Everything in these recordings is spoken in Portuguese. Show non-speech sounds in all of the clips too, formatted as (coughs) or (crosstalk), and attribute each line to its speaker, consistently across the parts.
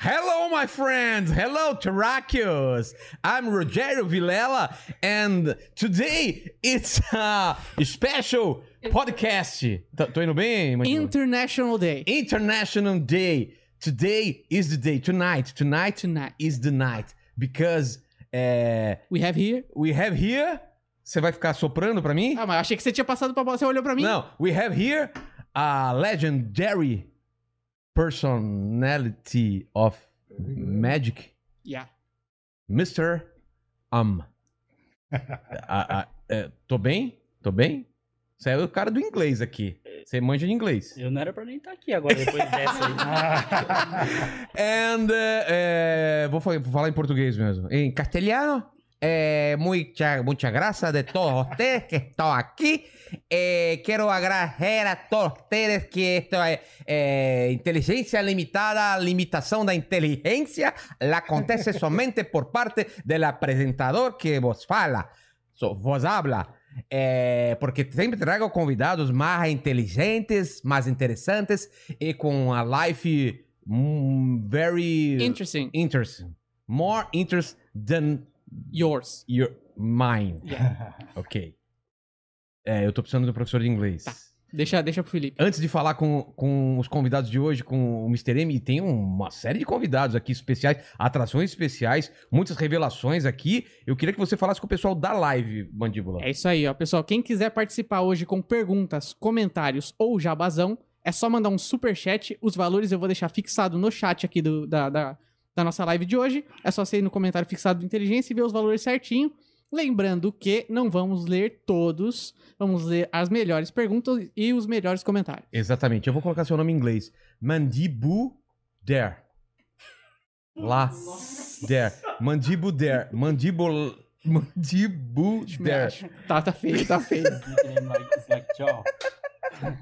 Speaker 1: Hello, my friends. Hello, Terrakios. I'm Rogério Vilela, and today it's a special podcast. Tá- Tô indo bem, Manu?
Speaker 2: International Day.
Speaker 1: International Day. Today is the day. Tonight, tonight,
Speaker 2: Tonight.
Speaker 1: is the night because eh,
Speaker 2: We have here.
Speaker 1: we have here. Você vai ficar soprando pra mim?
Speaker 2: Ah, mas eu achei que você tinha passado pra bola. Você olhou pra mim?
Speaker 1: Não, we have here a legendary personality of magic.
Speaker 2: Yeah.
Speaker 1: Mr. Um. A- a- é, tô bem? Tô bem? Você é o cara do inglês aqui. Você manja de inglês.
Speaker 3: Eu não era pra nem estar aqui agora, depois dessa aí.
Speaker 1: And, eh, eh, vou, fa- vou falar em português mesmo. Em castelhano, é, muita, muita graça de todos vocês que estão aqui. Eh, quero agradecer a todos vocês que esto é, eh, inteligência limitada, limitação da inteligência, la acontece somente por parte do apresentador que vos fala, so, vos habla. Eh, porque sempre trago convidados mais inteligentes, mais interessantes e com a life mm, very
Speaker 2: Interesting.
Speaker 1: interesting. More interest than
Speaker 2: Yours.
Speaker 1: your mine.
Speaker 2: Yeah.
Speaker 1: (laughs) Ok. É, eu tô precisando de um professor de inglês.
Speaker 2: Tá. Deixa, deixa pro Felipe.
Speaker 1: Antes de falar com, com os convidados de hoje, com o Mr. M, e tem uma série de convidados aqui especiais, atrações especiais, muitas revelações aqui. Eu queria que você falasse com o pessoal da live, Mandíbula.
Speaker 2: É isso aí, ó. Pessoal, quem quiser participar hoje com perguntas, comentários ou jabazão, é só mandar um super chat. Os valores eu vou deixar fixado no chat aqui do, da, da, da nossa live de hoje. É só você ir no comentário fixado do Inteligência e ver os valores certinho. Lembrando que não vamos ler todos, vamos ler as melhores perguntas e os melhores comentários.
Speaker 1: Exatamente. Eu vou colocar seu nome em inglês. Mandibu there. Lá. There. Mandibu there. Mandibul. Mandibu
Speaker 2: Me
Speaker 1: there.
Speaker 2: acho. Tá, tá feio, tá feio.
Speaker 1: (laughs)
Speaker 3: Tchau. (laughs)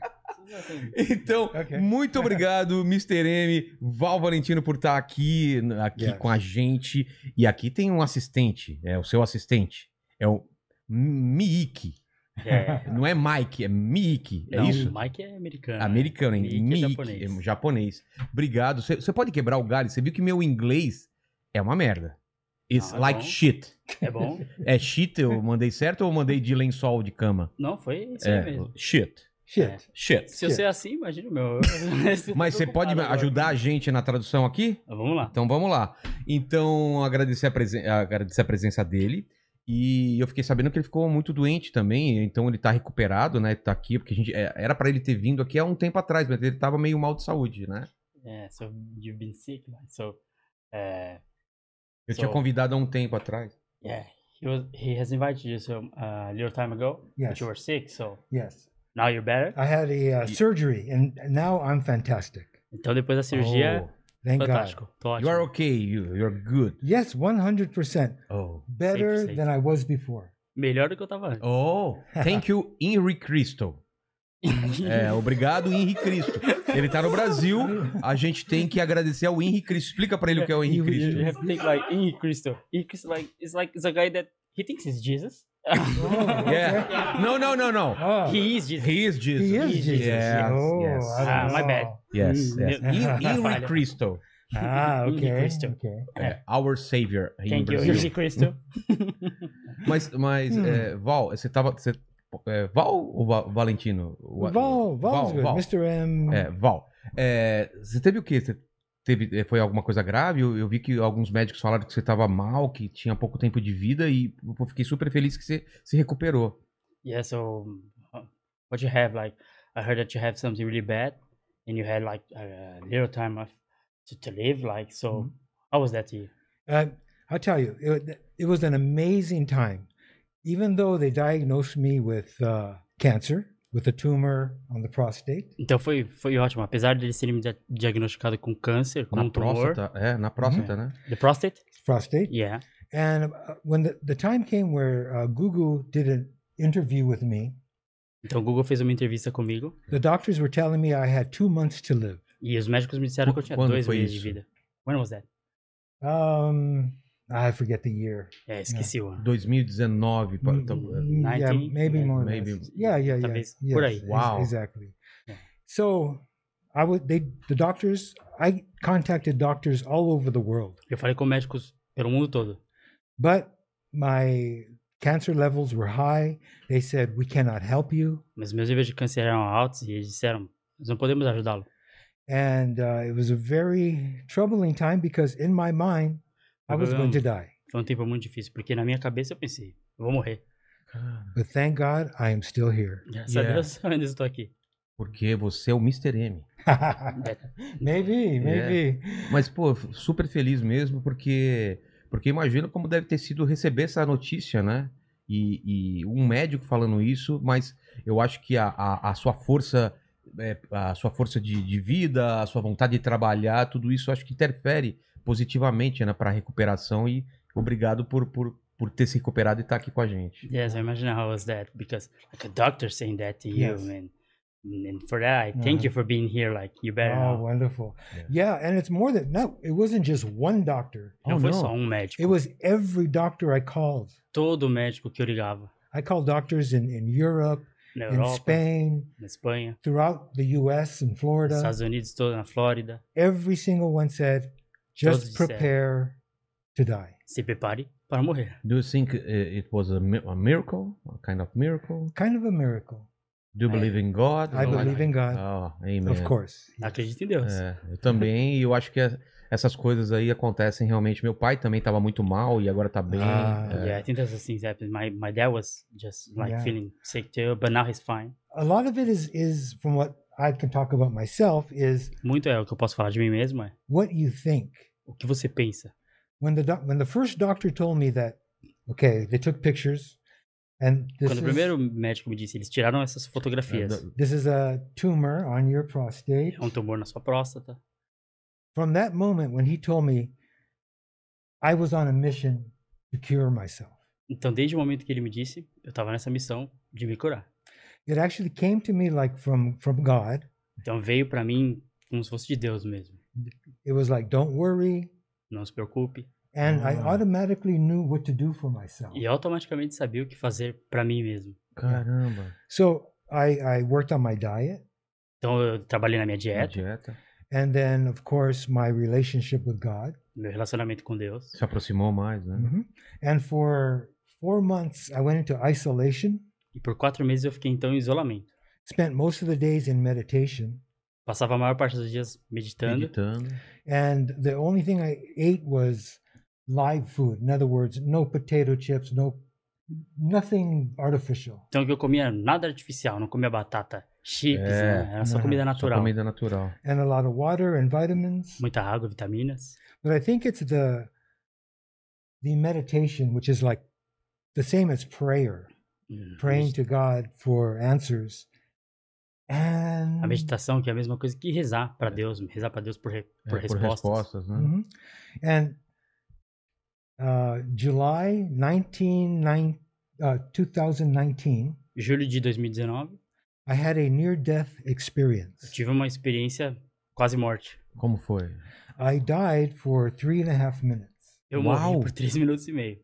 Speaker 1: Então,
Speaker 4: Ok.
Speaker 1: muito obrigado, Mr. M, Val Valentino, por estar aqui, aqui
Speaker 4: Yes.
Speaker 1: com a gente. E aqui tem um assistente, é o seu assistente. É o Miike.
Speaker 3: É.
Speaker 1: Não é Mike, é Miike. É
Speaker 3: Não,
Speaker 1: isso?
Speaker 3: O Mike é americano.
Speaker 1: Americano, hein?
Speaker 3: Miike é
Speaker 1: Miike, é
Speaker 3: japonês.
Speaker 1: japonês. Obrigado. Você você pode quebrar o galho? Você viu que meu inglês é uma merda. It's
Speaker 3: Não, é
Speaker 1: like
Speaker 3: bom.
Speaker 1: shit.
Speaker 3: É bom?
Speaker 1: É shit, eu
Speaker 3: (laughs)
Speaker 1: mandei certo ou eu mandei de lençol de cama?
Speaker 3: Não, foi isso aí
Speaker 1: É,
Speaker 3: mesmo.
Speaker 1: shit.
Speaker 4: Shit.
Speaker 1: Shit.
Speaker 3: Se você é assim, imagina o
Speaker 1: (laughs)
Speaker 3: meu. Eu- (laughs)
Speaker 1: Mas
Speaker 3: tô
Speaker 1: você pode
Speaker 3: preocupado
Speaker 1: ajudar a
Speaker 3: agora. né?
Speaker 1: gente na tradução aqui?
Speaker 3: Ah, Vamos lá.
Speaker 1: Então vamos lá. Então, agradecer a, presen- agradecer a presença dele. E eu fiquei sabendo que ele ficou muito doente também, então ele tá recuperado, né? Tá aqui, porque a gente. é, Era pra ele ter vindo aqui há um tempo atrás, mas ele tava meio mal de saúde, né?
Speaker 3: É, so you've been sick, man. So, é,
Speaker 1: Eu
Speaker 3: So-
Speaker 1: tinha convidado há um tempo atrás.
Speaker 3: yeah, he, was, he has invited you so, uh, a little time ago, but
Speaker 4: Yes.
Speaker 3: you were sick, so
Speaker 4: Yes.
Speaker 3: now you're better.
Speaker 4: I had a uh, surgery and now I'm fantastic.
Speaker 3: Então depois da
Speaker 1: é?
Speaker 3: cirurgia,
Speaker 4: Thank God.
Speaker 3: fantástico. Tô
Speaker 1: Oh,
Speaker 3: ótimo.
Speaker 1: you are okay, you, you're good.
Speaker 4: Yes, 100%
Speaker 1: Oh.
Speaker 4: better
Speaker 3: 100%.
Speaker 4: than I was before.
Speaker 3: Melhor do que eu tava antes.
Speaker 1: Oh, thank you, Henry (laughs) Cristo. É, obrigado, Henry Cristo. Ele tá no Brasil, a gente tem que agradecer ao Henry Cristo. Explica pra ele o que é o Henry
Speaker 3: you, you- you
Speaker 1: Cristo.
Speaker 3: have to think like in Cristo. In Cristo, like it's like the guy that he thinks he's Jesus. Oh.
Speaker 4: (laughs)
Speaker 1: Yeah. No, no, no, no.
Speaker 4: Oh,
Speaker 3: He is Jesus.
Speaker 1: Ah. He is Jesus.
Speaker 4: he is Jesus.
Speaker 1: Yes,
Speaker 4: oh,
Speaker 1: yes.
Speaker 4: I don't
Speaker 3: Ah, my
Speaker 4: know.
Speaker 3: bad.
Speaker 1: Yes,
Speaker 3: Hum,
Speaker 1: yes.
Speaker 3: meu-
Speaker 1: In-
Speaker 4: Tá
Speaker 1: Henry
Speaker 3: falha.
Speaker 1: Cristo,
Speaker 4: Ah,
Speaker 3: (laughs) He
Speaker 4: okay.
Speaker 3: Christo.
Speaker 4: okay.
Speaker 1: é, our savior here in
Speaker 3: Thank you,
Speaker 1: Brazil.
Speaker 3: Henrique Cristo.
Speaker 1: Mas, mas
Speaker 4: Hum.
Speaker 1: é, Val, você tava... Você, é, Val ou Va- Valentino? What-
Speaker 4: Vol, Vol's good. Mr. M.
Speaker 1: É, Val, é, você teve o quê? Você teve, é, foi alguma coisa grave? Eu, eu vi que alguns médicos falaram que você estava mal, que tinha pouco tempo de vida e eu fiquei super feliz que você se recuperou.
Speaker 3: Yeah, so uh, what you have like I heard that you have something really bad and you had like a little time of, to, to live like so
Speaker 1: Uhum.
Speaker 3: how was that to you?
Speaker 4: Uh, I'll tell you, it, wa- it was an amazing time. Even though they diagnosed me with uh, cancer, with a tumor on the prostate,
Speaker 3: Então foi foi ótimo, apesar de eles terem me dia- diagnosticado com câncer, com
Speaker 1: na
Speaker 3: um tumor,
Speaker 1: próstata, é, na
Speaker 4: Uhum.
Speaker 1: próstata, né?
Speaker 3: the prostate.
Speaker 4: prostate,
Speaker 3: Yeah.
Speaker 4: And uh, when the, the time came where uh, Gugu did an interview with me,
Speaker 3: Então o Google fez uma entrevista comigo
Speaker 4: The doctors were telling me I had two months to live.
Speaker 3: e os médicos me disseram que eu tinha
Speaker 1: Quando
Speaker 3: dois
Speaker 1: foi
Speaker 3: meses
Speaker 1: isso?
Speaker 3: de vida. When was that?
Speaker 4: Um, I forget the year.
Speaker 3: É, esqueci o ano.
Speaker 1: 2019. pa- tá-
Speaker 4: Mm, yeah,
Speaker 3: 19?
Speaker 4: maybe
Speaker 3: Yeah,
Speaker 4: more. or
Speaker 1: uh, maybe.
Speaker 4: less. Yeah, yeah, yeah.
Speaker 3: Tabis-
Speaker 4: Yes,
Speaker 3: Put it.
Speaker 4: ex-
Speaker 1: Wow.
Speaker 4: Exactly.
Speaker 3: Yeah.
Speaker 4: So I would they the doctors I contacted doctors all over the world,
Speaker 3: Eu falei com médicos pelo mundo todo.
Speaker 4: but my cancer levels were high. They said we cannot help you,
Speaker 3: Mas meus níveis de câncer eram altos e eles disseram, nós não podemos ajudá-lo.
Speaker 4: and uh, it was a very troubling time because in my mind I was going to die.
Speaker 3: Foi um tempo muito difícil, porque na minha cabeça eu pensei, eu vou morrer.
Speaker 1: Cara,
Speaker 4: But thank God I am still here. (laughs)
Speaker 3: Graças
Speaker 1: Yeah.
Speaker 3: a Deus (laughs) eu ainda estou aqui.
Speaker 1: Porque você é o Mr. M.
Speaker 4: maybe, maybe.
Speaker 1: Mas, pô, f- super feliz mesmo, porque. Porque imagino como deve ter sido receber essa notícia, né? E, e um médico falando isso, mas eu acho que a, a, a sua força, é, a sua força de, de vida, a sua vontade de trabalhar, tudo isso eu acho que interfere positivamente né, para a recuperação. E obrigado por, por, por ter se recuperado e estar aqui com a gente.
Speaker 3: Yes, I imagine how was that because like a doctor saying that to you
Speaker 4: Yes.
Speaker 3: and and for that I thank you for being here like you better
Speaker 4: Oh,
Speaker 3: know.
Speaker 4: wonderful.
Speaker 1: Yeah.
Speaker 4: Yeah. and it's more than no, it wasn't just one doctor.
Speaker 3: Não
Speaker 1: Oh,
Speaker 3: foi
Speaker 1: não.
Speaker 3: só um médico,
Speaker 4: It was every doctor I called.
Speaker 3: todo médico que eu ligava
Speaker 4: I called doctors in, in Europe,
Speaker 3: na
Speaker 4: in
Speaker 3: Europa,
Speaker 4: Spain,
Speaker 3: na Espanha,
Speaker 4: throughout the US and
Speaker 3: nos
Speaker 4: Florida.
Speaker 3: Estados Unidos, todo na Flórida.
Speaker 4: Every single one said, just
Speaker 3: Todos disseram.
Speaker 4: prepare to die.
Speaker 3: Se prepare para morrer.
Speaker 1: Do you think eh, it was a, mi- a miracle, a kind of miracle?
Speaker 4: Kind of a miracle.
Speaker 1: Do you
Speaker 3: É.
Speaker 1: believe in God?
Speaker 4: I
Speaker 3: Não,
Speaker 4: believe in God,
Speaker 1: Oh, amen.
Speaker 4: of course.
Speaker 3: Acredite em Deus.
Speaker 1: É, eu também, e eu acho que é- essas coisas aí acontecem realmente. Meu pai também estava muito mal e agora tá bem.
Speaker 4: Ah,
Speaker 1: é.
Speaker 3: Yeah, I think that's the things happen. My my dad was just like
Speaker 4: Yeah.
Speaker 3: feeling sick too, but now he's fine.
Speaker 4: A lot of it is is from what I can talk about myself is
Speaker 3: Muito é o que eu posso falar de mim mesmo, é
Speaker 4: what you think.
Speaker 3: o que você pensa.
Speaker 4: when the doc- when the first doctor told me that, okay, they took pictures, and this
Speaker 3: Quando o
Speaker 4: is,
Speaker 3: primeiro médico me disse, eles tiraram essas fotografias.
Speaker 1: É,
Speaker 4: this is a tumor on your prostate.
Speaker 3: É um tumor na sua próstata.
Speaker 4: From that moment, when he told me, I was on a mission to cure myself.
Speaker 3: Então, desde o momento que ele me disse, eu tava nessa missão de me curar.
Speaker 4: It actually came to me like from from God.
Speaker 3: Então, veio pra mim como se fosse de Deus mesmo.
Speaker 4: It was like, don't worry,
Speaker 3: Não se preocupe.
Speaker 4: and I
Speaker 1: Ah.
Speaker 4: automatically knew what to do for myself.
Speaker 3: E eu automaticamente sabia o que fazer pra mim mesmo.
Speaker 1: Caramba.
Speaker 4: So I I worked on my diet,
Speaker 3: Então, eu trabalhei na minha
Speaker 1: a
Speaker 3: dieta,
Speaker 1: dieta.
Speaker 4: and then of course my relationship with God.
Speaker 3: meu relacionamento com Deus.
Speaker 1: Se aproximou mais, né?
Speaker 4: Mhm. And for four months, I went into isolation.
Speaker 3: E por quatro meses eu fiquei, então, em isolamento.
Speaker 4: spent most of the days in meditation
Speaker 3: Passava a maior parte dos dias meditando.
Speaker 1: Meditando.
Speaker 4: and the only thing i ate was live food in other words no potato chips no nothing artificial
Speaker 3: Então, o que eu comia nada artificial, não comia batata, chips,
Speaker 1: É.
Speaker 3: né? era só
Speaker 4: Aham,
Speaker 3: comida
Speaker 1: Só
Speaker 3: natural.
Speaker 1: comida natural. É,
Speaker 4: and a lot of water and vitamins
Speaker 3: Muita água, vitaminas.
Speaker 4: but i think it's the the meditation which is like the same as prayer
Speaker 3: Hum,
Speaker 4: praying to god for answers and
Speaker 3: A meditação, que é a mesma coisa que rezar pra Deus, rezar pra Deus por, re- por
Speaker 1: É,
Speaker 3: respostas.
Speaker 1: né?
Speaker 4: Mhm. And uh, July 19, nine, uh, 2019,
Speaker 3: Julho de 2019,
Speaker 4: I had a near death
Speaker 3: eu
Speaker 4: experience.
Speaker 3: tive uma experiência quase morte.
Speaker 1: Como foi?
Speaker 4: I died for three and a half minutes.
Speaker 3: Eu
Speaker 1: Uau!
Speaker 3: morri por 3 minutos e meio.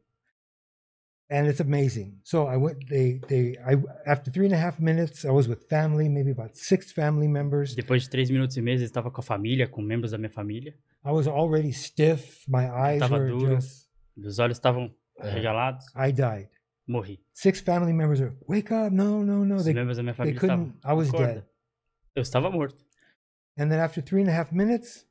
Speaker 4: And it's amazing. So I went. They, they. I after three and a half minutes, I was with family, maybe about six family members.
Speaker 3: Depois de 3 minutos e meio, eu estava com a família, com membros da minha família.
Speaker 4: I was already stiff. My eyes
Speaker 3: Estaba
Speaker 4: were
Speaker 3: duro.
Speaker 4: just.
Speaker 3: Meus olhos estavam
Speaker 1: É.
Speaker 3: regalados,
Speaker 4: I died.
Speaker 3: morri.
Speaker 4: Six family members are wake up. No, no, no.
Speaker 3: Os
Speaker 4: They,
Speaker 3: membros da minha
Speaker 4: they
Speaker 3: família
Speaker 4: couldn't.
Speaker 3: estavam.
Speaker 4: I was
Speaker 3: "Acorda."
Speaker 4: dead.
Speaker 3: Eu estava morto.
Speaker 4: And then after three and a half minutes,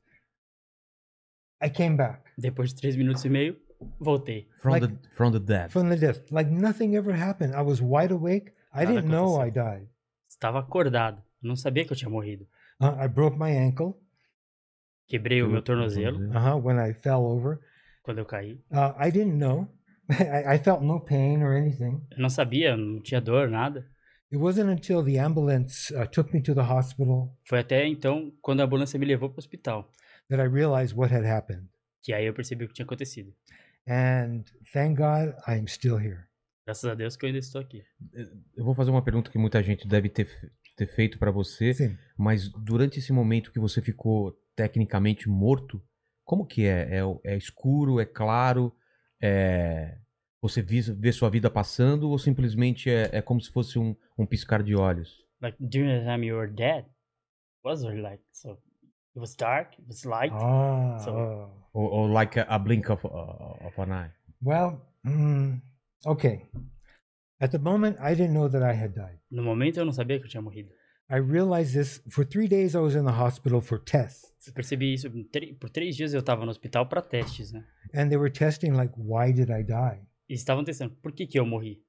Speaker 4: I came back
Speaker 3: Depois de 3 minutos e meio, voltei.
Speaker 1: From,
Speaker 4: Like-
Speaker 1: the, from the dead.
Speaker 4: from the death. Like nothing ever happened. I was wide awake. I
Speaker 3: Nada
Speaker 4: didn't know I
Speaker 3: aconteceu.
Speaker 4: died.
Speaker 3: Estava acordado. Não sabia que eu tinha morrido.
Speaker 4: Uh, I broke my ankle
Speaker 3: Quebrei o meu tornozelo
Speaker 4: uh-huh, when I fell over.
Speaker 3: quando eu caí.
Speaker 4: Uh, I didn't know. (laughs) I, I felt no pain or anything.
Speaker 3: Eu não sabia, não tinha dor, nada.
Speaker 4: It wasn't until the ambulance uh, took me to the hospital
Speaker 3: Foi até então, quando a ambulância me levou para o hospital,
Speaker 4: that I realized what had happened.
Speaker 3: que aí eu percebi o que tinha acontecido.
Speaker 4: And thank God I'm still here.
Speaker 3: Graças a Deus que eu ainda estou aqui.
Speaker 1: Eu vou fazer uma pergunta que muita gente deve ter, fe- ter feito pra você,
Speaker 4: Sim.
Speaker 1: mas durante esse momento que você ficou tecnicamente morto, como que é? É, o- é escuro, é claro, é- Você vis- vê sua vida passando ou simplesmente é, é como se fosse um, um piscar de olhos?
Speaker 3: Like during the time you were dead, it was already like so. It was dark. It was light.
Speaker 4: Ah.
Speaker 3: So-
Speaker 4: oh.
Speaker 1: Ou, ou like a, a blink of, uh, of an eye?
Speaker 4: Well, mm, okay. At the moment, I didn't know that I had died.
Speaker 3: No momento eu não sabia que eu tinha morrido.
Speaker 4: I realized this for three days. I was in the hospital for tests,
Speaker 3: Eu percebi isso em tre- por três dias. Eu estava no hospital para testes, né?
Speaker 4: and they were testing like, why did I die?
Speaker 3: E estavam testando por que que eu morri.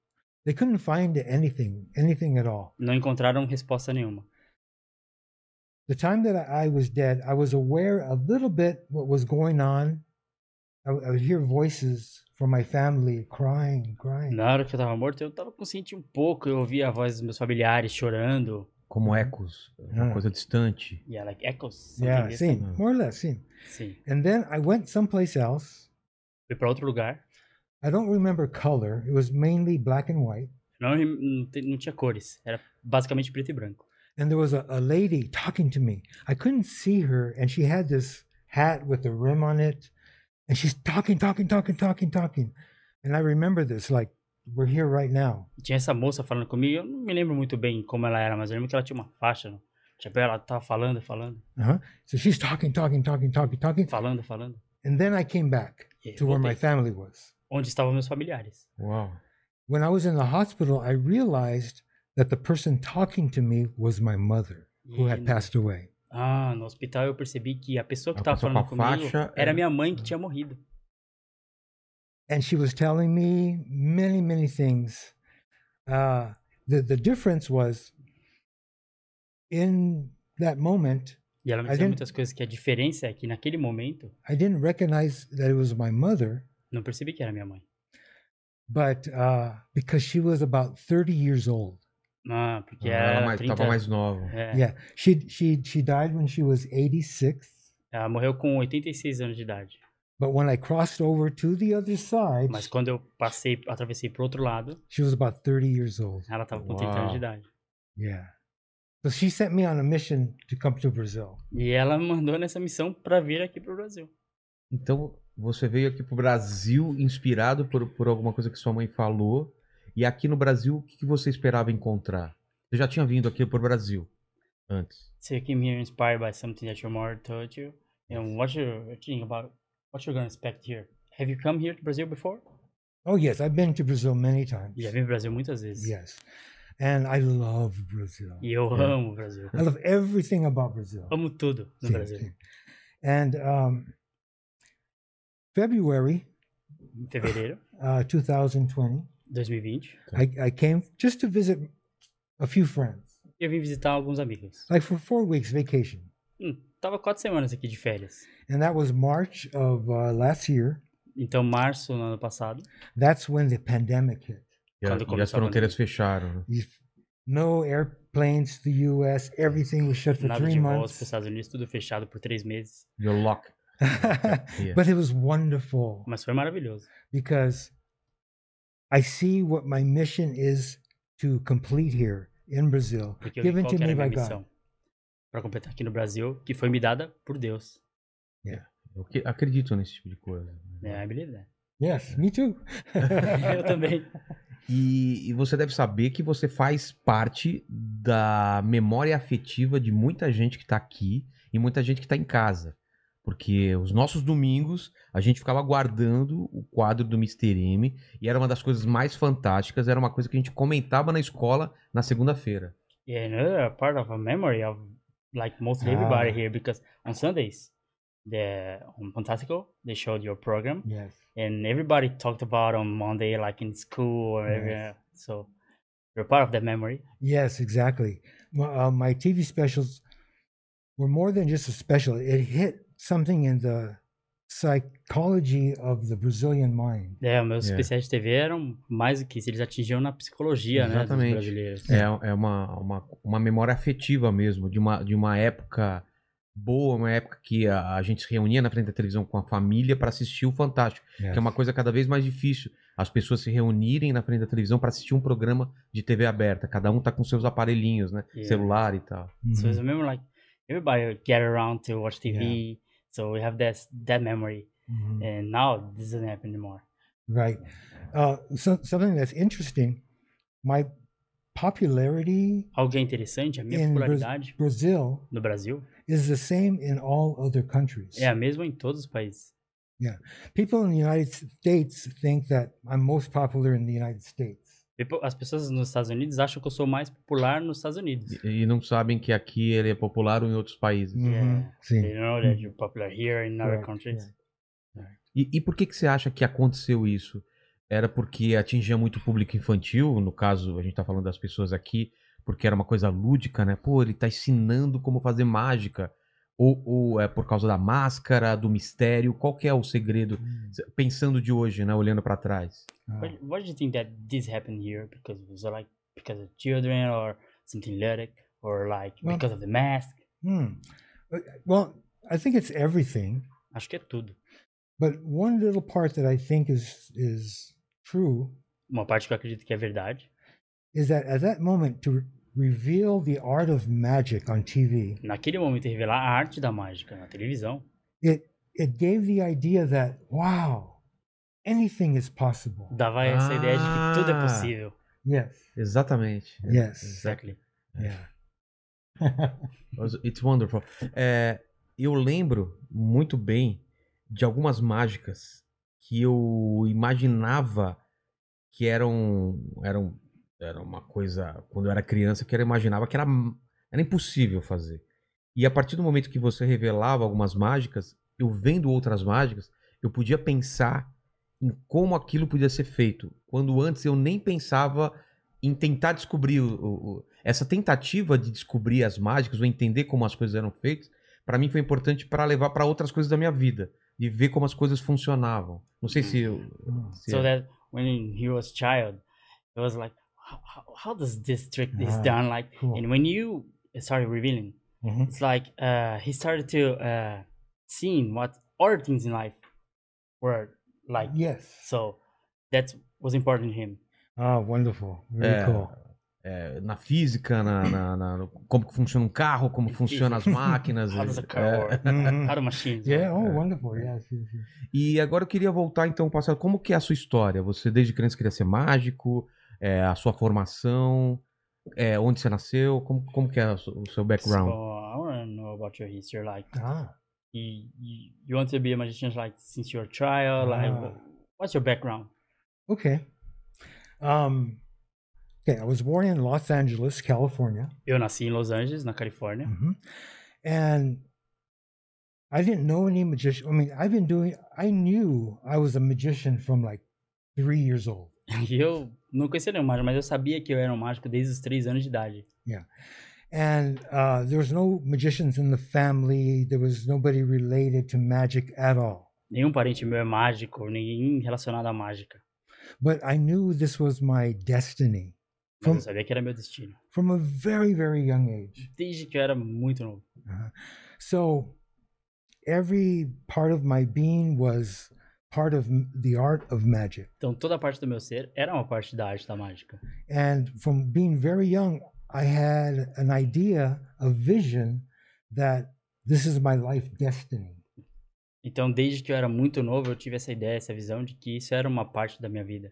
Speaker 4: They couldn't find anything, anything at all.
Speaker 3: Não encontraram resposta nenhuma.
Speaker 4: The time that I I was dead, I was aware a little bit what was going on. I, would- I would hear voices from my family crying, crying.
Speaker 3: Na hora que eu estava morto, eu estava consciente um pouco. Eu ouvia a voz dos meus familiares chorando.
Speaker 1: Como ecos, uma
Speaker 4: Ah.
Speaker 1: coisa distante.
Speaker 3: Yeah, like echoes. something
Speaker 4: yeah,
Speaker 3: this-
Speaker 4: same,
Speaker 1: Mm.
Speaker 4: more or less, same.
Speaker 3: Sim.
Speaker 4: And then I went someplace else.
Speaker 3: Fui para outro lugar.
Speaker 4: I don't remember color. It was mainly black and white.
Speaker 3: Não, não, te- não tinha cores. Era basicamente preto e branco.
Speaker 4: and there was a, a lady talking to me. I couldn't see her, and she had this hat with a rim on it, and she's talking, talking, talking, talking, talking. And I remember this like we're here right now.
Speaker 3: Tinha essa moça falando comigo. Eu não me lembro muito bem como ela era, mas eu lembro que ela tinha uma faixa no chapéu. Ela tava falando, falando,
Speaker 4: Uh-huh. So she's talking, talking, talking, talking, talking,
Speaker 3: falando, falando.
Speaker 4: and then I came back
Speaker 3: Yeah,
Speaker 4: to where
Speaker 3: what
Speaker 4: my
Speaker 3: they-
Speaker 4: family was.
Speaker 3: Onde estavam meus familiares.
Speaker 1: Uau.
Speaker 4: When I was in the hospital, I realized that the person talking to me was my mother, who had
Speaker 3: Yeah.
Speaker 4: passed away.
Speaker 3: Ah, no hospital eu percebi que a pessoa que
Speaker 1: A
Speaker 3: tava
Speaker 1: pessoa
Speaker 3: falando
Speaker 1: com a
Speaker 3: comigo
Speaker 1: faixa
Speaker 3: era
Speaker 1: é-
Speaker 3: minha mãe que tinha morrido.
Speaker 4: and she was telling me many many things uh, the the difference was in that moment
Speaker 3: E ela me
Speaker 4: A
Speaker 3: dizia
Speaker 4: gente-
Speaker 3: muitas coisas que a diferença é que naquele momento
Speaker 4: i didn't recognize that it was my mother
Speaker 3: não percebi que era minha mãe.
Speaker 4: but uh, because she was about 30 years old
Speaker 3: Ah, porque
Speaker 1: Ah,
Speaker 3: ela
Speaker 1: ela
Speaker 3: era
Speaker 1: mais,
Speaker 3: 30
Speaker 1: tava mais nova.
Speaker 3: É,
Speaker 4: yeah she she she died when she was 86
Speaker 3: Ela morreu com 86 anos de idade.
Speaker 4: but when i crossed over to the other side
Speaker 3: Mas quando eu passei, atravessei pro outro lado,
Speaker 4: she was about 30 years old
Speaker 3: ela tava com 30 anos de idade.
Speaker 4: yeah so she sent me on a mission to come to brazil
Speaker 3: E ela me mandou nessa missão pra vir aqui pro Brasil.
Speaker 1: Então, você veio aqui pro Brasil inspirado por, por alguma coisa que sua mãe falou. E aqui no Brasil, o que, que você esperava encontrar? Você já tinha vindo aqui pro Brasil antes.
Speaker 3: So you came here inspired by something that your mother told you. And what you're thinking about, what you're gonna expect here. Have you come here to Brazil before?
Speaker 4: oh yes i've been to brazil many times
Speaker 3: Já vim pro Brasil muitas vezes.
Speaker 4: Yes. And I love Brazil.
Speaker 3: E eu
Speaker 1: É.
Speaker 3: amo o Brasil.
Speaker 4: I love everything about Brazil.
Speaker 3: Amo tudo no
Speaker 4: Sim,
Speaker 3: Brasil.
Speaker 4: sim. And um, February
Speaker 3: Em fevereiro
Speaker 4: uh, 2020,
Speaker 3: de 2020,
Speaker 4: I, I came just to visit a few friends,
Speaker 3: eu vim visitar alguns amigos.
Speaker 4: like for four weeks vacation.
Speaker 3: Hum, tava quatro semanas aqui de férias.
Speaker 4: And that was March of uh, last year.
Speaker 3: Então, março, no ano passado,
Speaker 4: That's when the pandemic hit.
Speaker 1: E, a-
Speaker 3: Quando
Speaker 1: e as
Speaker 3: começou a
Speaker 1: fronteiras fecharam. né?
Speaker 4: You- No airplanes to the U.S. Everything was shut for
Speaker 3: nada
Speaker 4: three
Speaker 3: de voos para
Speaker 4: months.
Speaker 3: Estados Unidos, tudo fechado por três meses.
Speaker 1: E o lock.
Speaker 4: (laughs)
Speaker 1: Yeah.
Speaker 4: but it was wonderful.
Speaker 3: Mas foi maravilhoso.
Speaker 4: because I see what my mission is to complete here in Brazil,
Speaker 3: Porque eu vi
Speaker 4: given
Speaker 3: qual
Speaker 4: to
Speaker 3: que
Speaker 4: me
Speaker 3: era a minha
Speaker 4: by God.
Speaker 3: missão para completar aqui no Brasil, que foi me dada por Deus.
Speaker 1: Eu que- acredito nesse tipo de coisa.
Speaker 3: Né? I believe that. (laughs)
Speaker 4: Yes, me too.
Speaker 3: eu também.
Speaker 1: E, e você deve saber que você faz parte da memória afetiva de muita gente que tá aqui e muita gente que tá em casa. Porque os nossos domingos a gente ficava guardando o quadro do Mr. M e era uma das coisas mais fantásticas, era uma coisa que a gente comentava na escola na segunda-feira.
Speaker 3: Yeah, another part of é, né, a memory of like mostly everybody
Speaker 4: Ah.
Speaker 3: here because on Sundays, the on Fantastico they showed your program
Speaker 4: yes.
Speaker 3: and everybody talked about on Monday like in school or every-
Speaker 4: Yes.
Speaker 3: so you're part of that memory.
Speaker 4: Yes, exactly. My, uh, my TV specials were more than just a special, it hit something in the psychology of the Brazilian mind.
Speaker 3: É, meus
Speaker 1: Yeah.
Speaker 3: especiais de TV eram mais do que isso, eles atingiam na psicologia, né,
Speaker 1: Exatamente.
Speaker 3: dos brasileiros.
Speaker 1: É, é uma, uma, uma memória afetiva mesmo, de uma, de uma época boa, uma época que a, a gente se reunia na frente da televisão com a família para assistir o Fantástico.
Speaker 4: Yes.
Speaker 1: que é uma coisa cada vez mais difícil. as pessoas se reunirem na frente da televisão para assistir um programa de TV aberta. Cada um tá com seus aparelhinhos, né?
Speaker 3: Yeah.
Speaker 1: Celular e tal.
Speaker 4: Mm-hmm.
Speaker 3: So it's a memory like everybody would get around to watch
Speaker 4: Yeah.
Speaker 3: TV. So we have that s- that memory,
Speaker 4: Mhm.
Speaker 3: and now this doesn't happen anymore.
Speaker 4: Right. Uh, so something that's interesting. My popularity
Speaker 3: Algo interessante, a minha
Speaker 4: in Bra-
Speaker 3: popularidade
Speaker 4: Brazil
Speaker 3: no Brasil
Speaker 4: is the same in all other countries.
Speaker 3: é a mesma em todos os países.
Speaker 4: People in the United States think that I'm most popular in the United States.
Speaker 3: People- As pessoas nos Estados Unidos acham que eu sou mais popular nos Estados Unidos.
Speaker 1: E, e não sabem que aqui ele é popular ou em outros países.
Speaker 4: Mhm.
Speaker 3: They
Speaker 4: See.
Speaker 3: don't know that you're popular here in other
Speaker 4: Right,
Speaker 3: countries.
Speaker 1: E, e por que, que você acha que aconteceu isso? Era porque atingia muito o público infantil, no caso, a gente tá falando das pessoas aqui, porque era uma coisa lúdica, né? Pô, ele tá ensinando como fazer mágica. Ou, ou é por causa da máscara, do mistério, qual que é o segredo? Cê- Pensando de hoje, né? Olhando pra trás.
Speaker 4: Uh,
Speaker 3: But why do you think that this happened here? Because it was like because of children or something ludic or like
Speaker 4: Well-
Speaker 3: because of the mask.
Speaker 4: hmm. But- Well, I think it's everything.
Speaker 3: Acho que é tudo.
Speaker 4: But one little part that I think is is true
Speaker 3: Uma parte que eu acredito que é verdade.
Speaker 4: is that at that moment to re- reveal the art of magic on TV,
Speaker 3: Naquele momento revelar a arte da mágica na televisão,
Speaker 4: it it gave the idea that wow, anything is possible.
Speaker 3: dava essa ideia de que tudo é
Speaker 1: Ah.
Speaker 3: possível.
Speaker 4: Yes.
Speaker 1: Exatamente.
Speaker 4: Yes.
Speaker 3: Exactly.
Speaker 4: Yeah.
Speaker 1: Mas It's wonderful. É, eu lembro muito bem de algumas mágicas que eu imaginava que eram, eram era uma coisa quando eu era criança que eu imaginava que era, era impossível fazer. E a partir do momento que você revelava algumas mágicas, eu vendo outras mágicas, eu podia pensar em como aquilo podia ser feito, quando antes eu nem pensava em tentar descobrir o- o- o- essa tentativa de descobrir as mágicas ou entender como as coisas eram feitas, para mim foi importante para levar para outras coisas da minha vida, de ver como as coisas funcionavam. Não sei se eu, se
Speaker 3: So
Speaker 1: é-
Speaker 3: that when he was child, it was like, how, how- how does this trick is
Speaker 4: Ah,
Speaker 3: done? Like,
Speaker 4: cool.
Speaker 3: and when you started revealing,
Speaker 4: Mhm.
Speaker 3: it's like uh, he started to uh, seeing what other things in life were like.
Speaker 4: Yes.
Speaker 3: So that was important to him.
Speaker 4: Ah, wonderful. Very
Speaker 1: É.
Speaker 4: cool.
Speaker 1: é, na física, na, na- na- como que funciona um carro, como funcionam as (laughs) máquinas.
Speaker 3: How does a car
Speaker 1: é.
Speaker 3: work?
Speaker 4: (laughs) Mhm.
Speaker 3: (laughs) How do machines
Speaker 4: Yeah.
Speaker 3: work?
Speaker 4: Oh, wonderful. Yes. yes, yes.
Speaker 1: E agora eu queria voltar então ao passado. Como que é a sua história? Você desde criança queria ser mágico? É, a sua formação? É, onde você nasceu? Como, como que é o seu- o seu
Speaker 3: So
Speaker 1: background?
Speaker 3: I want to know about your history. Like,
Speaker 4: Ah.
Speaker 3: you, you, you want to be a magician like since your child. Like,
Speaker 4: Ah.
Speaker 3: what's your background?
Speaker 4: Okay. Um. Okay. I was born in Los Angeles, California,
Speaker 3: Eu nasci em Los Angeles, na Califórnia. (laughs)
Speaker 4: Mhm. and I didn't know any magician. I mean, I've been doing. I knew I was a magician from like three years old.
Speaker 3: E eu não conhecia nenhum mágico, mas eu sabia que eu era um mágico desde os 3 anos de idade.
Speaker 4: and uh, there was no magicians in the family. There was nobody related to magic at all.
Speaker 3: Nenhum parente meu é mágico, ninguém relacionado à mágica.
Speaker 4: But I knew this was my destiny
Speaker 3: Mas
Speaker 4: Hum.
Speaker 3: eu sabia que era meu destino.
Speaker 4: from a very, very young age.
Speaker 3: Desde que eu era muito novo.
Speaker 4: So every part of my being was part of m- the art of magic.
Speaker 3: Então toda a parte do meu ser era uma parte da arte da mágica.
Speaker 4: And from being very young, I had an idea, a vision that this is my life destiny.
Speaker 3: Então desde que eu era muito novo, eu tive essa ideia, essa visão de que isso era uma parte da minha vida.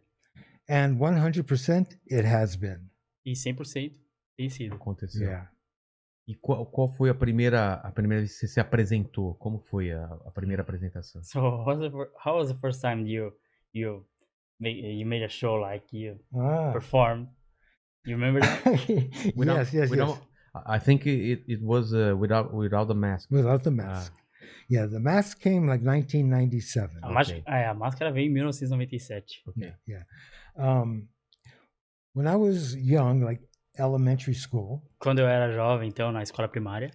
Speaker 4: And 100% it has been.
Speaker 3: E 100% tem sido.
Speaker 1: Aconteceu. E qual, qual foi a primeira a primeira vez que você se apresentou? Como foi a, a primeira apresentação?
Speaker 3: So (laughs) how was the, fir- how was the first time you you made, you made a show like you
Speaker 4: Ah. (laughs)
Speaker 3: performed? You
Speaker 1: (coughs)
Speaker 3: remember that?
Speaker 1: Without-
Speaker 4: yes, yes,
Speaker 1: without-
Speaker 4: yes.
Speaker 1: I think it, it was uh, without without the mask.
Speaker 4: Without the
Speaker 1: Ah.
Speaker 4: mask. Yeah, the mask came like 1997.
Speaker 3: A, mágica, ah, é, a máscara veio em 1997.
Speaker 4: Yeah, yeah. Um, when I was young, like elementary school,
Speaker 3: Quando eu era jovem, então, na escola primária,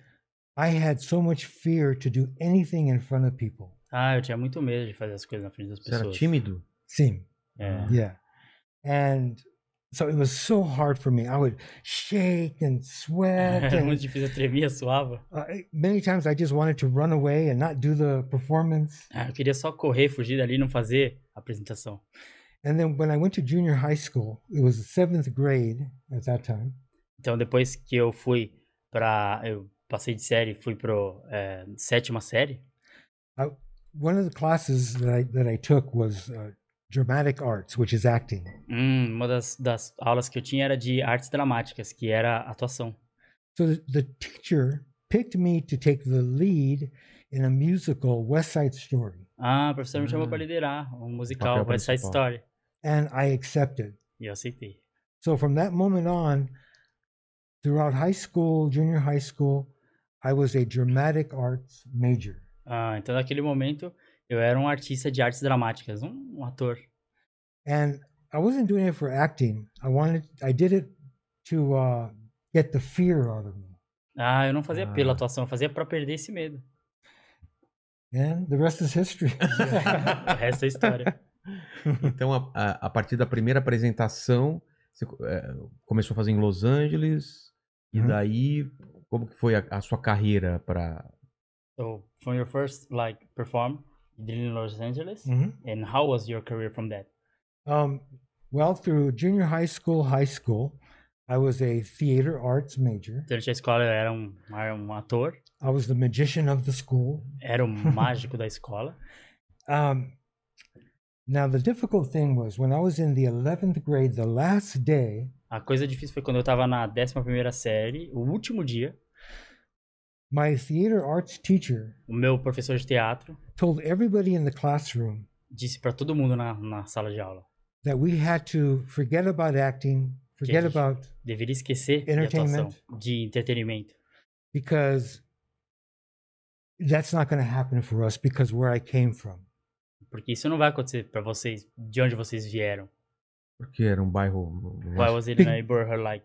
Speaker 4: I had so much fear to do anything in front of people.
Speaker 3: ah, eu tinha muito medo de fazer as coisas na frente das
Speaker 1: Você era
Speaker 3: pessoas.
Speaker 1: tímido? Ah.
Speaker 4: Sim.
Speaker 3: É. (laughs)
Speaker 4: Yeah. And so it was so hard for me. I would shake
Speaker 3: (laughs)
Speaker 4: and sweat.
Speaker 3: Era muito
Speaker 4: and
Speaker 3: difícil, eu tremia, suava.
Speaker 4: uh, many times I just wanted to run away and not do the performance.
Speaker 3: Ah, Eu queria só correr, fugir dali e não fazer a apresentação.
Speaker 4: And then when I went to junior high school, it was the seventh grade at that time.
Speaker 3: Então, depois que eu fui pra. Eu passei de série, fui pro eh, sétima série.
Speaker 4: I, one of the classes that I, that I took was uh, dramatic arts, which is acting.
Speaker 3: Hum, uma das, das aulas que eu tinha era de artes dramáticas, que era atuação.
Speaker 4: So the, the teacher picked me to take the lead in a musical, West Side Story,
Speaker 3: Ah, a professora me chamou
Speaker 1: Ah.
Speaker 3: pra liderar um musical,
Speaker 1: Papel
Speaker 3: West Side
Speaker 1: principal.
Speaker 3: Story.
Speaker 4: and I accepted.
Speaker 3: E eu aceitei.
Speaker 4: So from that moment on, throughout high school, junior high school, I was a dramatic arts major.
Speaker 3: Ah, então naquele momento eu era um artista de artes dramáticas, um, um ator.
Speaker 4: And I wasn't doing it for acting. I wanted, I did it to uh, get the fear out of me.
Speaker 3: Ah, eu não fazia pela
Speaker 1: Ah.
Speaker 3: atuação, eu fazia pra perder esse
Speaker 1: (laughs)
Speaker 3: medo.
Speaker 4: And the rest is history.
Speaker 3: O resto é história.
Speaker 1: Então, a, a- a partir da primeira apresentação, você co- é, começou a fazer em Los Angeles, e
Speaker 4: Uhum.
Speaker 1: daí, como que foi a, a sua carreira para
Speaker 3: So, from your first like perform you did in Los Angeles,
Speaker 1: Hum.
Speaker 4: Mhm.
Speaker 3: and how was your career from that?
Speaker 4: Um, well, through junior high school, high school, I was a theater arts major.
Speaker 3: Durante a escola eu era um, era um ator,
Speaker 4: I was the magician of the school.
Speaker 3: era o mágico da escola.
Speaker 4: Um, now, the difficult thing was when I was in the 11th grade, the last day,
Speaker 3: A coisa difícil foi quando eu tava na 11ª série, o último dia,
Speaker 4: my theater arts teacher
Speaker 3: o meu professor de teatro
Speaker 4: told everybody in the classroom
Speaker 3: disse pra todo mundo na, na sala de aula,
Speaker 4: that we had to forget about acting, forget
Speaker 3: Yes.
Speaker 4: about
Speaker 3: deveria esquecer de
Speaker 4: Entertainment.
Speaker 3: atuação, de entretenimento.
Speaker 4: because that's not going to happen for us because where I came from.
Speaker 3: Porque isso não vai acontecer pra vocês, de onde vocês vieram.
Speaker 1: Porque era um bairro. um-
Speaker 3: Why was it
Speaker 4: Big-
Speaker 3: in a neighborhood like?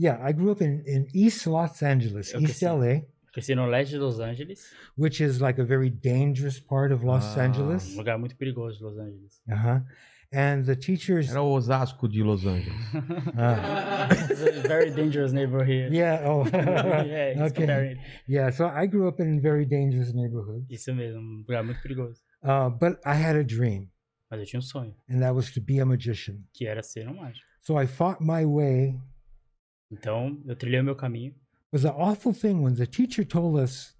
Speaker 4: Yeah, I grew up in, in East Los Angeles,
Speaker 3: Okay,
Speaker 4: East
Speaker 3: so-
Speaker 4: LA,
Speaker 3: Cresci no leste de Los Angeles,
Speaker 4: which is like a very dangerous part of Los
Speaker 1: Ah.
Speaker 3: um
Speaker 4: Angeles.
Speaker 3: lugar muito perigoso de Los Angeles.
Speaker 4: Uh huh. And the teachers.
Speaker 1: Era o Osasco de Los Angeles.
Speaker 4: Uh,
Speaker 3: It's a very dangerous neighborhood here.
Speaker 4: yeah. Oh.
Speaker 3: (laughs) yeah, it's
Speaker 4: (laughs) okay.
Speaker 3: comparing.
Speaker 4: Yeah. So I grew up in a very dangerous neighborhood,
Speaker 3: Isso mesmo, um lugar muito perigoso.
Speaker 4: uh, but I had a dream,
Speaker 3: Mas eu tinha um sonho,
Speaker 4: and that was to be a magician.
Speaker 3: que era ser um mágico.
Speaker 4: So I fought my way.
Speaker 3: Então, eu trilhei o meu caminho.
Speaker 4: It was an awful thing when the teacher told us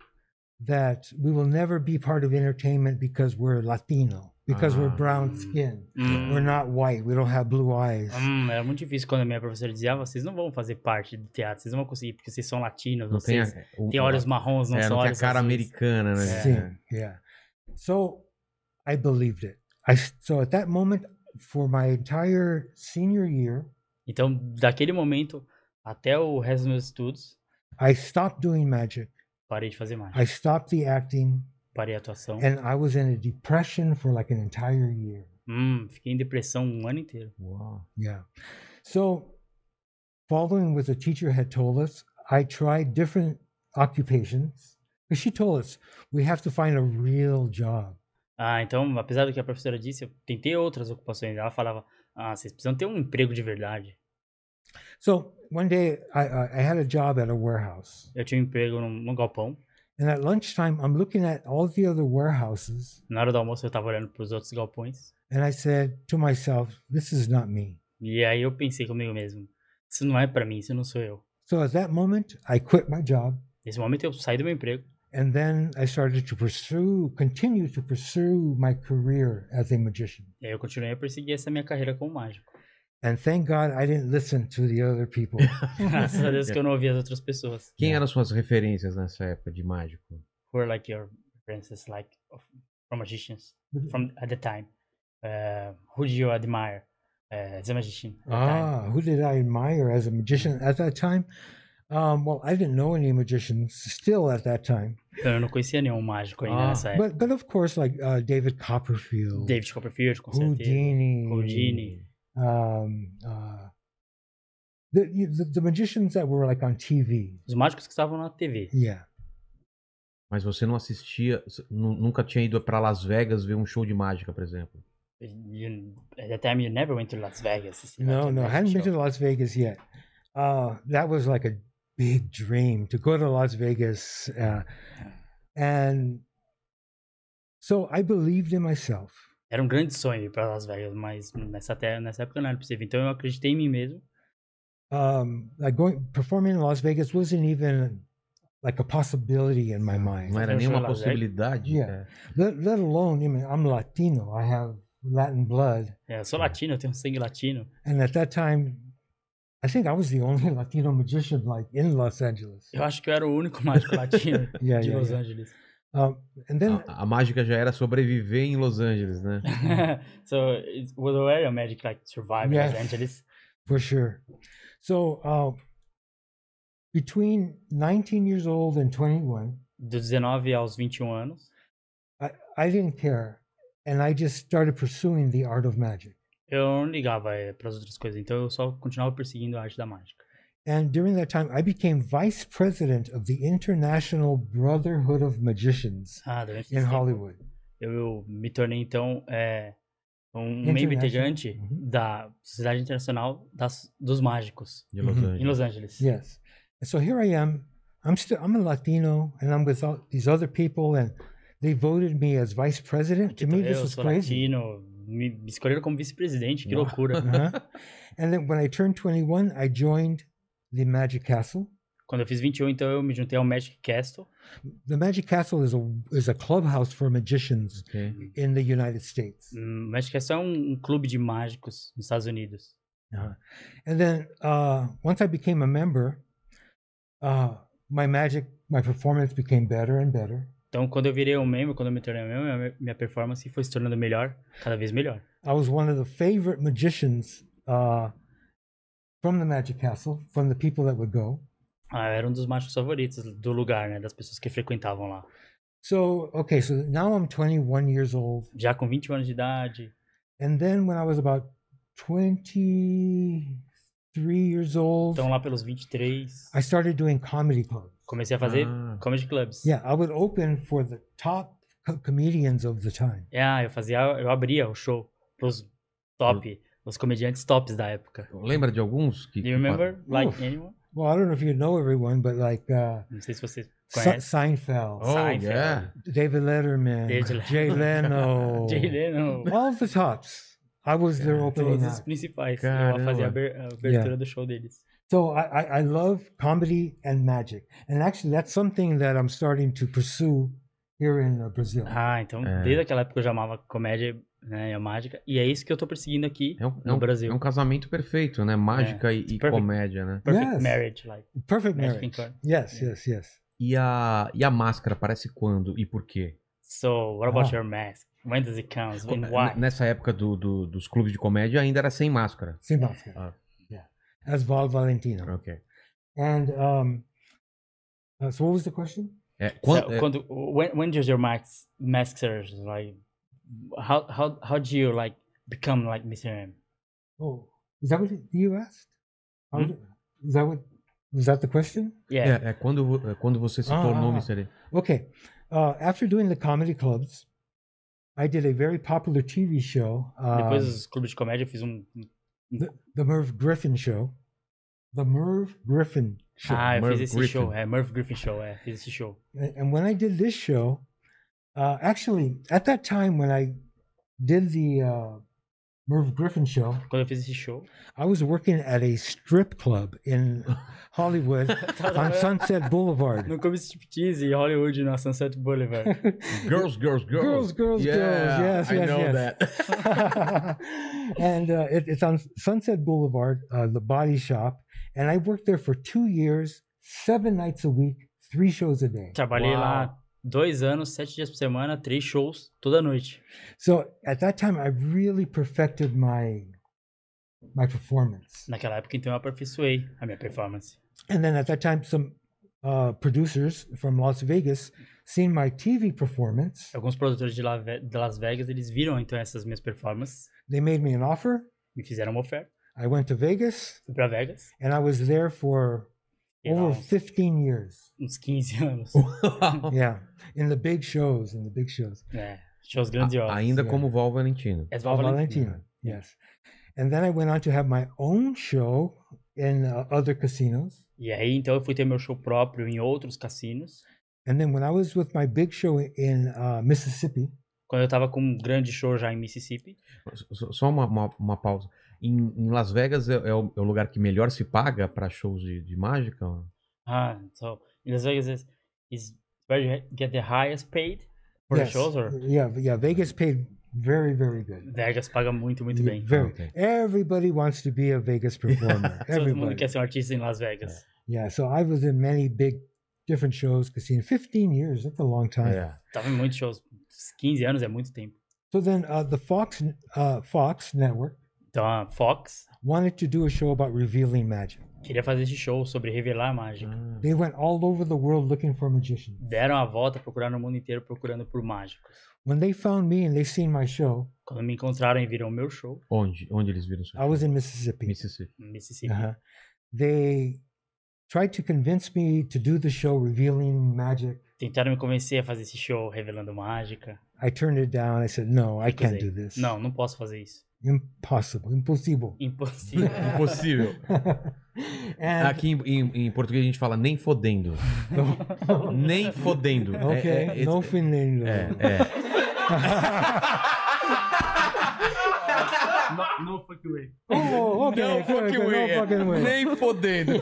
Speaker 4: that we will never be part of entertainment because we're Latino, because we're
Speaker 1: Ah.
Speaker 4: brown skinned,
Speaker 3: Hum,
Speaker 4: we're not white, we don't have blue eyes.
Speaker 3: hum, era muito difícil quando a minha professora dizia, ah, vocês não vão fazer parte do teatro, vocês não vão conseguir, porque vocês são latinos,
Speaker 1: Não tem, a,
Speaker 3: vocês
Speaker 1: o-
Speaker 3: têm olhos marrons, não
Speaker 1: é,
Speaker 3: são
Speaker 1: não tem a
Speaker 3: olhos
Speaker 1: cara
Speaker 3: azuis."
Speaker 1: americana, né?
Speaker 4: Sim, yeah. So I believed it. I so at that moment, for my entire senior year,
Speaker 3: Então, daquele momento até o resto dos meus estudos,
Speaker 4: I stopped doing magic.
Speaker 3: parei de fazer mágica.
Speaker 4: I stopped the acting,
Speaker 3: Parei a atuação.
Speaker 1: É.
Speaker 4: and I was in a depression for like an entire year.
Speaker 3: Hum, fiquei em depressão um ano inteiro.
Speaker 1: Uau.
Speaker 4: Yeah. So, following what the teacher had told us, I tried different occupations. 'Cause She told us we have to find a real job.
Speaker 3: Ah, então, apesar do que a professora disse, eu tentei outras ocupações. Ela falava, ah, vocês precisam ter um emprego de verdade.
Speaker 4: So one day I, I I had a job at a warehouse,
Speaker 3: Eu tinha um emprego num, num galpão.
Speaker 4: and at lunchtime I'm looking at all the other warehouses
Speaker 3: Na hora do almoço, eu tava olhando pros outros galpões.
Speaker 4: And I said to myself, this is not me.
Speaker 3: E aí eu pensei comigo mesmo, isso não é pra mim, isso não sou eu.
Speaker 4: So at that moment, I quit my job.
Speaker 3: Nesse momento, eu saí do meu emprego.
Speaker 4: And then I started to pursue, continue to pursue my career as a magician.
Speaker 3: E aí eu continuei a perseguir essa minha carreira como mágico.
Speaker 4: And thank God I didn't listen to the other people.
Speaker 3: (laughs) Graças a Deus que eu não ouvi as outras pessoas.
Speaker 1: Quem eram suas referências nessa época de mágico?
Speaker 3: Who are like your references, like, of, from magicians,
Speaker 4: Uhum.
Speaker 3: from at the time? Uh, who do you admire uh, as a magician? at the time?
Speaker 4: ah, who did I admire as a magician at that time? Um, well, I didn't know any magicians still at that time.
Speaker 3: Então, Eu não conhecia nenhum mágico ainda
Speaker 1: Ah,
Speaker 3: nessa época.
Speaker 4: But, but of course, like uh, David Copperfield,
Speaker 3: David Copperfield, com certeza.
Speaker 4: Houdini,
Speaker 3: Houdini.
Speaker 4: um, uh, the, the the magicians that were like on TV.
Speaker 3: Os mágicos que estavam na TV.
Speaker 4: Yeah.
Speaker 1: Mas você não assistia, s- nu- nunca tinha ido pra Las Vegas ver um show de mágica, por exemplo.
Speaker 3: You, at that time, you never went to Las Vegas. assim, né? to see like a
Speaker 4: No, no, I
Speaker 3: magic
Speaker 4: hadn't been
Speaker 3: show.
Speaker 4: to Las Vegas yet. Uh, that was like a big dream to go to Las Vegas, uh, and so I believed in myself.
Speaker 3: Era um grande sonho ir pra Las Vegas, mas nessa, terra, nessa época não era possível. Então eu acreditei em mim mesmo.
Speaker 4: um, like going performing in Las Vegas wasn't even like a possibility in my mind.
Speaker 1: Não era
Speaker 3: Eu
Speaker 1: nenhuma
Speaker 3: sou lá,
Speaker 1: possibilidade.
Speaker 4: Yeah. Let, let alone, I mean, I'm Latino. I have Latin blood,
Speaker 3: É, eu sou latino, eu tenho sangue latino.
Speaker 4: and at that time, I think I was the only (laughs) Latino magician like in Los Angeles.
Speaker 3: Eu acho que eu era o único (laughs) mágico
Speaker 4: (laughs)
Speaker 3: latino
Speaker 4: Yeah,
Speaker 3: de
Speaker 4: yeah,
Speaker 3: Los
Speaker 4: yeah.
Speaker 3: Angeles.
Speaker 4: Um, and then
Speaker 1: É. A, a mágica já era sobreviver em Los Angeles, né?
Speaker 4: Hum.
Speaker 3: (laughs) so it was already a magic like survive in
Speaker 4: Yes.
Speaker 3: Los Angeles.
Speaker 4: for sure. So uh, between 19 years old and 21,
Speaker 3: Dos 19 aos 21 anos,
Speaker 4: I, I didn't care, and I just started pursuing the art of magic.
Speaker 3: eu não ligava para as outras coisas, então eu só continuava perseguindo a arte da mágica.
Speaker 4: And during that time, I became vice president of the International Brotherhood of Magicians
Speaker 3: Ah, durante esse
Speaker 4: in
Speaker 3: tempo,
Speaker 4: Hollywood.
Speaker 3: eu me tornei então é, um membro
Speaker 4: International.
Speaker 3: integrante
Speaker 4: Uhum.
Speaker 3: da Sociedade Internacional das, dos Mágicos
Speaker 1: De Los
Speaker 4: Uhum.
Speaker 1: Angeles.
Speaker 3: em Los Angeles.
Speaker 4: Yes. And so here I am. I'm still I'm a Latino, and I'm with all these other people, and they voted me as vice president. To
Speaker 3: Então,
Speaker 4: me, this
Speaker 3: eu
Speaker 4: was
Speaker 3: sou
Speaker 4: crazy.
Speaker 3: latino, me, me escolheram como vice-presidente, que
Speaker 1: Uau.
Speaker 4: (laughs)
Speaker 3: loucura.
Speaker 4: Uh-huh. and then when I turned 21, I joined the Magic Castle.
Speaker 3: Quando eu fiz 21, então eu me juntei ao Magic Castle.
Speaker 4: The Magic Castle is a is a clubhouse for magicians
Speaker 1: Ok.
Speaker 4: in the United States.
Speaker 3: Hum, O Magic Castle é um, um clube de mágicos nos Estados Unidos.
Speaker 4: Uh-huh. And then uh, once I became a member, uh, my magic, my performance became better and better.
Speaker 3: Então, quando eu virei um membro, quando eu me tornei um membro, minha- minha performance foi se tornando melhor, cada vez melhor.
Speaker 4: I was one of the favorite magicians uh, from the Magic Castle, from the people that would go.
Speaker 3: Ah, eu era um dos mágicos favoritos do lugar, né? Das pessoas que frequentavam lá.
Speaker 4: So, okay, so now I'm 21 years old.
Speaker 3: Já com 21 anos de idade,
Speaker 4: And then when I was about 23 years old,
Speaker 3: então lá pelos 23,
Speaker 4: I started doing comedy clubs.
Speaker 3: comecei a fazer
Speaker 1: Ah.
Speaker 3: comedy clubs.
Speaker 4: Yeah, I would open for the top co- comedians of the time.
Speaker 3: É, ah, eu fazia, eu abria o show pros top,
Speaker 1: Hum.
Speaker 3: os comediantes tops da época.
Speaker 1: Lembra de alguns que.
Speaker 3: Do you
Speaker 1: Hum.
Speaker 3: remember? Like
Speaker 4: Uf.
Speaker 3: anyone?
Speaker 4: Well, I don't know if you know everyone, but like uh,
Speaker 3: Não sei se você
Speaker 4: Se- (laughs)
Speaker 3: conhece.
Speaker 4: Seinfeld,
Speaker 1: Oh,
Speaker 3: Seinfeld.
Speaker 1: yeah.
Speaker 4: David Letterman,
Speaker 3: David (laughs)
Speaker 4: Jay Leno,
Speaker 3: Jay Leno.
Speaker 4: all the tops. I was their opening
Speaker 3: Todos os
Speaker 4: act.
Speaker 3: principais.
Speaker 1: Caramba.
Speaker 3: Eu fazia a aber- a abertura
Speaker 4: Yeah.
Speaker 3: do show deles.
Speaker 4: So I, I, I love comedy and magic, and actually that's something that I'm starting to pursue here in uh, Brazil.
Speaker 3: Ah, então
Speaker 1: É.
Speaker 3: desde aquela época eu já amava comédia né, e a mágica. E é isso que eu tô perseguindo aqui
Speaker 1: É um, é
Speaker 3: no
Speaker 1: um-
Speaker 3: Brasil.
Speaker 1: é um casamento perfeito, né? Mágica e, e
Speaker 3: Perfect.
Speaker 1: comédia, né?
Speaker 3: Perfect
Speaker 4: Yes.
Speaker 3: marriage, like.
Speaker 4: Perfect
Speaker 3: Magic in
Speaker 4: marriage.
Speaker 3: Corn.
Speaker 4: Yes,
Speaker 3: Yeah.
Speaker 4: yes, yes.
Speaker 1: E a, e a máscara aparece quando e por quê?
Speaker 3: So, what about
Speaker 4: Ah.
Speaker 3: your mask? When does it come? When,
Speaker 1: N-
Speaker 3: why?
Speaker 1: Nessa época do, do- dos clubes de comédia ainda era sem máscara.
Speaker 4: Same outfit.
Speaker 1: Ah.
Speaker 4: Yeah, as Val Valentino.
Speaker 1: Ok.
Speaker 4: And um, uh, so what was the question?
Speaker 1: É,
Speaker 3: So,
Speaker 1: quando,
Speaker 3: Quando, when, when does your mask, mask surge? Like, how, how, how do you, like, become like Mr. M?
Speaker 4: Oh, is that what you asked? How
Speaker 3: Hmm?
Speaker 4: did- Is that what? Was that the question?
Speaker 1: é,
Speaker 3: Yeah.
Speaker 1: é quando, vo- é quando você se
Speaker 4: Ah,
Speaker 1: tornou
Speaker 4: ah, ah.
Speaker 1: Mr.
Speaker 4: Okay. Uh, after doing the comedy clubs, I did a very popular TV show, uh,
Speaker 1: Ah.
Speaker 3: Depois dos clubes de comédia eu fiz um...
Speaker 4: the Merv Griffin Show. The Merv Griffin Show.
Speaker 3: ah, eu
Speaker 1: Merv
Speaker 3: fiz esse
Speaker 1: Griffin.
Speaker 3: show. É, Murph Griffin Show, é. Fiz esse show.
Speaker 4: And and when I did this show, uh, actually, at that time when I did the uh, Merv Griffin Show,
Speaker 3: Quando eu fiz esse show...
Speaker 4: I was working at a strip club
Speaker 1: (laughs)
Speaker 4: in Hollywood on Sunset Boulevard.
Speaker 3: No Clube Striptease e Hollywood na Sunset Boulevard.
Speaker 1: (laughs) Girls, girls, girls.
Speaker 4: Girls, girls, girls. Yes,
Speaker 1: I
Speaker 4: yes,
Speaker 1: know
Speaker 4: yes.
Speaker 1: that.
Speaker 4: (laughs) and uh, it, it's on Sunset Boulevard, uh, the body shop. And I worked there for two years, seven nights a week, three shows a day.
Speaker 3: Trabalhei
Speaker 1: Uau.
Speaker 3: lá dois anos, sete dias por semana, três shows toda noite.
Speaker 4: So at that time, I really perfected my my performance.
Speaker 3: Naquela época, então, eu aperfeiçoei a minha performance.
Speaker 4: And then at that time, some uh, producers from Las Vegas seen my TV performance.
Speaker 3: Alguns produtores de La Ve- de Las Vegas, eles viram, então, essas minhas performances.
Speaker 4: They made me an offer.
Speaker 3: Me fizeram uma oferta.
Speaker 4: I went to Vegas,
Speaker 3: Fui pra Vegas.
Speaker 4: and I was there for
Speaker 3: Fiquei lá
Speaker 4: over
Speaker 3: uns,
Speaker 4: 15
Speaker 3: (laughs)
Speaker 4: years.
Speaker 3: uns 15 anos.
Speaker 4: Yeah, in the big shows, in the big shows.
Speaker 3: É, shows grandiosos.
Speaker 1: ainda
Speaker 4: Yeah.
Speaker 1: como Val Valentino.
Speaker 3: É
Speaker 4: Val
Speaker 3: Valentino.
Speaker 4: Valentino, yes. And then I went on to have my own show in uh, other casinos.
Speaker 3: E aí, então, eu fui ter meu show próprio em outros cassinos.
Speaker 4: And then when I was with my big show in uh, Mississippi,
Speaker 3: Quando eu tava com um grande show já em Mississippi.
Speaker 1: Só- Só uma, uma, uma pausa. Em, em Las Vegas é, é o, é o lugar que melhor se paga pra shows de, de mágica?
Speaker 3: Ah, so in Las Vegas is, is where you get the highest paid for the
Speaker 4: Yes.
Speaker 3: shows or
Speaker 4: Yeah, yeah. Vegas paid very, very good.
Speaker 3: Vegas paga muito, muito bem.
Speaker 4: Very.
Speaker 1: Okay.
Speaker 4: Everybody wants to be a
Speaker 3: (laughs)
Speaker 4: Vegas performer.
Speaker 3: Todo mundo
Speaker 4: Everybody. É.
Speaker 3: quer ser um artista em Las Vegas.
Speaker 4: Yeah. So I was in many big, different shows, casino. Fifteen years. That's a long time.
Speaker 1: É.
Speaker 3: Tava em muitos shows. 15 anos é muito tempo.
Speaker 4: So then uh, the Fox uh, Fox Network
Speaker 3: Então a Fox
Speaker 4: wanted to do a show about revealing magic.
Speaker 3: queria fazer esse show sobre revelar a mágica.
Speaker 1: Ah.
Speaker 4: They went all over the world looking for magicians.
Speaker 3: Deram a volta procurando o mundo inteiro procurando por mágicos.
Speaker 4: When they found me and they seen my show,
Speaker 3: Quando me encontraram e viram o meu show
Speaker 1: Onde? Onde eles viram?
Speaker 4: I was in Mississippi.
Speaker 1: Mississippi.
Speaker 3: em Mississippi,
Speaker 4: Uh-huh. They tried to convince me to do the show revealing magic.
Speaker 3: tentaram me convencer a fazer esse show revelando mágica.
Speaker 4: I turned it down. I said, "No, I can't do
Speaker 3: Recusei.
Speaker 4: this.
Speaker 3: Não, não posso fazer isso.
Speaker 4: impossible, impossible." (laughs)
Speaker 3: Impossível.
Speaker 1: É. (laughs) Impossível.
Speaker 4: and
Speaker 1: Aqui em, em- em português a gente fala nem (laughs) fodendo. nem
Speaker 4: Eh,
Speaker 1: fodendo. É-
Speaker 4: okay,
Speaker 1: é- é-
Speaker 4: no Finland.
Speaker 1: é, é.
Speaker 3: (laughs) no fucking way.
Speaker 4: Oh, okay.
Speaker 1: Não
Speaker 4: good,
Speaker 1: fucking
Speaker 4: good,
Speaker 1: way.
Speaker 4: No
Speaker 1: é.
Speaker 4: fucking way.
Speaker 1: Nem (laughs) fodendo.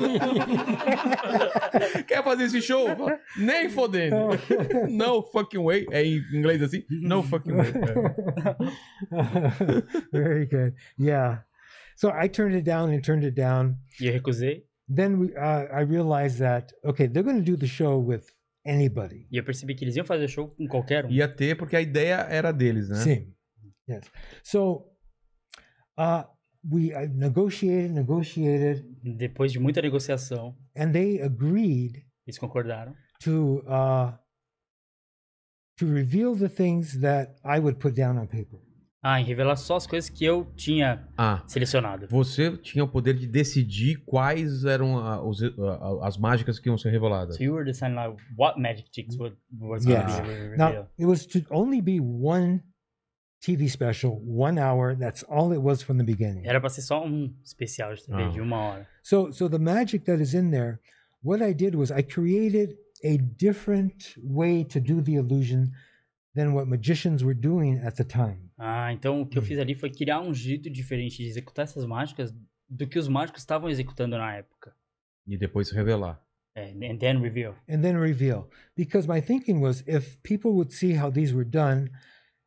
Speaker 1: Quer fazer esse show? Nem fodendo. No fucking way. É em inglês assim? No fucking way. (laughs) É.
Speaker 4: (laughs) Very good. Yeah. So I turned it down and turned it down.
Speaker 3: E eu recusei.
Speaker 4: Then we, uh, I realized that okay, they're going to do the show with anybody.
Speaker 3: E eu percebi que eles iam fazer show com qualquer um.
Speaker 1: Ia ter, porque a ideia era deles, né?
Speaker 4: Same. Yes. So uh, we uh, negotiated, negotiated,
Speaker 3: Depois de muita negociação,
Speaker 4: and they agreed
Speaker 3: eles concordaram
Speaker 4: to uh, to reveal the things that I would put down on paper.
Speaker 3: ah, em revelar só as coisas que eu tinha
Speaker 1: Ah,
Speaker 3: selecionado.
Speaker 1: você tinha o poder de decidir quais eram a- os- a- as mágicas que iam ser reveladas.
Speaker 3: So you were deciding like what magic tricks would was
Speaker 4: Yes.
Speaker 3: gonna be re-
Speaker 4: Now
Speaker 3: revealed.
Speaker 4: it was to only be one TV special, one hour. That's all it was from the beginning.
Speaker 3: Era pra ser só um especial de TV
Speaker 1: Ah.
Speaker 3: de uma hora.
Speaker 4: So, so the magic that is in there, what I did was I created a different way to do the illusion than what magicians were doing at the time.
Speaker 3: Ah, então o que eu fiz ali foi criar um jeito diferente de executar essas mágicas do que os mágicos estavam executando na época.
Speaker 1: E depois revelar.
Speaker 3: É, and then reveal.
Speaker 4: And then reveal. Because my thinking was if people would see how these were done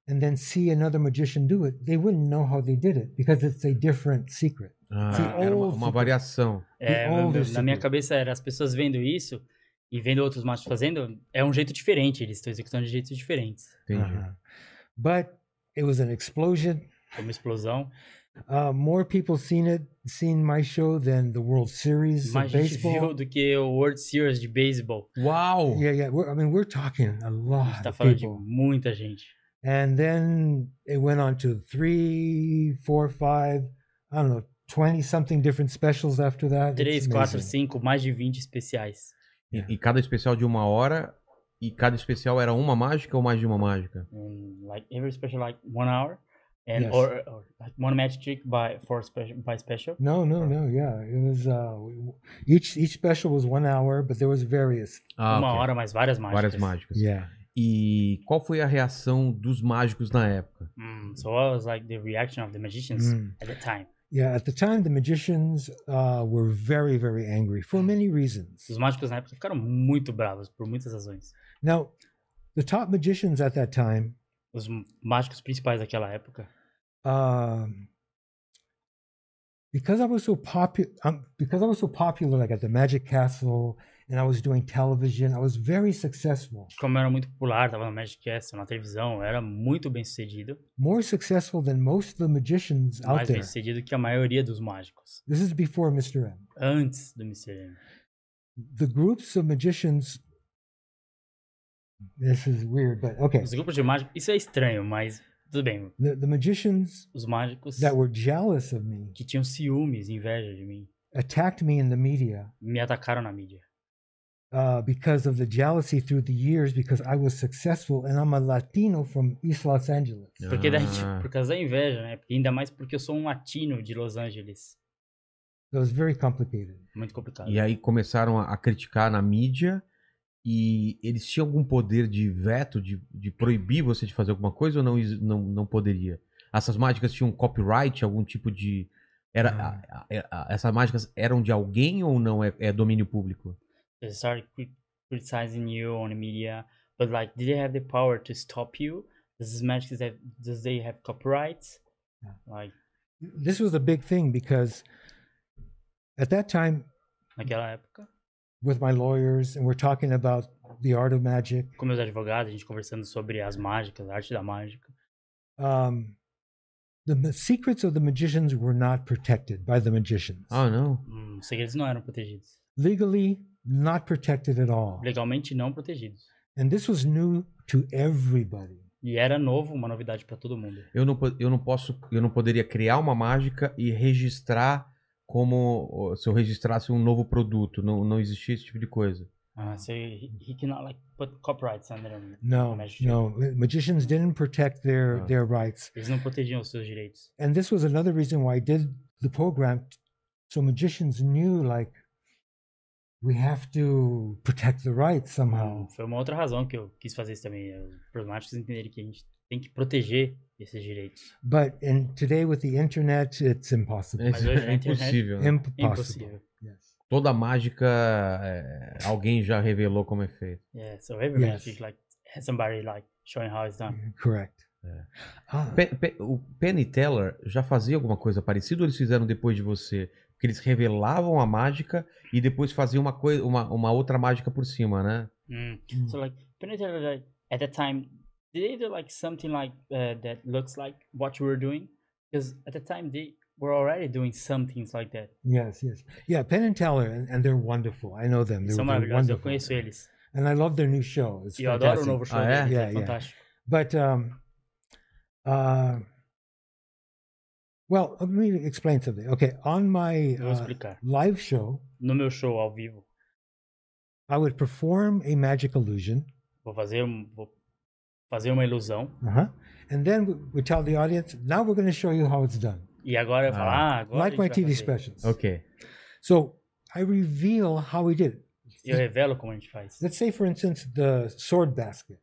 Speaker 4: and then see another magician do it, they wouldn't know how they did it because it's a different secret.
Speaker 1: Ah,
Speaker 4: Sim,
Speaker 1: era uma,
Speaker 4: ou-
Speaker 1: uma variação.
Speaker 3: É,
Speaker 4: The
Speaker 3: meu-
Speaker 4: older
Speaker 3: meu- na
Speaker 4: secret.
Speaker 3: minha cabeça era as pessoas vendo isso e vendo outros mágicos fazendo, é um jeito diferente, eles estão executando de jeitos diferentes.
Speaker 1: Entendi.
Speaker 4: Uh-huh. But it was an explosion.
Speaker 3: Foi uma explosão.
Speaker 4: Uh, more people seen it, seen my show than the World Series
Speaker 3: Mais
Speaker 4: of
Speaker 3: gente viu (laughs)
Speaker 4: baseball.
Speaker 3: do que o World Series de beisebol.
Speaker 1: Uau!
Speaker 3: é-
Speaker 4: Yeah, yeah. We're, I mean, we're talking a
Speaker 3: A gente
Speaker 4: lot
Speaker 3: tá
Speaker 4: of
Speaker 3: falando de
Speaker 4: people.
Speaker 3: muita gente.
Speaker 4: And then it went on to three, four, five, I don't know, 20 something different specials after that.
Speaker 3: Três,
Speaker 4: It's
Speaker 3: quatro,
Speaker 4: amazing.
Speaker 3: cinco, mais de 20 especiais.
Speaker 1: E, e cada especial de uma hora, e cada especial era uma mágica ou mais de uma mágica?
Speaker 3: And, like every special like one hour and
Speaker 4: Yes.
Speaker 3: or, or like one magic trick by for special by special.
Speaker 4: No, no, no. Yeah. It was uh, each each special was one hour, but there was various.
Speaker 1: Ah,
Speaker 3: uma
Speaker 1: ok.
Speaker 3: hora mais várias mágicas.
Speaker 1: Várias mágicas.
Speaker 4: Yeah.
Speaker 1: E qual foi a reação dos mágicos na época?
Speaker 3: Hum, so what was like the reaction of the magicians
Speaker 1: Hum.
Speaker 4: Mm.
Speaker 3: at the time?
Speaker 4: Yeah. At the time, the magicians uh, were very, very angry for many reasons.
Speaker 3: Os mágicos na época ficaram muito bravos por muitas razões.
Speaker 4: Now, the top magicians at that time,
Speaker 3: Os m- mágicos principais daquela época,
Speaker 4: um, because I was so popular, um, because I was so popular, like at the Magic Castle, and I was doing television, I was very successful,
Speaker 3: como era muito popular, tava no Magic Castle, na televisão, era muito bem sucedido,
Speaker 4: more successful than most of the magicians out
Speaker 3: mais bem
Speaker 4: there.
Speaker 3: sucedido que a maioria dos mágicos,
Speaker 4: This is before Mr. M.
Speaker 3: antes do Mr. M.
Speaker 4: The groups of magicians. This is weird, but okay.
Speaker 3: Os grupos de mágicos, isso é estranho, mas tudo bem.
Speaker 4: The, the magicians
Speaker 3: Os mágicos
Speaker 4: that were jealous of me
Speaker 3: que tinham ciúmes, inveja de mim,
Speaker 4: attacked me in the media
Speaker 3: me atacaram na mídia.
Speaker 4: uh, because of the jealousy through the years because I was successful and I'm a Latino from East Los Angeles.
Speaker 3: Porque daí,
Speaker 1: Ah.
Speaker 3: tipo, por causa da inveja, né? Porque ainda mais porque eu sou um latino de Los Angeles.
Speaker 4: It was very complicated.
Speaker 3: Muito complicado.
Speaker 1: E aí começaram a, a criticar na mídia E eles tinham algum poder de veto, de, de proibir você de fazer alguma coisa ou não, is- não, não poderia? Essas mágicas tinham copyright, algum tipo de. Era, a- é, a- a- essas mágicas eram de alguém ou não? É, é domínio público?
Speaker 3: they started cri- criticizing you on the media but like did they have the power to stop you does this magic have does they have copyrights
Speaker 4: Yeah.
Speaker 3: like
Speaker 4: This was a big thing because at that time,
Speaker 3: naquela época
Speaker 4: with my lawyers, and we're talking about the art of magic,
Speaker 3: com meus advogados a gente conversando sobre as mágicas a arte da mágica
Speaker 4: um, the ma- secrets of the magicians were not protected by the magicians.
Speaker 1: Ah, não.
Speaker 3: hum, os segredos não eram protegidos
Speaker 4: Legally, not protected at all.
Speaker 3: legalmente não protegidos
Speaker 4: And this was new to everybody.
Speaker 3: e era novo uma novidade pra todo mundo
Speaker 1: Eu não, po- eu não posso. Eu não poderia criar uma mágica e registrar como se eu registrasse um novo produto. Não, não existia esse tipo de coisa.
Speaker 3: uh, so he, he cannot like put copyrights under him
Speaker 4: No,
Speaker 3: Magic.
Speaker 4: no, magicians didn't protect their
Speaker 1: Ah.
Speaker 4: their rights,
Speaker 3: eles não protegiam os seus direitos
Speaker 4: and this was another reason why I did the program, so magicians knew like we have to protect the rights somehow.
Speaker 3: Então, foi uma outra razão que eu quis fazer isso também É, os problemáticos entenderem que a gente tem que proteger esses direitos
Speaker 4: But and today with the internet, it's impossible.
Speaker 1: Isso
Speaker 3: hoje
Speaker 1: é
Speaker 3: na internet-
Speaker 1: impossível. né?
Speaker 4: Impossible.
Speaker 3: É impossível.
Speaker 4: Yes.
Speaker 1: Toda mágica, é, alguém já revelou como é feito.
Speaker 3: Yeah, so everybody
Speaker 4: Yes.
Speaker 3: should, like has somebody like showing how it's done.
Speaker 4: Correct.
Speaker 1: Yeah.
Speaker 4: Ah,
Speaker 1: Pe- pe- o Penn e Teller já fazia alguma coisa parecida ou eles fizeram depois de você? Porque eles revelavam a mágica e depois faziam uma, coisa, uma, uma outra mágica por cima, né?
Speaker 3: Mm. So like Penetella like at that time did they do like something like uh, that looks like what you were doing? Because at the time they were already doing some things like that.
Speaker 4: yes, yes, yeah. Penn and Teller, and, and they're wonderful. I know them. They're,
Speaker 3: São
Speaker 4: they're
Speaker 3: maravilhosos, eu
Speaker 4: wonderful,
Speaker 3: conheço eles.
Speaker 4: and I love their new show. It's
Speaker 3: E eu adoro o
Speaker 4: fantastic.
Speaker 3: novo show
Speaker 1: Ah, é?
Speaker 3: deles, é
Speaker 4: Yeah, yeah.
Speaker 3: fantástico.
Speaker 4: But um, uh, well, let me explain something. Okay, on my
Speaker 3: Eu vou
Speaker 4: uh,
Speaker 3: explicar.
Speaker 4: live show,
Speaker 3: No meu show ao vivo,
Speaker 4: I would perform a magic illusion,
Speaker 3: vou fazer um, vou fazer uma ilusão
Speaker 4: uh-huh. and then we, we tell the audience, "Now we're going to show you how it's done,"
Speaker 3: e agora eu falo,
Speaker 1: Ah.
Speaker 3: ah, agora a
Speaker 4: like
Speaker 3: gente
Speaker 4: my
Speaker 3: vai fazer.
Speaker 4: TV specials.
Speaker 1: Ok.
Speaker 4: So I reveal how we did it.
Speaker 3: Eu revelo como a gente faz.
Speaker 4: Let's say, for instance, the sword basket,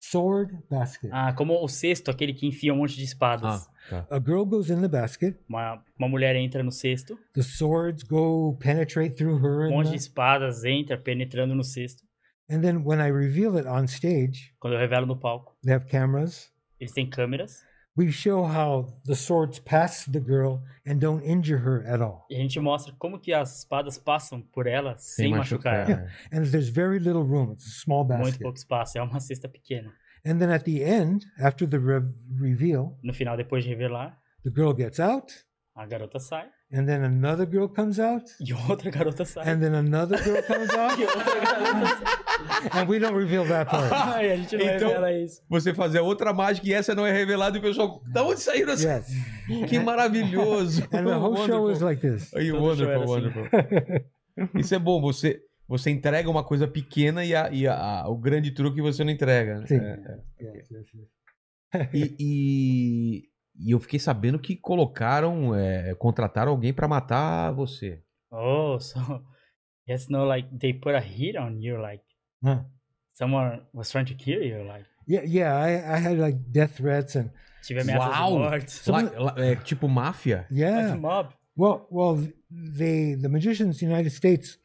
Speaker 4: sword basket.
Speaker 3: Ah, como o cesto, aquele que enfia um monte de
Speaker 1: Ah,
Speaker 3: espadas.
Speaker 1: tá.
Speaker 4: A girl goes in the basket.
Speaker 3: Uma, uma mulher entra no cesto,
Speaker 4: The swords go penetrate through her,
Speaker 3: um
Speaker 4: and
Speaker 3: monte de
Speaker 4: the-
Speaker 3: espadas entra penetrando no cesto.
Speaker 4: and then when I reveal it on stage,
Speaker 3: Quando eu revelo no palco,
Speaker 4: they have cameras.
Speaker 3: eles têm câmeras
Speaker 4: we show how the swords pass the girl and don't injure her at all.
Speaker 3: e a gente mostra como que as espadas passam por ela sem,
Speaker 1: Sem
Speaker 3: machucar.
Speaker 1: machucar. (laughs)
Speaker 3: ela.
Speaker 1: né?
Speaker 4: And there's very little room. It's a small
Speaker 3: Muito
Speaker 4: basket.
Speaker 3: pouco espaço, é uma cesta pequena.
Speaker 4: And then at the end, after the re- reveal,
Speaker 3: No final, depois de revelar,
Speaker 4: the girl gets out,
Speaker 3: a garota sai
Speaker 4: and then another girl comes out,
Speaker 3: e outra (laughs) garota sai.
Speaker 4: and then another girl comes out,
Speaker 3: E outra garota sai.
Speaker 4: and we don't reveal
Speaker 3: (laughs)
Speaker 4: that part.
Speaker 3: Ai, a gente não
Speaker 1: Então-
Speaker 3: revela isso.
Speaker 1: Você fazia outra mágica e essa não é revelada e o pessoal. Da onde saíram essa?
Speaker 4: Yes.
Speaker 1: Que
Speaker 3: (laughs)
Speaker 1: maravilhoso!
Speaker 3: É
Speaker 4: And
Speaker 1: (laughs)
Speaker 4: the whole show is like this.
Speaker 1: Aí,
Speaker 3: Todo show era
Speaker 1: wonderful,
Speaker 3: assim.
Speaker 1: wonderful. Isso é bom, você, você entrega uma coisa pequena e, a- e a- o grande truque você não entrega. né?
Speaker 4: Sim.
Speaker 1: É. E, e- e eu fiquei sabendo que colocaram, é, contrataram alguém pra matar você.
Speaker 3: Oh, (laughs) so yes, no, like they put a hit on you, like
Speaker 4: Huh.
Speaker 3: someone was trying to kill you, like
Speaker 4: Yeah, yeah. I, I had like death threats and
Speaker 3: tive ameaças
Speaker 1: Uau!
Speaker 3: de morte.
Speaker 1: Lá-
Speaker 3: (laughs)
Speaker 1: lá- é, tipo máfia?
Speaker 4: yeah.
Speaker 3: Like mob.
Speaker 4: Well, well, they the magicians, in the United States,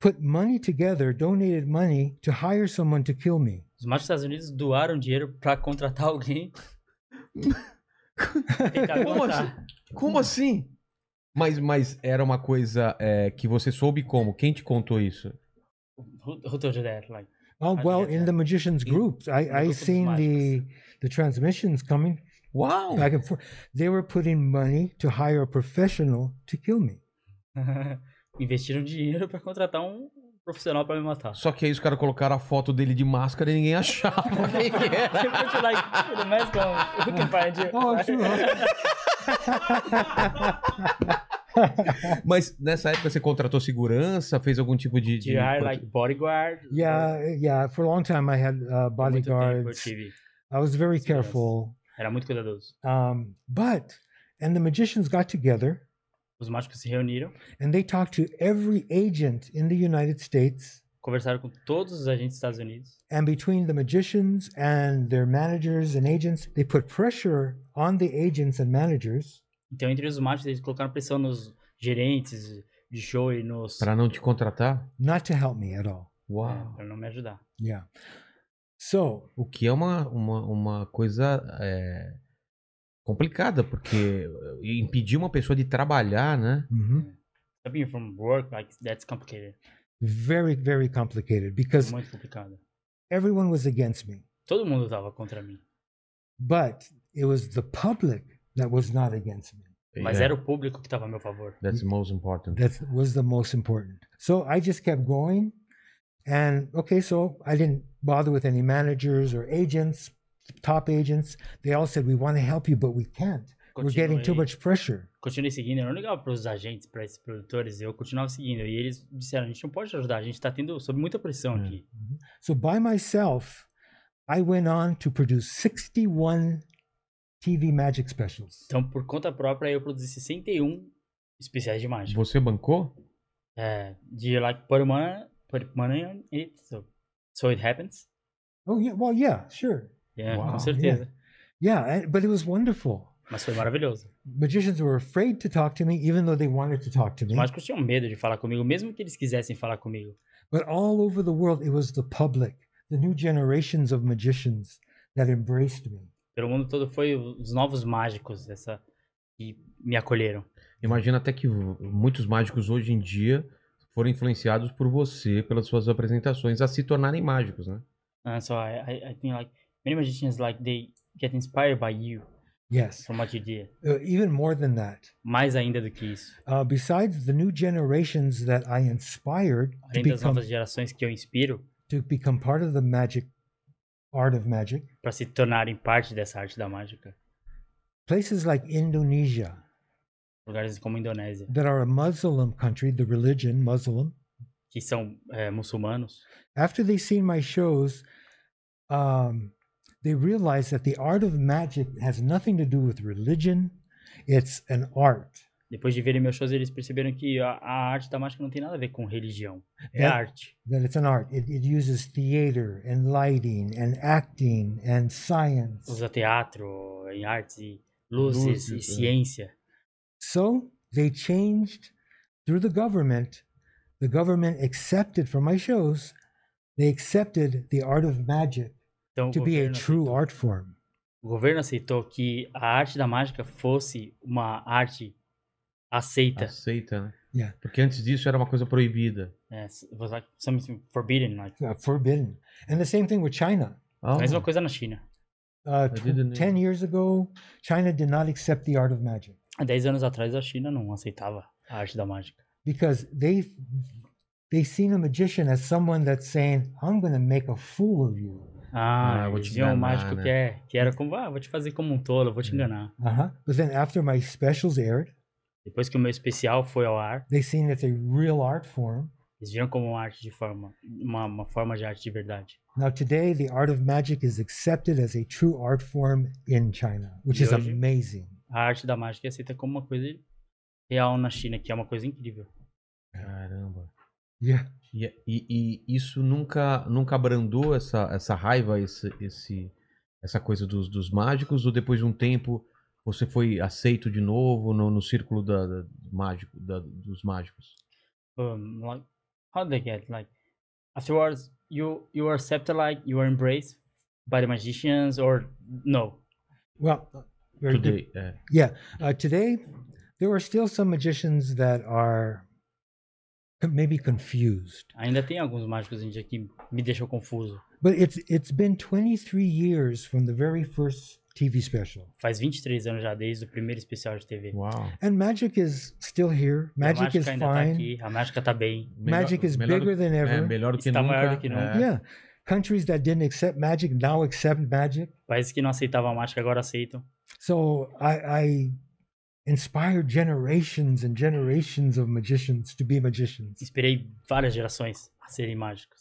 Speaker 4: put money together, donated money to hire someone to kill me.
Speaker 3: Os machos dos Estados Unidos doaram dinheiro pra contratar alguém. Tentar
Speaker 1: Como
Speaker 3: matar.
Speaker 1: Como assim? Mas, mas era uma coisa é, que você soube como? Quem te contou isso?
Speaker 3: Who, who told you that? Like, (laughs)
Speaker 4: Oh,
Speaker 3: How'd you
Speaker 4: well,
Speaker 3: get
Speaker 4: in
Speaker 3: that?
Speaker 4: the magicians
Speaker 1: In-
Speaker 4: groups,
Speaker 3: the
Speaker 4: I I
Speaker 3: group of
Speaker 4: seen the
Speaker 3: magics.
Speaker 4: the transmissions coming
Speaker 1: Uau!
Speaker 4: back and forth. They were putting money to hire a professional to kill me.
Speaker 3: investiram dinheiro pra contratar um profissional pra me matar. (laughs)
Speaker 1: Só que aí os caras colocaram a foto dele de máscara e ninguém (laughs) achava quem que é. era.
Speaker 3: They put you, like, in a mask on. Who can find
Speaker 4: (laughs)
Speaker 3: you?
Speaker 4: Oh, it's true.
Speaker 3: (laughs)
Speaker 1: Mas nessa época você contratou segurança, fez algum tipo de.
Speaker 3: Did you hire, like, bodyguard? Por
Speaker 4: yeah, yeah. For a long time, I had uh,
Speaker 3: muito tempo eu
Speaker 4: bodyguards.
Speaker 3: tive.
Speaker 4: I was very
Speaker 3: Yes.
Speaker 4: careful.
Speaker 3: Era muito cuidadoso.
Speaker 4: Um, but and the magicians got together
Speaker 3: Os mágicos se reuniram
Speaker 4: and they talked to every agent in the United States
Speaker 3: Conversaram com todos os agentes dos Estados Unidos.
Speaker 4: And between the magicians and their managers and agents, they put pressure on the agents and managers
Speaker 3: Então, entre os mágicos, eles colocaram pressão nos gerentes de show e nos.
Speaker 1: Pra não te contratar?
Speaker 4: not to help me at all.
Speaker 3: É,
Speaker 1: Uau.
Speaker 3: pra não me ajudar.
Speaker 4: Yeah. So
Speaker 1: O que é uma, uma, uma coisa é, complicada, porque eh, impedir uma pessoa de trabalhar, né?
Speaker 4: mhm,
Speaker 3: Stopping from work, like, that's complicated.
Speaker 4: very, very complicated
Speaker 3: É
Speaker 4: because
Speaker 3: muito complicado.
Speaker 4: everyone was against me,
Speaker 3: Todo mundo tava contra mim.
Speaker 4: but it was the public that was not against me.
Speaker 3: Mas
Speaker 1: Yeah,
Speaker 3: era o público que tava a meu favor.
Speaker 1: É, That's the most important.
Speaker 4: That was the most important. So I just kept going. And okay, so I didn't bother with any managers or agents, top agents. They all said, We want to help you, but we can't. We're getting too
Speaker 3: Continuei-
Speaker 4: much pressure.
Speaker 3: Continuei seguindo, eu não ligava pros agentes, pra esses produtores, eu continuava seguindo. E eles disseram, a gente não pode te ajudar, a gente tá tendo sob muita pressão
Speaker 1: É.
Speaker 3: aqui.
Speaker 4: So by myself, I went on to produce 61 TV magic specials.
Speaker 3: Então, por conta própria, eu produzi 61 especiais de mágica.
Speaker 1: Você bancou?
Speaker 3: É, de like put money, put money on it, so, so it happens.
Speaker 4: Oh, yeah. Well, yeah, sure.
Speaker 3: É,
Speaker 1: Uau,
Speaker 3: com certeza.
Speaker 4: Yeah, and- but it was wonderful.
Speaker 3: Mas foi maravilhoso.
Speaker 4: Magicians were afraid to talk to me, even though they wanted to talk to
Speaker 3: Os
Speaker 4: me.
Speaker 3: mágicos tinham medo de falar comigo, mesmo que eles quisessem falar comigo.
Speaker 4: But all over the world, it was the public, the new generations of magicians that embraced me.
Speaker 3: Pelo mundo todo foi os novos mágicos essa que me acolheram.
Speaker 1: Imagina até que v- muitos mágicos hoje em dia foram influenciados por você, pelas suas apresentações, a se tornarem mágicos, né?
Speaker 3: Uh, so I, I, I think like many magicians like they get inspired by you
Speaker 4: Yes,
Speaker 3: from what you did.
Speaker 4: Uh, even more than that.
Speaker 3: Mais ainda do que isso.
Speaker 4: Uh, besides the new generations that I inspired to
Speaker 3: Além das
Speaker 4: become,
Speaker 3: novas gerações que eu inspiro
Speaker 4: to become part of the magic art of magic,
Speaker 3: para se tornarem parte dessa arte da mágica.
Speaker 4: places like Indonesia,
Speaker 3: Lugares como a Indonésia,
Speaker 4: that are a Muslim country, the religion Muslim,
Speaker 3: que são eh, muçulmanos,
Speaker 4: after they seen my shows, um, they realized that the art of magic has nothing to do with religion. It's an art.
Speaker 3: depois de verem meus shows, eles perceberam que a, a arte da mágica não tem nada a ver com religião. É
Speaker 4: É.
Speaker 3: arte.
Speaker 4: That it's an art. It, it uses theater and lighting and acting and science.
Speaker 3: Usa teatro, em artes e luzes, e
Speaker 1: Luzes, é.
Speaker 3: ciência.
Speaker 4: So they changed through the government. The government accepted for my shows. They accepted the art of magic
Speaker 3: Então, o
Speaker 4: to be a
Speaker 3: governo,
Speaker 4: true art form.
Speaker 3: o governo aceitou que a arte da mágica fosse uma arte aceita.
Speaker 1: Aceita, né?
Speaker 4: Yeah.
Speaker 1: Porque antes disso era uma coisa proibida.
Speaker 3: É, was like something forbidden. Like.
Speaker 4: Uh, forbidden. And the same thing with China.
Speaker 1: Ah,
Speaker 3: Mesma coisa na China.
Speaker 4: Uh,
Speaker 1: I
Speaker 4: tw-
Speaker 1: didn't
Speaker 4: 10
Speaker 1: know.
Speaker 4: years ago, China did not accept the art of magic
Speaker 3: Há 10 anos atrás, a China não aceitava a arte da mágica.
Speaker 4: because they they seen a magician as someone that's saying, "I'm going to make a fool of you."
Speaker 3: Ah,
Speaker 1: Ah, eu vou
Speaker 3: eles
Speaker 1: te
Speaker 3: viam o
Speaker 1: enganar,
Speaker 3: mágico
Speaker 1: né? É.
Speaker 3: que, é, que era como, ah, vou te fazer como um tolo, vou te enganar.
Speaker 4: Uh-huh. But then after my specials aired,
Speaker 3: Depois que o meu especial foi ao ar,
Speaker 4: they seen it's a real art form.
Speaker 3: eles viram como uma arte de forma, uma, uma forma de arte de verdade.
Speaker 4: Now today, the art of magic is accepted as a true art form in China, which is
Speaker 3: Yoji?
Speaker 4: amazing.
Speaker 3: A arte da mágica é aceita como uma coisa real na China, que é uma coisa incrível.
Speaker 1: Caramba.
Speaker 4: Yeah.
Speaker 1: E, e- e isso nunca, nunca abrandou essa, essa raiva, esse, esse- essa coisa dos, dos mágicos? Ou depois de um tempo você foi aceito de novo no, no círculo da, da- mágico, da- dos mágicos?
Speaker 3: Um, like, how they get like afterwards you you are accepted like you are embraced by the magicians or no?
Speaker 4: Well, very good
Speaker 1: Today, é.
Speaker 4: Yeah. Uh, today, there are still some magicians that are con- maybe confused,
Speaker 3: Ainda tem alguns mágicos em dia que me deixam confuso.
Speaker 4: but it's it's been 23 years from the very first TV special,
Speaker 3: Faz 23 anos já desde o primeiro especial de TV.
Speaker 1: Uau.
Speaker 4: and magic is still here.
Speaker 3: a
Speaker 4: Magic
Speaker 3: mágica
Speaker 4: is
Speaker 3: ainda tá
Speaker 4: fine.
Speaker 3: aqui, a mágica tá bem.
Speaker 4: Magic is
Speaker 1: melhor do-
Speaker 4: bigger than
Speaker 1: É,
Speaker 4: ever.
Speaker 1: melhor do que
Speaker 3: Está
Speaker 1: nunca.
Speaker 3: maior do que nunca.
Speaker 1: é.
Speaker 4: yeah. Countries that didn't accept magic now accept magic.
Speaker 3: Países que não aceitavam a mágica agora aceitam.
Speaker 4: So I, I inspired generations and generations of magicians to be magicians.
Speaker 3: Inspirei várias gerações a serem mágicos.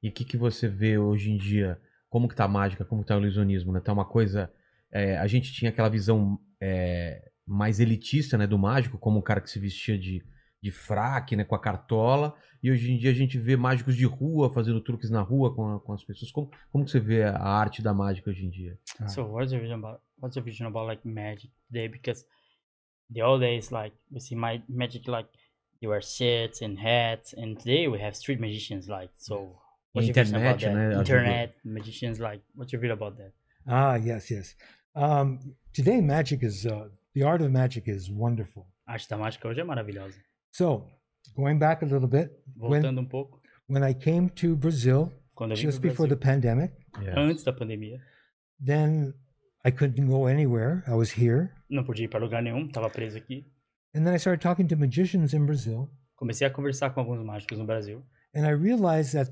Speaker 1: E o que, que você vê hoje em dia? Como que tá a mágica? Como que tá o ilusionismo? Né? Tá uma coisa... é, a gente tinha aquela visão é, mais elitista né, do mágico, como um cara que se vestia de, de fraque, né, com a cartola. E hoje em dia a gente vê mágicos de rua fazendo truques na rua com, a- com as pessoas. Como, como que você vê a arte da mágica hoje em dia?
Speaker 4: Ah.
Speaker 3: So what's the vision about what's the vision about like magic today? Because the old days like we see my magic like you wear shirts and hats and today we have street magicians like so what's your vision about
Speaker 1: Internet, né,
Speaker 3: that?
Speaker 1: ajuda.
Speaker 3: Internet magicians like what's your vision about that?
Speaker 4: Ah, yes, yes. Um, today, magic is uh, the art of magic is wonderful.
Speaker 3: A arte da mágica hoje é maravilhosa.
Speaker 4: So, going back a little bit, when
Speaker 3: Voltando um pouco,
Speaker 4: when I came to Brazil
Speaker 3: quando eu vim
Speaker 4: just
Speaker 3: pro
Speaker 4: before the
Speaker 3: Brasil,
Speaker 4: pandemic,
Speaker 1: Yeah.
Speaker 3: antes da pandemia,
Speaker 4: then I couldn't go anywhere. I was here,
Speaker 3: não podia ir para lugar nenhum, tava preso aqui.
Speaker 4: and then I started talking to magicians in Brazil,
Speaker 3: Comecei a conversar com alguns mágicos no Brasil.
Speaker 4: and I realized that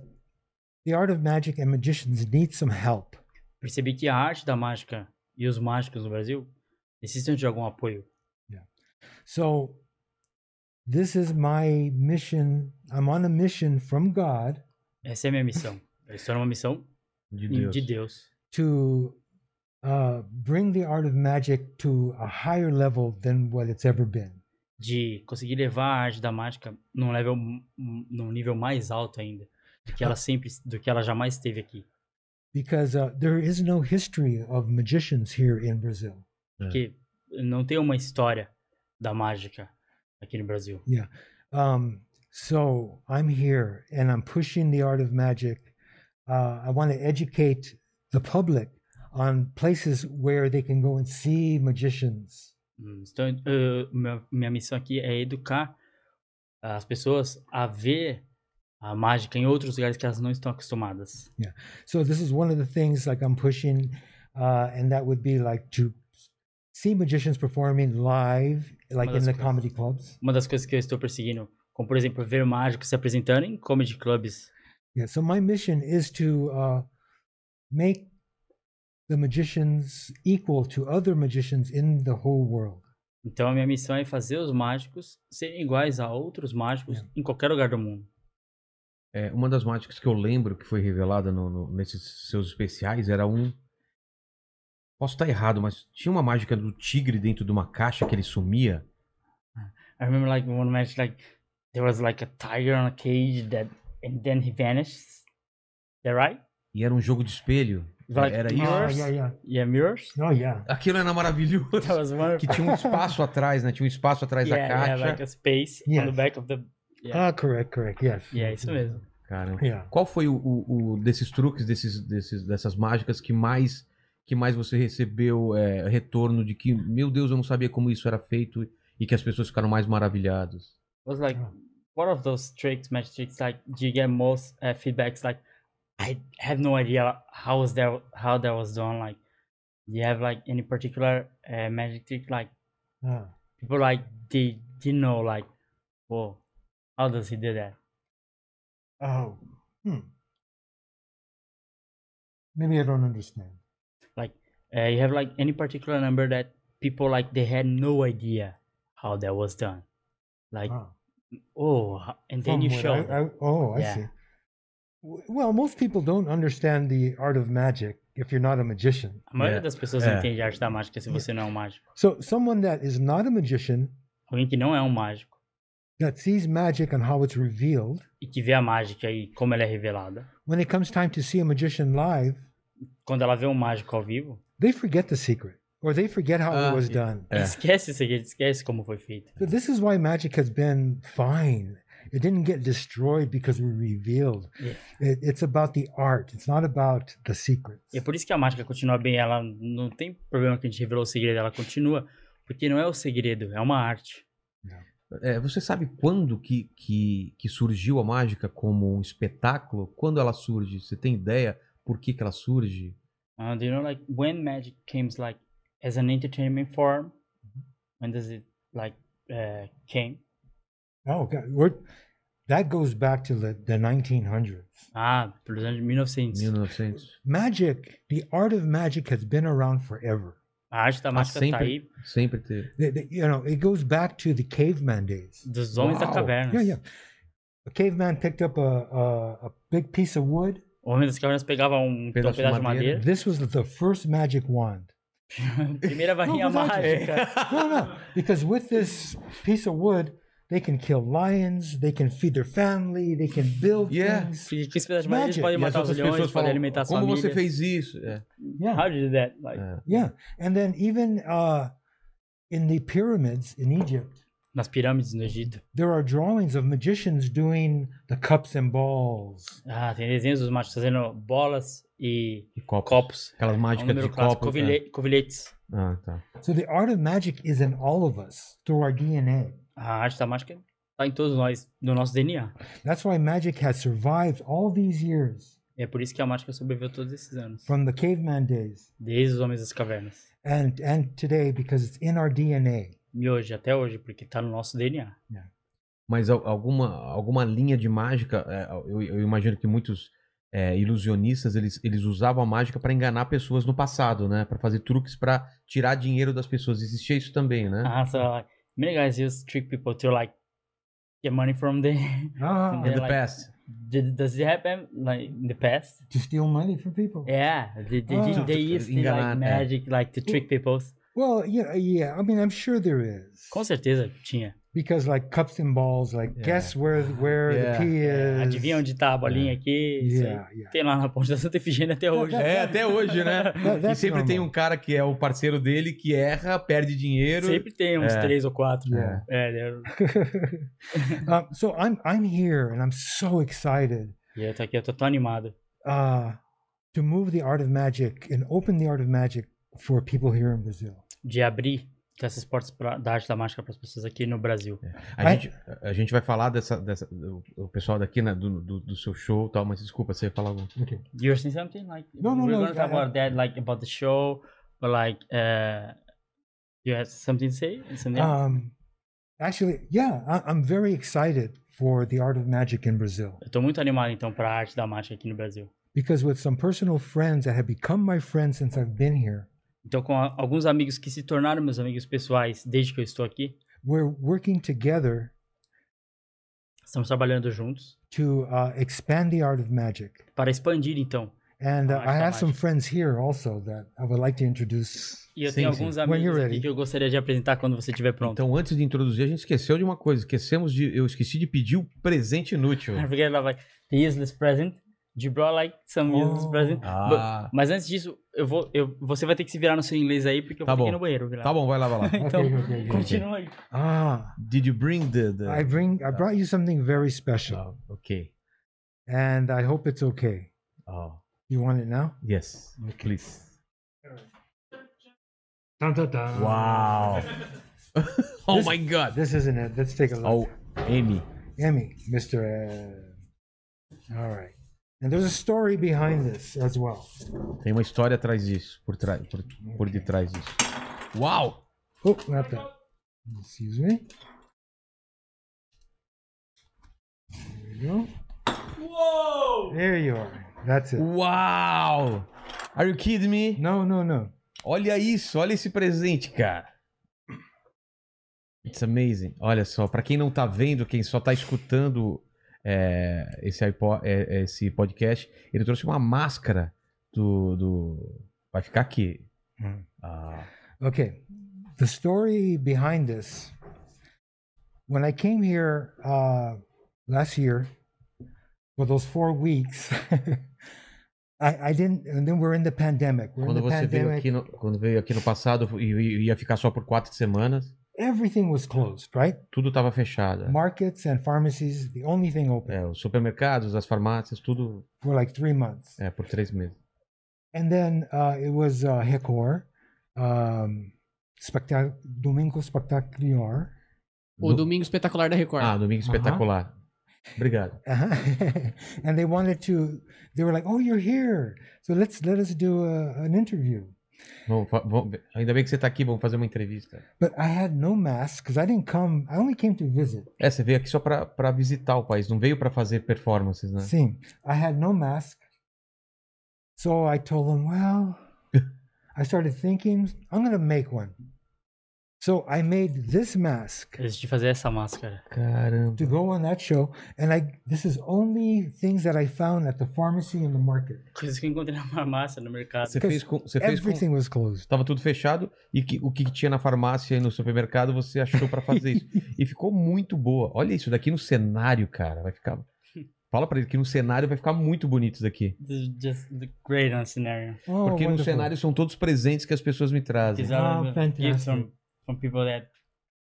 Speaker 4: the art of magic and magicians need some help.
Speaker 3: Percebi que a arte da mágica e os mágicos no Brasil necessitam de algum apoio.
Speaker 4: So, this is my mission. I'm on a mission from God
Speaker 3: Essa é a minha missão. Eu estou numa missão
Speaker 1: De Deus.
Speaker 3: de Deus
Speaker 4: to uh, bring the art of magic to a higher level than what it's ever been.
Speaker 3: de conseguir levar a arte da mágica num level num nível mais alto ainda do
Speaker 1: Ah.
Speaker 3: que ela sempre do que ela jamais teve
Speaker 1: É.
Speaker 3: aqui
Speaker 4: Because uh, there is no history of magicians here in Brazil.
Speaker 3: porque não tem uma história da mágica aqui no Brasil
Speaker 4: Um, so I'm here and I'm pushing the art of magic. Uh, I want to educate the public on places where they can go and see magicians.
Speaker 3: Hum, então eh, minha, minha missão aqui é educar as pessoas a ver a mágica em outros lugares que elas não estão acostumadas
Speaker 4: So this is one of the things like I'm pushing, uh, and that would be like to see magicians performing live, like
Speaker 3: Oh,
Speaker 4: in
Speaker 3: that's
Speaker 4: the
Speaker 3: cool.
Speaker 4: comedy clubs.
Speaker 3: uma das coisas que eu estou perseguindo como por exemplo ver mágicos se apresentando em comedy clubs
Speaker 4: Yeah. So my mission is to uh, make the magicians equal to other magicians in the whole world.
Speaker 3: Então a minha missão é fazer os mágicos serem iguais a outros mágicos
Speaker 4: É.
Speaker 3: em qualquer lugar do mundo.
Speaker 1: É, uma das mágicas que eu lembro que foi revelada no- no- nesses seus especiais era um. Posso estar errado, mas tinha uma mágica do tigre dentro de uma caixa que ele sumia.
Speaker 3: I remember like one match like there was like a tiger on a cage that and then he vanished. That right?
Speaker 1: E era um jogo de espelho. É,
Speaker 3: Vai-
Speaker 1: Era isso?
Speaker 4: Oh,
Speaker 3: Mirrors?
Speaker 4: yeah, yeah.
Speaker 3: Yeah, mirrors.
Speaker 4: Oh, yeah.
Speaker 1: Aquilo era maravilhoso.
Speaker 3: (laughs) That was
Speaker 1: (laughs)
Speaker 3: one.
Speaker 1: Que tinha um espaço atrás, né? Tinha um espaço atrás
Speaker 3: Então, yeah,
Speaker 1: da
Speaker 3: yeah,
Speaker 1: caixa.
Speaker 3: like a space on the
Speaker 4: Yes.
Speaker 3: back of the. Yeah,
Speaker 4: Ah, correct, correct. Yes.
Speaker 3: yeah isso mesmo.
Speaker 1: Caramba.
Speaker 4: Yeah.
Speaker 1: Qual foi o, o- o- desses truques, desses, desses- dessas mágicas que mais que mais você recebeu é, retorno de que, meu Deus, eu não sabia como isso era feito e que as pessoas ficaram mais maravilhadas?
Speaker 3: was like
Speaker 4: Yeah.
Speaker 3: one of those tricks, magic tricks. Like, do you get most uh, feedbacks? Like, I have no idea how was that how that was done. Like, do you have like any particular uh, magic trick? Like,
Speaker 4: Ah.
Speaker 3: people like they didn't know. Like, whoa, how does he do that?
Speaker 4: Oh. Hmm. Maybe I don't understand.
Speaker 3: Like, uh, you have like any particular number that people like they had no idea how that was done. Like,
Speaker 4: Ah.
Speaker 3: oh, ho- and then
Speaker 4: From
Speaker 3: you
Speaker 4: what
Speaker 3: show.
Speaker 4: I, I, oh, I
Speaker 3: Yeah.
Speaker 4: see. W- Well, most people don't understand the art of magic if you're not a magician.
Speaker 3: A maioria
Speaker 1: É,
Speaker 3: das pessoas
Speaker 1: é.
Speaker 3: não entende a arte da mágica se você não é um mágico.
Speaker 4: So, someone that is not a magician
Speaker 3: Alguém que não é um mágico.
Speaker 4: that sees magic and how it's revealed,
Speaker 3: e que vê a mágica e como ela é revelada.
Speaker 4: when it comes time to see a magician live,
Speaker 3: Quando ela vê um mágico ao vivo,
Speaker 4: they forget the secret or they forget how
Speaker 1: Ah,
Speaker 4: it was
Speaker 1: yeah.
Speaker 4: done.
Speaker 1: É.
Speaker 3: esquece isso aqui, esquece como foi feito.
Speaker 4: So this is why magic has been fine. It didn't get destroyed because we revealed.
Speaker 3: Yeah.
Speaker 4: It, it's about the art. It's not about the secrets.
Speaker 3: E é por isso que a mágica continua bem, ela não tem problema que a gente revelou o segredo, ela continua, porque não é o segredo, é uma arte.
Speaker 1: É, você sabe quando que, que, que surgiu a mágica como um espetáculo? Quando ela surge? Você tem ideia por que, que ela surge?
Speaker 3: Uh, do you know like when magic comes like as an entertainment form?
Speaker 1: Uhum.
Speaker 3: When does it like uh, came?
Speaker 4: Oh, God. We're, that goes back to the, the 1900s.
Speaker 3: Ah, pelos anos de 1900.
Speaker 1: 1900?
Speaker 4: Magic, the art of magic has been around forever.
Speaker 3: A arte da
Speaker 1: Ah,
Speaker 3: mágica tá
Speaker 1: sempre,
Speaker 3: aí
Speaker 1: sempre teve.
Speaker 4: The- the- you know, it goes back to the caveman days.
Speaker 3: dos homens da
Speaker 1: Uau.
Speaker 3: caverna.
Speaker 4: Yeah, yeah. A caveman picked up a, a, a big piece of wood.
Speaker 3: O homem das cavernas pegava um, um pedaço,
Speaker 1: Pedaço de
Speaker 3: de
Speaker 1: madeira.
Speaker 3: madeira,
Speaker 4: This was the first magic wand.
Speaker 1: (laughs)
Speaker 3: primeira varinha
Speaker 4: Não, verdade.
Speaker 3: mágica.
Speaker 4: No, no, because with this piece of wood, They can kill lions. They can feed their family. They can build
Speaker 1: Yeah.
Speaker 4: things.
Speaker 3: Principalmente, eles
Speaker 4: Magic.
Speaker 3: podem
Speaker 1: E as
Speaker 3: matar os
Speaker 1: outras
Speaker 3: leões,
Speaker 1: pessoas
Speaker 3: podem
Speaker 1: falam,
Speaker 3: alimentar a
Speaker 1: como
Speaker 3: família.
Speaker 1: você fez isso? É.
Speaker 3: (laughs)
Speaker 4: Yeah.
Speaker 3: How did you do that? Like,
Speaker 1: É.
Speaker 4: Yeah. And then even uh, in the pyramids in Egypt,
Speaker 3: Nas pirâmides no Egito.
Speaker 4: there are drawings of magicians doing the cups and balls.
Speaker 3: Ah, tem desenhos dos machos fazendo bolas e
Speaker 1: E copos.
Speaker 3: copos.
Speaker 1: Aquelas
Speaker 3: É um
Speaker 1: mágicas
Speaker 3: número
Speaker 1: de
Speaker 3: clássico.
Speaker 1: copos.
Speaker 3: Covilhe-
Speaker 1: né?
Speaker 3: Covilhetes.
Speaker 1: Ah, tá.
Speaker 4: So the art of magic is in all of us through our DNA.
Speaker 3: A arte da mágica está em todos nós, no nosso DNA.
Speaker 4: That's why magic has survived all these years
Speaker 3: É por isso que a mágica sobreviveu todos esses anos.
Speaker 4: from the caveman days
Speaker 3: Desde os Homens das Cavernas.
Speaker 4: and and today because it's in our DNA.
Speaker 3: E hoje, até hoje, porque tá no nosso DNA.
Speaker 1: Mas al- alguma, alguma linha de mágica, é, eu, eu imagino que muitos é, ilusionistas, eles, eles usavam a mágica pra enganar pessoas no passado, né? Pra fazer truques pra tirar dinheiro das pessoas. Existia isso também, né?
Speaker 3: Ah, so like, many guys use trick people to like get money from the,
Speaker 4: Ah,
Speaker 3: From
Speaker 1: In the
Speaker 3: like-
Speaker 1: past.
Speaker 3: Did- does it happen like in the past?
Speaker 4: to steal money from people.
Speaker 3: Yeah, they they,
Speaker 4: Ah.
Speaker 3: they use the,
Speaker 1: Enganar,
Speaker 3: like
Speaker 1: é.
Speaker 3: magic like to trick people.
Speaker 4: Well, yeah, yeah. I mean, I'm sure there is
Speaker 3: Com certeza tinha.
Speaker 4: because like cups and balls, like
Speaker 1: Yeah.
Speaker 4: guess where where
Speaker 1: Yeah.
Speaker 4: the pee is.
Speaker 3: É, adivinha onde tá a bolinha aqui? Isso aí.
Speaker 4: Yeah, yeah.
Speaker 3: Tem lá na ponte da Santa Efigênia até hoje.
Speaker 4: that-
Speaker 1: É, até hoje, né?
Speaker 4: that's
Speaker 1: e sempre tem
Speaker 4: normal.
Speaker 1: um cara que é o parceiro dele que erra, perde dinheiro.
Speaker 3: Sempre tem uns
Speaker 1: É.
Speaker 3: três ou quatro.
Speaker 1: É.
Speaker 3: É, eu-
Speaker 4: (laughs) um, so I'm I'm here and I'm so excited
Speaker 3: e eu tô aqui, eu tô tão animado.
Speaker 4: uh, to move the art of magic and open the art of magic for people here in Brazil.
Speaker 3: De abrir essas portas pra, da arte da mágica para as pessoas aqui no Brasil.
Speaker 1: A,
Speaker 4: Vai.
Speaker 1: gente, a gente vai falar dessa. dessa do- o pessoal daqui, né? Do, do, do seu show e tal, mas desculpa, você ia falar algum.
Speaker 3: You're saying something like
Speaker 4: No, no,
Speaker 3: we're
Speaker 4: no,
Speaker 3: gonna talk
Speaker 4: I- I-
Speaker 3: about that, like about the show, but like uh, you have something to say? Something else?
Speaker 4: Um, actually, yeah, I, I'm very excited for the art of magic in Brazil
Speaker 3: Eu tô muito animado então pra arte da mágica aqui no Brasil.
Speaker 4: because with some personal friends that have become my friends since I've been here,
Speaker 3: Então, com a- alguns amigos que se tornaram meus amigos pessoais desde que eu estou aqui,
Speaker 4: we're working together
Speaker 3: estamos trabalhando juntos
Speaker 4: to uh, expand the art of magic.
Speaker 3: para expandir então.
Speaker 4: And
Speaker 3: I
Speaker 4: uh,
Speaker 3: like
Speaker 4: I
Speaker 3: that
Speaker 4: have some
Speaker 3: magic.
Speaker 4: friends here also that I would like to introduce.
Speaker 3: E eu
Speaker 1: Sim,
Speaker 3: tenho
Speaker 1: sim.
Speaker 3: alguns
Speaker 4: When
Speaker 3: amigos
Speaker 4: you're
Speaker 3: aqui
Speaker 4: ready.
Speaker 3: que eu gostaria de apresentar quando você estiver pronto.
Speaker 1: Então, antes de introduzir, a gente esqueceu de uma coisa. Esquecemos de. Eu esqueci de pedir o presente
Speaker 3: (laughs)
Speaker 1: inútil.
Speaker 4: Então,
Speaker 3: I forget about like, the useless present. You brought like some useless
Speaker 4: Oh.
Speaker 3: present.
Speaker 1: Ah.
Speaker 3: But- mas antes disso, eu vou, eu, você vai ter que se virar no seu inglês aí porque eu
Speaker 1: Tá
Speaker 3: vou ter que
Speaker 1: bom.
Speaker 3: ir no banheiro. Virar.
Speaker 1: Tá bom, vai lá, vai lá.
Speaker 4: (laughs)
Speaker 3: Então,
Speaker 4: Okay, okay, okay.
Speaker 3: continua aí.
Speaker 4: Ah,
Speaker 1: Did you bring the. the...
Speaker 4: I bring I brought you something very special,
Speaker 1: Oh, ok.
Speaker 4: and I hope it's okay.
Speaker 1: Oh,
Speaker 4: You want it now?
Speaker 1: yes, please.
Speaker 4: Dun, dun, dun.
Speaker 1: Wow. (laughs) oh
Speaker 4: This-
Speaker 1: my god.
Speaker 4: This isn't it. Let's take a
Speaker 1: Oh,
Speaker 4: look.
Speaker 1: Amy.
Speaker 4: Emmy, Mr. Uh, all right. And there's a story behind this as well.
Speaker 1: Tem uma história atrás disso, por, trás, por, por detrás disso. Uau!
Speaker 4: Oh, not that. Excuse me. There you go. Whoa! There you are. That's it.
Speaker 1: Uau! Are you kidding me?
Speaker 4: No, no, no.
Speaker 1: Olha isso, olha esse presente, cara. It's amazing. Olha só, pra quem não tá vendo, quem só tá escutando é, esse, iPod, é, é, esse podcast, ele trouxe uma máscara do. do- Vai ficar aqui.
Speaker 4: Hum.
Speaker 1: Ah,
Speaker 4: Okay. The story behind this when I came here uh, last year for those four weeks, (laughs) I, I didn't, and then we're in the pandemic. We're
Speaker 1: quando
Speaker 4: in the
Speaker 1: você veio
Speaker 4: pandemic.
Speaker 1: aqui no, quando veio aqui no passado e e ia ficar só por quatro semanas,
Speaker 4: Everything was closed, right?
Speaker 1: tudo tava fechado.
Speaker 4: Markets and pharmacies, the only thing open
Speaker 1: É, os supermercados, as farmácias, tudo
Speaker 4: for like three months.
Speaker 1: é, por três meses.
Speaker 4: And then uh, it was uh, Hecor, um, spectac- Domingo Spectacular. (laughs)
Speaker 2: O
Speaker 1: Do-
Speaker 2: Domingo Espetacular da Record.
Speaker 1: Ah, domingo
Speaker 4: Aham.
Speaker 1: espetacular. Obrigado.
Speaker 4: Uh-huh. and they wanted to they were like oh you're here so let's let us do a, an interview
Speaker 1: Vamos, fa- vamos- ainda bem que você tá aqui, vamos fazer uma entrevista.
Speaker 4: but i had no mask because i didn't come i only came to visit
Speaker 1: É, você veio aqui só pra, pra visitar o país, não veio pra fazer performances, né?
Speaker 4: see i had no mask so i told them well i started thinking i'm going to make one So I made this mask
Speaker 3: Eles de fazer essa máscara.
Speaker 4: to
Speaker 1: Caramba.
Speaker 4: go on that show, and I this is only things that I found at the pharmacy in the market.
Speaker 3: Coisas que eu encontrei (laughs) na farmácia, no mercado.
Speaker 1: Você fez com. Você fez com...
Speaker 4: Everything was closed.
Speaker 1: Tava tudo fechado e que- o que tinha na farmácia e no supermercado você achou pra fazer isso. e ficou muito boa. Olha isso daqui no cenário, cara. Vai ficar. Fala pra ele que no cenário vai ficar muito bonito isso daqui.
Speaker 3: This is just the great on scenario.
Speaker 4: Oh,
Speaker 1: Porque no
Speaker 4: wonderful.
Speaker 1: cenário são todos presentes que as pessoas me trazem.
Speaker 3: These are
Speaker 4: Ah,
Speaker 3: the gifts
Speaker 4: fantastic.
Speaker 3: from, from people that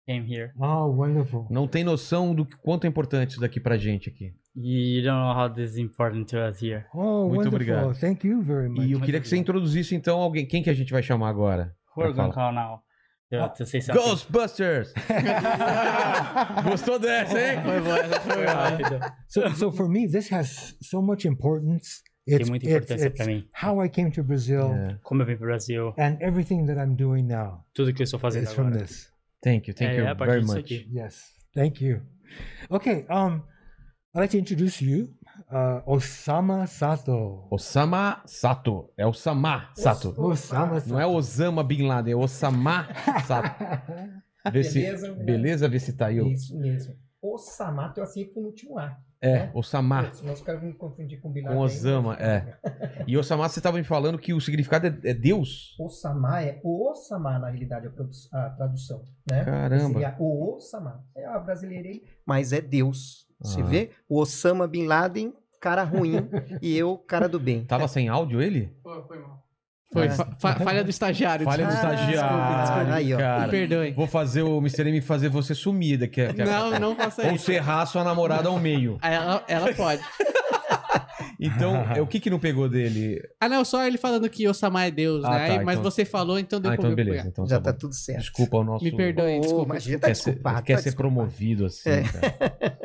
Speaker 3: came here.
Speaker 4: Oh, wonderful.
Speaker 1: Não tem noção do que- quanto é importante isso daqui pra gente aqui.
Speaker 3: You don't know how this is important to us here.
Speaker 4: Oh,
Speaker 1: Muito
Speaker 4: wonderful.
Speaker 1: obrigado.
Speaker 4: Thank you very much.
Speaker 1: E eu
Speaker 3: muito
Speaker 5: é
Speaker 1: queria que você
Speaker 3: obrigado.
Speaker 1: introduzisse então alguém. Quem que a gente vai chamar agora?
Speaker 3: Who are
Speaker 1: Pra
Speaker 3: gonna call now? To, to say something.
Speaker 1: Ghostbusters! Gostou dessa, hein?
Speaker 5: (laughs)
Speaker 3: Foi boa, essa foi rápida.
Speaker 4: (laughs) so, so for me, this has so much importance.
Speaker 3: Tem
Speaker 4: It's,
Speaker 3: muita
Speaker 4: it's,
Speaker 3: importância pra
Speaker 4: it's
Speaker 3: mim.
Speaker 4: how I came to Brazil
Speaker 1: Yeah.
Speaker 3: Como eu vim pro Brasil,
Speaker 4: and everything that I'm doing now
Speaker 3: tudo que eu estou fazendo
Speaker 4: is from
Speaker 3: agora.
Speaker 4: this.
Speaker 1: Thank you, thank
Speaker 3: É,
Speaker 1: you
Speaker 3: é a partir
Speaker 1: very
Speaker 3: disso
Speaker 1: much.
Speaker 3: aqui.
Speaker 4: Yes. Thank you. Okay. Um, I'd like to introduce you, uh, Osama Sato.
Speaker 1: Osama Sato. É Osama Sato.
Speaker 4: Osama
Speaker 1: Não é Osama Bin Laden, é Osama
Speaker 5: (laughs)
Speaker 1: Sato.
Speaker 5: Sato.
Speaker 1: Vê se,
Speaker 5: Beleza,
Speaker 1: beleza,
Speaker 5: né?
Speaker 1: vê se tá aí. o-
Speaker 5: Isso mesmo. O Samato eu assim com o último A.
Speaker 1: É, Osama.
Speaker 5: Senão os caras vão me confundir com Bilal.
Speaker 1: Com Osama, é. E Osama, você tava me falando que o significado é, é Deus?
Speaker 5: Osama é o Osama, na realidade, a, produ- a tradução. Né?
Speaker 1: Caramba.
Speaker 5: Seria o Osama. É a brasileirei, mas é Deus. Você
Speaker 1: Ah.
Speaker 5: vê? O Osama Bin Laden,
Speaker 1: (laughs)
Speaker 5: cara ruim, e eu, cara do bem.
Speaker 1: Tava sem áudio ele?
Speaker 2: Foi mal. Foi
Speaker 5: É.
Speaker 2: fa- fa- falha do estagiário.
Speaker 1: Falha do
Speaker 5: Ah, desculpa,
Speaker 1: estagiário,
Speaker 5: desculpa. Aí, ó.
Speaker 2: Me
Speaker 1: cara.
Speaker 2: perdoe.
Speaker 1: Vou fazer o Mr. M fazer você sumir daqui a...
Speaker 2: Não, não faça
Speaker 1: Ou
Speaker 2: isso.
Speaker 1: serrar sua namorada ao meio.
Speaker 2: Ela, ela pode.
Speaker 1: Então, é, o que que não pegou dele?
Speaker 2: Ah, não, só ele falando que Osama é Deus,
Speaker 1: Ah,
Speaker 2: né? Aí-
Speaker 1: tá,
Speaker 2: mas
Speaker 1: então-
Speaker 2: você falou, então deu
Speaker 1: Ah, então
Speaker 2: pra
Speaker 1: beleza. Então,
Speaker 5: Já
Speaker 1: tá
Speaker 5: tá
Speaker 1: bom.
Speaker 5: tudo certo.
Speaker 1: Desculpa o nosso...
Speaker 2: Me perdoe,
Speaker 5: Ô,
Speaker 2: desculpa.
Speaker 5: imagina, tá
Speaker 1: Quer ser,
Speaker 5: desculpado.
Speaker 1: quer
Speaker 5: tá
Speaker 1: ser
Speaker 5: desculpado.
Speaker 1: promovido assim,
Speaker 5: É.
Speaker 1: cara.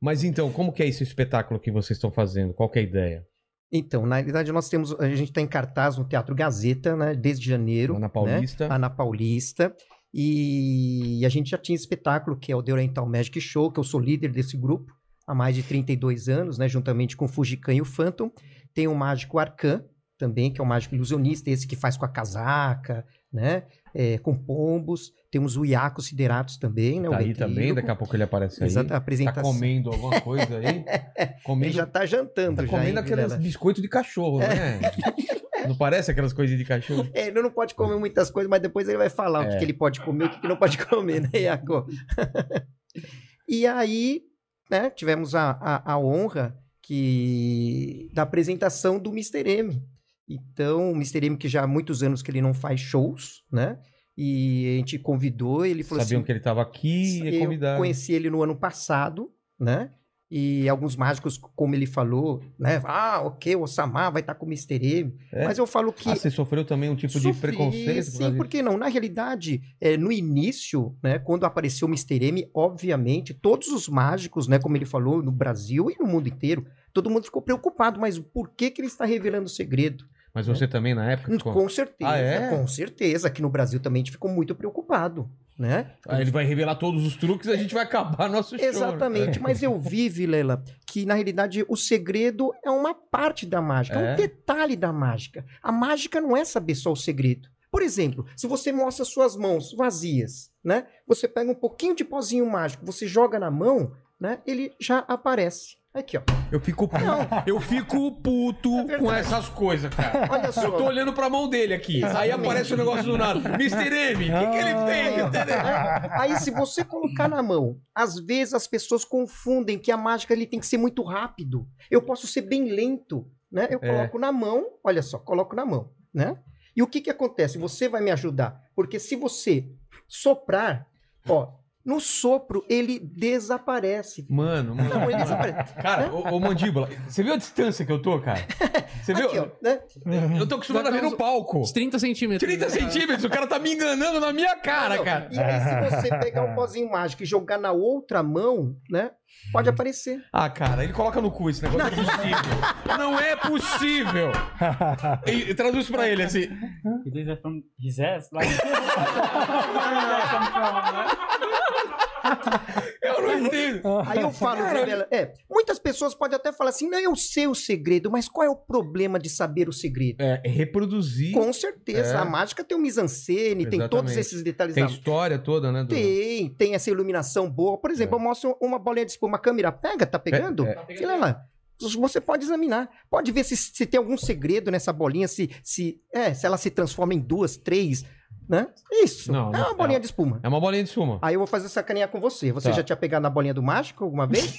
Speaker 1: Mas então, como que é esse espetáculo que vocês estão fazendo? Qual que é a ideia?
Speaker 5: Então, na realidade, nós temos. A gente está em cartaz no Teatro Gazeta, né? Desde janeiro.
Speaker 1: Lá na
Speaker 5: né,
Speaker 1: Paulista. tá
Speaker 5: lá na Paulista. E a gente já tinha espetáculo, que é o The Oriental Magic Show, que eu sou líder desse grupo há mais de 32 anos, né? Juntamente com o Fujikan e o Phantom. Tem o Mágico Arcan também, que é o mágico ilusionista, esse que faz com a casaca, né? é, com pombos. Temos o Iaco Sideratos também, né? o
Speaker 1: tá aí
Speaker 5: ventríloco.
Speaker 1: também, daqui a pouco ele aparece aí.
Speaker 5: Exato, a
Speaker 1: Tá
Speaker 5: apresentação.
Speaker 1: comendo alguma coisa
Speaker 5: (laughs)
Speaker 1: aí?
Speaker 5: assim. Ele
Speaker 1: Comendo,
Speaker 5: já tá jantando,
Speaker 1: tá
Speaker 5: já, hein,
Speaker 1: comendo aqueles
Speaker 5: Vilela?
Speaker 1: biscoitos de cachorro, né? Não parece aquelas coisinhas de cachorro?
Speaker 5: É, ele não pode comer muitas coisas, mas depois ele vai falar o
Speaker 1: É.
Speaker 5: que, que ele pode comer, o que, que não pode (laughs) comer, né, Iago? e aí, né, tivemos a, a, a honra que da apresentação do Mr. M. Então, o Mr. M, que já há muitos anos que ele não faz shows, né? E a gente convidou, ele falou
Speaker 1: Sabiam
Speaker 5: assim...
Speaker 1: que ele tava aqui e é
Speaker 5: Eu
Speaker 1: convidaram.
Speaker 5: conheci ele no ano passado, né? E alguns mágicos, como ele falou, né? Ah, ok, o Osamar vai estar com o Mr. M.
Speaker 1: É.
Speaker 5: Mas eu falo que
Speaker 1: Ah, você sofreu também um tipo de
Speaker 5: Sofri,
Speaker 1: preconceito? por
Speaker 5: Sim,
Speaker 1: causa disso?
Speaker 5: por que não? Na realidade, é, no início, né, quando apareceu o Mr. M, obviamente, todos os mágicos, né, como ele falou, no Brasil e no mundo inteiro, todo mundo ficou preocupado, mas por que, que ele está revelando o segredo?
Speaker 1: Mas você também, na época, ficou-
Speaker 5: Com certeza,
Speaker 1: Ah, é?
Speaker 5: com certeza. Aqui no Brasil também a gente ficou muito preocupado, né?
Speaker 1: Ah, ele vai revelar todos os truques e a gente vai acabar nosso (laughs) show. né?
Speaker 5: Exatamente, mas eu vi, Vilela, que na realidade o segredo é uma parte da mágica, é
Speaker 1: É?
Speaker 5: um detalhe da mágica. A mágica não é saber só o segredo. Por exemplo, se você mostra suas mãos vazias, né? Você pega um pouquinho de pozinho mágico, você joga na mão, né? Ele já aparece. Aqui, ó.
Speaker 1: É. Eu fico puto. (laughs) Eu fico
Speaker 5: É
Speaker 1: puto com essas coisas,
Speaker 5: (laughs)
Speaker 1: cara.
Speaker 5: Olha
Speaker 1: Eu (laughs) tô
Speaker 5: só.
Speaker 1: olhando pra mão dele aqui. Aí
Speaker 5: Exatamente. Ah.
Speaker 1: aparece o negócio do nada. Mr. M, o que, que ele tem? Entendeu?
Speaker 5: Aí, se você colocar na mão, às vezes as pessoas confundem que a mágica ele tem que ser muito rápido. Eu posso ser bem lento, né? Eu
Speaker 1: É.
Speaker 5: coloco na mão, olha só, coloco na mão, né? E o que que acontece? Você vai me ajudar, porque se você soprar, ó, no sopro ele desaparece.
Speaker 1: Mano, mano. (laughs)
Speaker 5: Não, ele né?
Speaker 1: mano.
Speaker 5: desaparece.
Speaker 1: Cara, ô, ô, mandíbula, você viu a distância que eu tô, cara? Você viu?
Speaker 5: Aqui, ó, tá né?
Speaker 1: Eu tô acostumado a ver no palco.
Speaker 2: Uns 30 centímetros.
Speaker 1: 30 centímetros, o cara tá me enganando na minha cara,
Speaker 5: Não,
Speaker 1: cara.
Speaker 5: E aí, se você pegar um pozinho mágico e jogar na outra mão, né? Pode aparecer.
Speaker 1: Ah, cara, ele coloca no cu esse negócio. Não é possível. Não é
Speaker 5: (laughs)
Speaker 1: possível. E, e traduz pra ele assim.
Speaker 3: He did that from his ass. Like, Where did that come from, man?
Speaker 1: Eu não entendo.
Speaker 5: Aí eu falo pra ela, é, muitas pessoas podem até falar assim, não, eu sei o segredo, mas qual é o problema de saber o segredo?
Speaker 1: É, reproduzir.
Speaker 5: Com certeza,
Speaker 1: É.
Speaker 5: a mágica tem o mise-en-scène, tem todos
Speaker 1: Exatamente.
Speaker 5: esses detalhes
Speaker 1: Tem
Speaker 5: da
Speaker 1: história toda, né? do-
Speaker 5: Tem, tem essa iluminação boa. Por exemplo, eu mostro uma bolinha de espuma, a câmera pega, tá pegando?
Speaker 1: É,
Speaker 5: Sei lá. Você pode examinar, pode ver se, se tem algum segredo nessa bolinha, se, se, é, se ela se transforma em duas, três, né? Isso,
Speaker 1: Não,
Speaker 5: é
Speaker 1: não,
Speaker 5: uma bolinha de espuma.
Speaker 1: É uma bolinha de espuma.
Speaker 5: Aí eu vou fazer sacanear com você. Você
Speaker 1: Tá.
Speaker 5: já tinha pegado na bolinha do mágico alguma vez?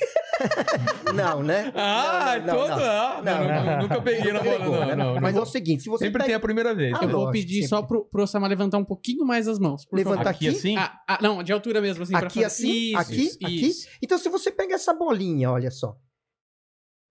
Speaker 5: não, né?
Speaker 1: Ah, é
Speaker 5: Não, não, não,
Speaker 1: todo.
Speaker 5: não.
Speaker 1: ah, Não,
Speaker 5: Não,
Speaker 1: nu-
Speaker 5: não.
Speaker 1: Nunca peguei na bola.
Speaker 5: Pegou,
Speaker 1: Não,
Speaker 5: né?
Speaker 1: não,
Speaker 5: Mas é
Speaker 1: não.
Speaker 5: o seguinte, se você
Speaker 1: Sempre
Speaker 5: tá-
Speaker 1: tem a primeira vez.
Speaker 5: Ah,
Speaker 2: Eu vou
Speaker 5: lógico,
Speaker 2: pedir
Speaker 5: sempre.
Speaker 2: só pro, pro Osama levantar um pouquinho mais as mãos, por
Speaker 5: Levantar
Speaker 2: favor.
Speaker 1: Aqui,
Speaker 5: aqui?
Speaker 1: assim?
Speaker 2: Ah, ah, não, de altura mesmo, assim. pra
Speaker 5: Aqui
Speaker 2: fazer-
Speaker 5: assim?
Speaker 2: Isso,
Speaker 5: Aqui?
Speaker 2: isso,
Speaker 5: Aqui? (laughs)
Speaker 2: isso.
Speaker 5: Então, se você pega essa bolinha, olha só.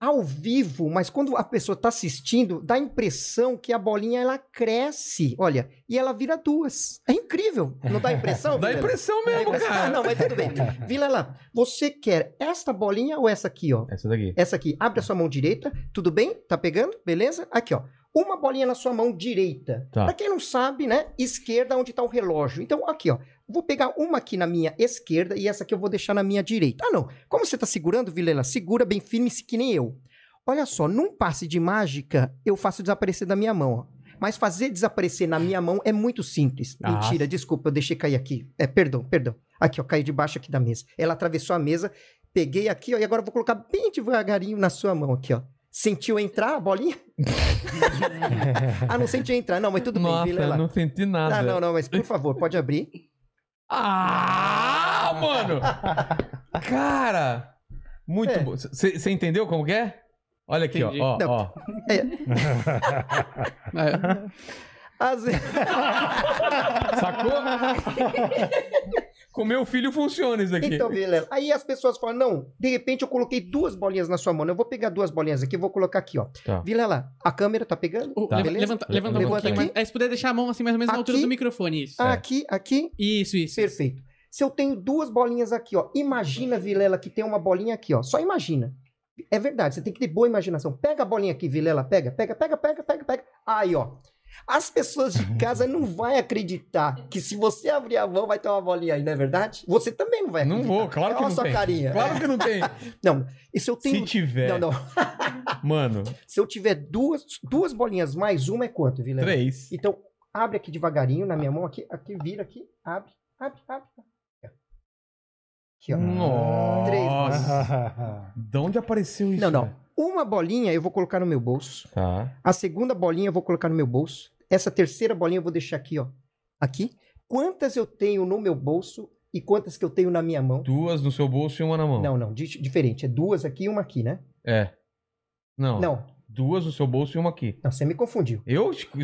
Speaker 5: Ao vivo, mas quando a pessoa está assistindo, dá a impressão que a bolinha ela cresce, olha, e ela vira duas. É incrível. Não dá a impressão?
Speaker 1: (laughs) Dá
Speaker 5: Vilela?
Speaker 1: impressão
Speaker 5: Dá a
Speaker 1: mesmo,
Speaker 5: impressão? Ah,
Speaker 1: cara.
Speaker 5: não, mas tudo bem. Vilela, você quer esta bolinha ou essa aqui, ó?
Speaker 1: Essa daqui.
Speaker 5: Essa aqui, abre a sua mão direita, tudo bem? Tá pegando? Beleza? Aqui, ó. Uma bolinha na sua mão direita.
Speaker 1: Tá.
Speaker 5: Pra quem não sabe, né? Esquerda onde tá o relógio. Então, aqui, ó. Vou pegar uma aqui na minha esquerda e essa aqui eu vou deixar na minha direita. Ah, não. Como você tá segurando, Vilela? Segura bem firme, se que nem eu. Olha só, num passe de mágica, eu faço desaparecer da minha mão, ó. Mas fazer desaparecer na minha mão é muito simples.
Speaker 1: Ah.
Speaker 5: Mentira, desculpa, eu deixei cair aqui. É, perdão, perdão. Aqui, ó, caiu debaixo aqui da mesa. Ela atravessou a mesa, peguei aqui, ó, e agora eu vou colocar bem devagarinho na sua mão aqui, ó. Sentiu entrar a bolinha? ah, não sentiu entrar, não, mas tudo
Speaker 1: Nossa,
Speaker 5: bem, Vilela.
Speaker 1: eu não senti nada.
Speaker 5: Ah, não, não, mas por favor, pode abrir.
Speaker 1: Ah,
Speaker 5: (laughs)
Speaker 1: mano! Cara! Muito
Speaker 5: É.
Speaker 1: bom. Você entendeu como que é? Olha aqui, ó,
Speaker 2: Entendi.
Speaker 1: ó,
Speaker 5: Não.
Speaker 1: ó.
Speaker 2: É,
Speaker 1: (laughs)
Speaker 5: Às vezes- (laughs)
Speaker 1: Sacou? Com meu filho funciona isso aqui.
Speaker 5: Então, Vilela, aí as pessoas falam, não, de repente eu coloquei duas bolinhas na sua mão, eu vou pegar duas bolinhas aqui, eu vou colocar aqui, ó.
Speaker 1: Tá.
Speaker 5: Vilela, a câmera tá pegando?
Speaker 2: o-
Speaker 1: Tá.
Speaker 2: leva-
Speaker 5: Beleza?
Speaker 2: Levanta, levanta um
Speaker 1: Levanta
Speaker 2: pouquinho,
Speaker 5: aqui.
Speaker 2: mas, aí se puder deixar a mão assim, mais ou menos na altura
Speaker 5: Aqui?
Speaker 2: do microfone, isso.
Speaker 1: É.
Speaker 5: Aqui, aqui,
Speaker 2: Isso, isso.
Speaker 5: perfeito. Se eu tenho duas bolinhas aqui, ó, imagina, Vilela, que tem uma bolinha aqui, ó, só imagina. É verdade, você tem que ter boa imaginação. Pega a bolinha aqui, Vilela, pega, pega, pega, pega, pega, pega. Aí, ó. As pessoas de casa
Speaker 1: (laughs)
Speaker 5: não vão acreditar que se você abrir a mão vai ter uma bolinha aí, não é verdade? Você também não vai
Speaker 1: Não
Speaker 5: acreditar.
Speaker 1: vou, claro que
Speaker 5: Olha a
Speaker 1: não
Speaker 5: É sua
Speaker 1: tem.
Speaker 5: carinha.
Speaker 1: Claro que não
Speaker 5: (laughs)
Speaker 1: tem.
Speaker 5: Não, e se eu
Speaker 1: Se
Speaker 5: tenho...
Speaker 1: tiver,
Speaker 5: Não, não.
Speaker 1: mano,
Speaker 5: Se eu tiver duas, duas bolinhas mais uma é quanto, Vilela?
Speaker 1: três.
Speaker 5: Então, abre aqui devagarinho
Speaker 1: Ah.
Speaker 5: na minha mão, aqui, aqui, vira aqui, abre, abre, abre. Aqui, ó.
Speaker 1: Nossa. De onde apareceu isso?
Speaker 5: Não, não.
Speaker 1: velho?
Speaker 5: Uma bolinha eu vou colocar no meu bolso.
Speaker 1: Tá.
Speaker 5: A segunda bolinha eu vou colocar no meu bolso. Essa terceira bolinha eu vou deixar aqui, ó. Aqui. Quantas eu tenho no meu bolso e quantas que eu tenho na minha mão?
Speaker 1: Duas no seu bolso e uma na mão.
Speaker 5: Não, não, di- diferente. É duas aqui e uma aqui, né?
Speaker 1: É. Não.
Speaker 5: Não,
Speaker 1: Duas no seu bolso e uma aqui.
Speaker 5: não, você me confundiu.
Speaker 1: Eu?
Speaker 5: (laughs)
Speaker 1: Tô- Me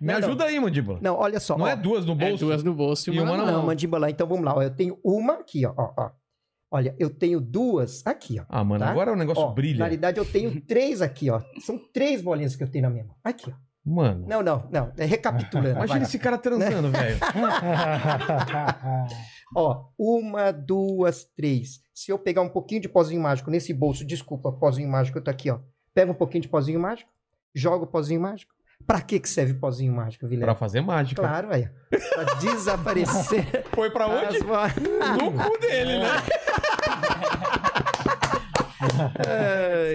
Speaker 5: Não, não.
Speaker 1: ajuda aí, mandíbula.
Speaker 5: Não, olha só.
Speaker 1: Não,
Speaker 5: ó.
Speaker 1: é duas no
Speaker 2: É,
Speaker 1: bolso?
Speaker 2: duas no bolso e
Speaker 1: E
Speaker 2: uma,
Speaker 1: uma
Speaker 2: na
Speaker 1: na
Speaker 2: mão.
Speaker 5: Não, mandíbula, então vamos lá. ó. Eu tenho uma aqui, ó, ó, ó. Olha, eu tenho duas aqui, ó.
Speaker 1: Ah, mano,
Speaker 5: Tá?
Speaker 1: agora o negócio
Speaker 5: Ó,
Speaker 1: brilha.
Speaker 5: Na realidade, eu
Speaker 1: (laughs)
Speaker 5: tenho três aqui, ó. São três bolinhas que eu tenho na minha mão. Aqui, ó.
Speaker 1: Mano,
Speaker 5: Não, não, não. É recapitulando. vai
Speaker 1: imagina
Speaker 5: lá. Né?
Speaker 1: esse cara
Speaker 5: (laughs)
Speaker 1: transando, velho.
Speaker 5: Ó, uma, duas, três. Se eu pegar um pouquinho de pozinho mágico nesse bolso, desculpa, pozinho mágico, eu tô aqui, ó. Pega um pouquinho de pozinho mágico, joga o pozinho mágico. Pra que que serve pozinho mágico,
Speaker 1: Pra
Speaker 5: Vilela?
Speaker 1: fazer mágica.
Speaker 5: Claro, aí. Pra
Speaker 1: (laughs)
Speaker 5: desaparecer.
Speaker 1: Foi pra onde? (laughs)
Speaker 5: as bo-
Speaker 1: No cu dele, né?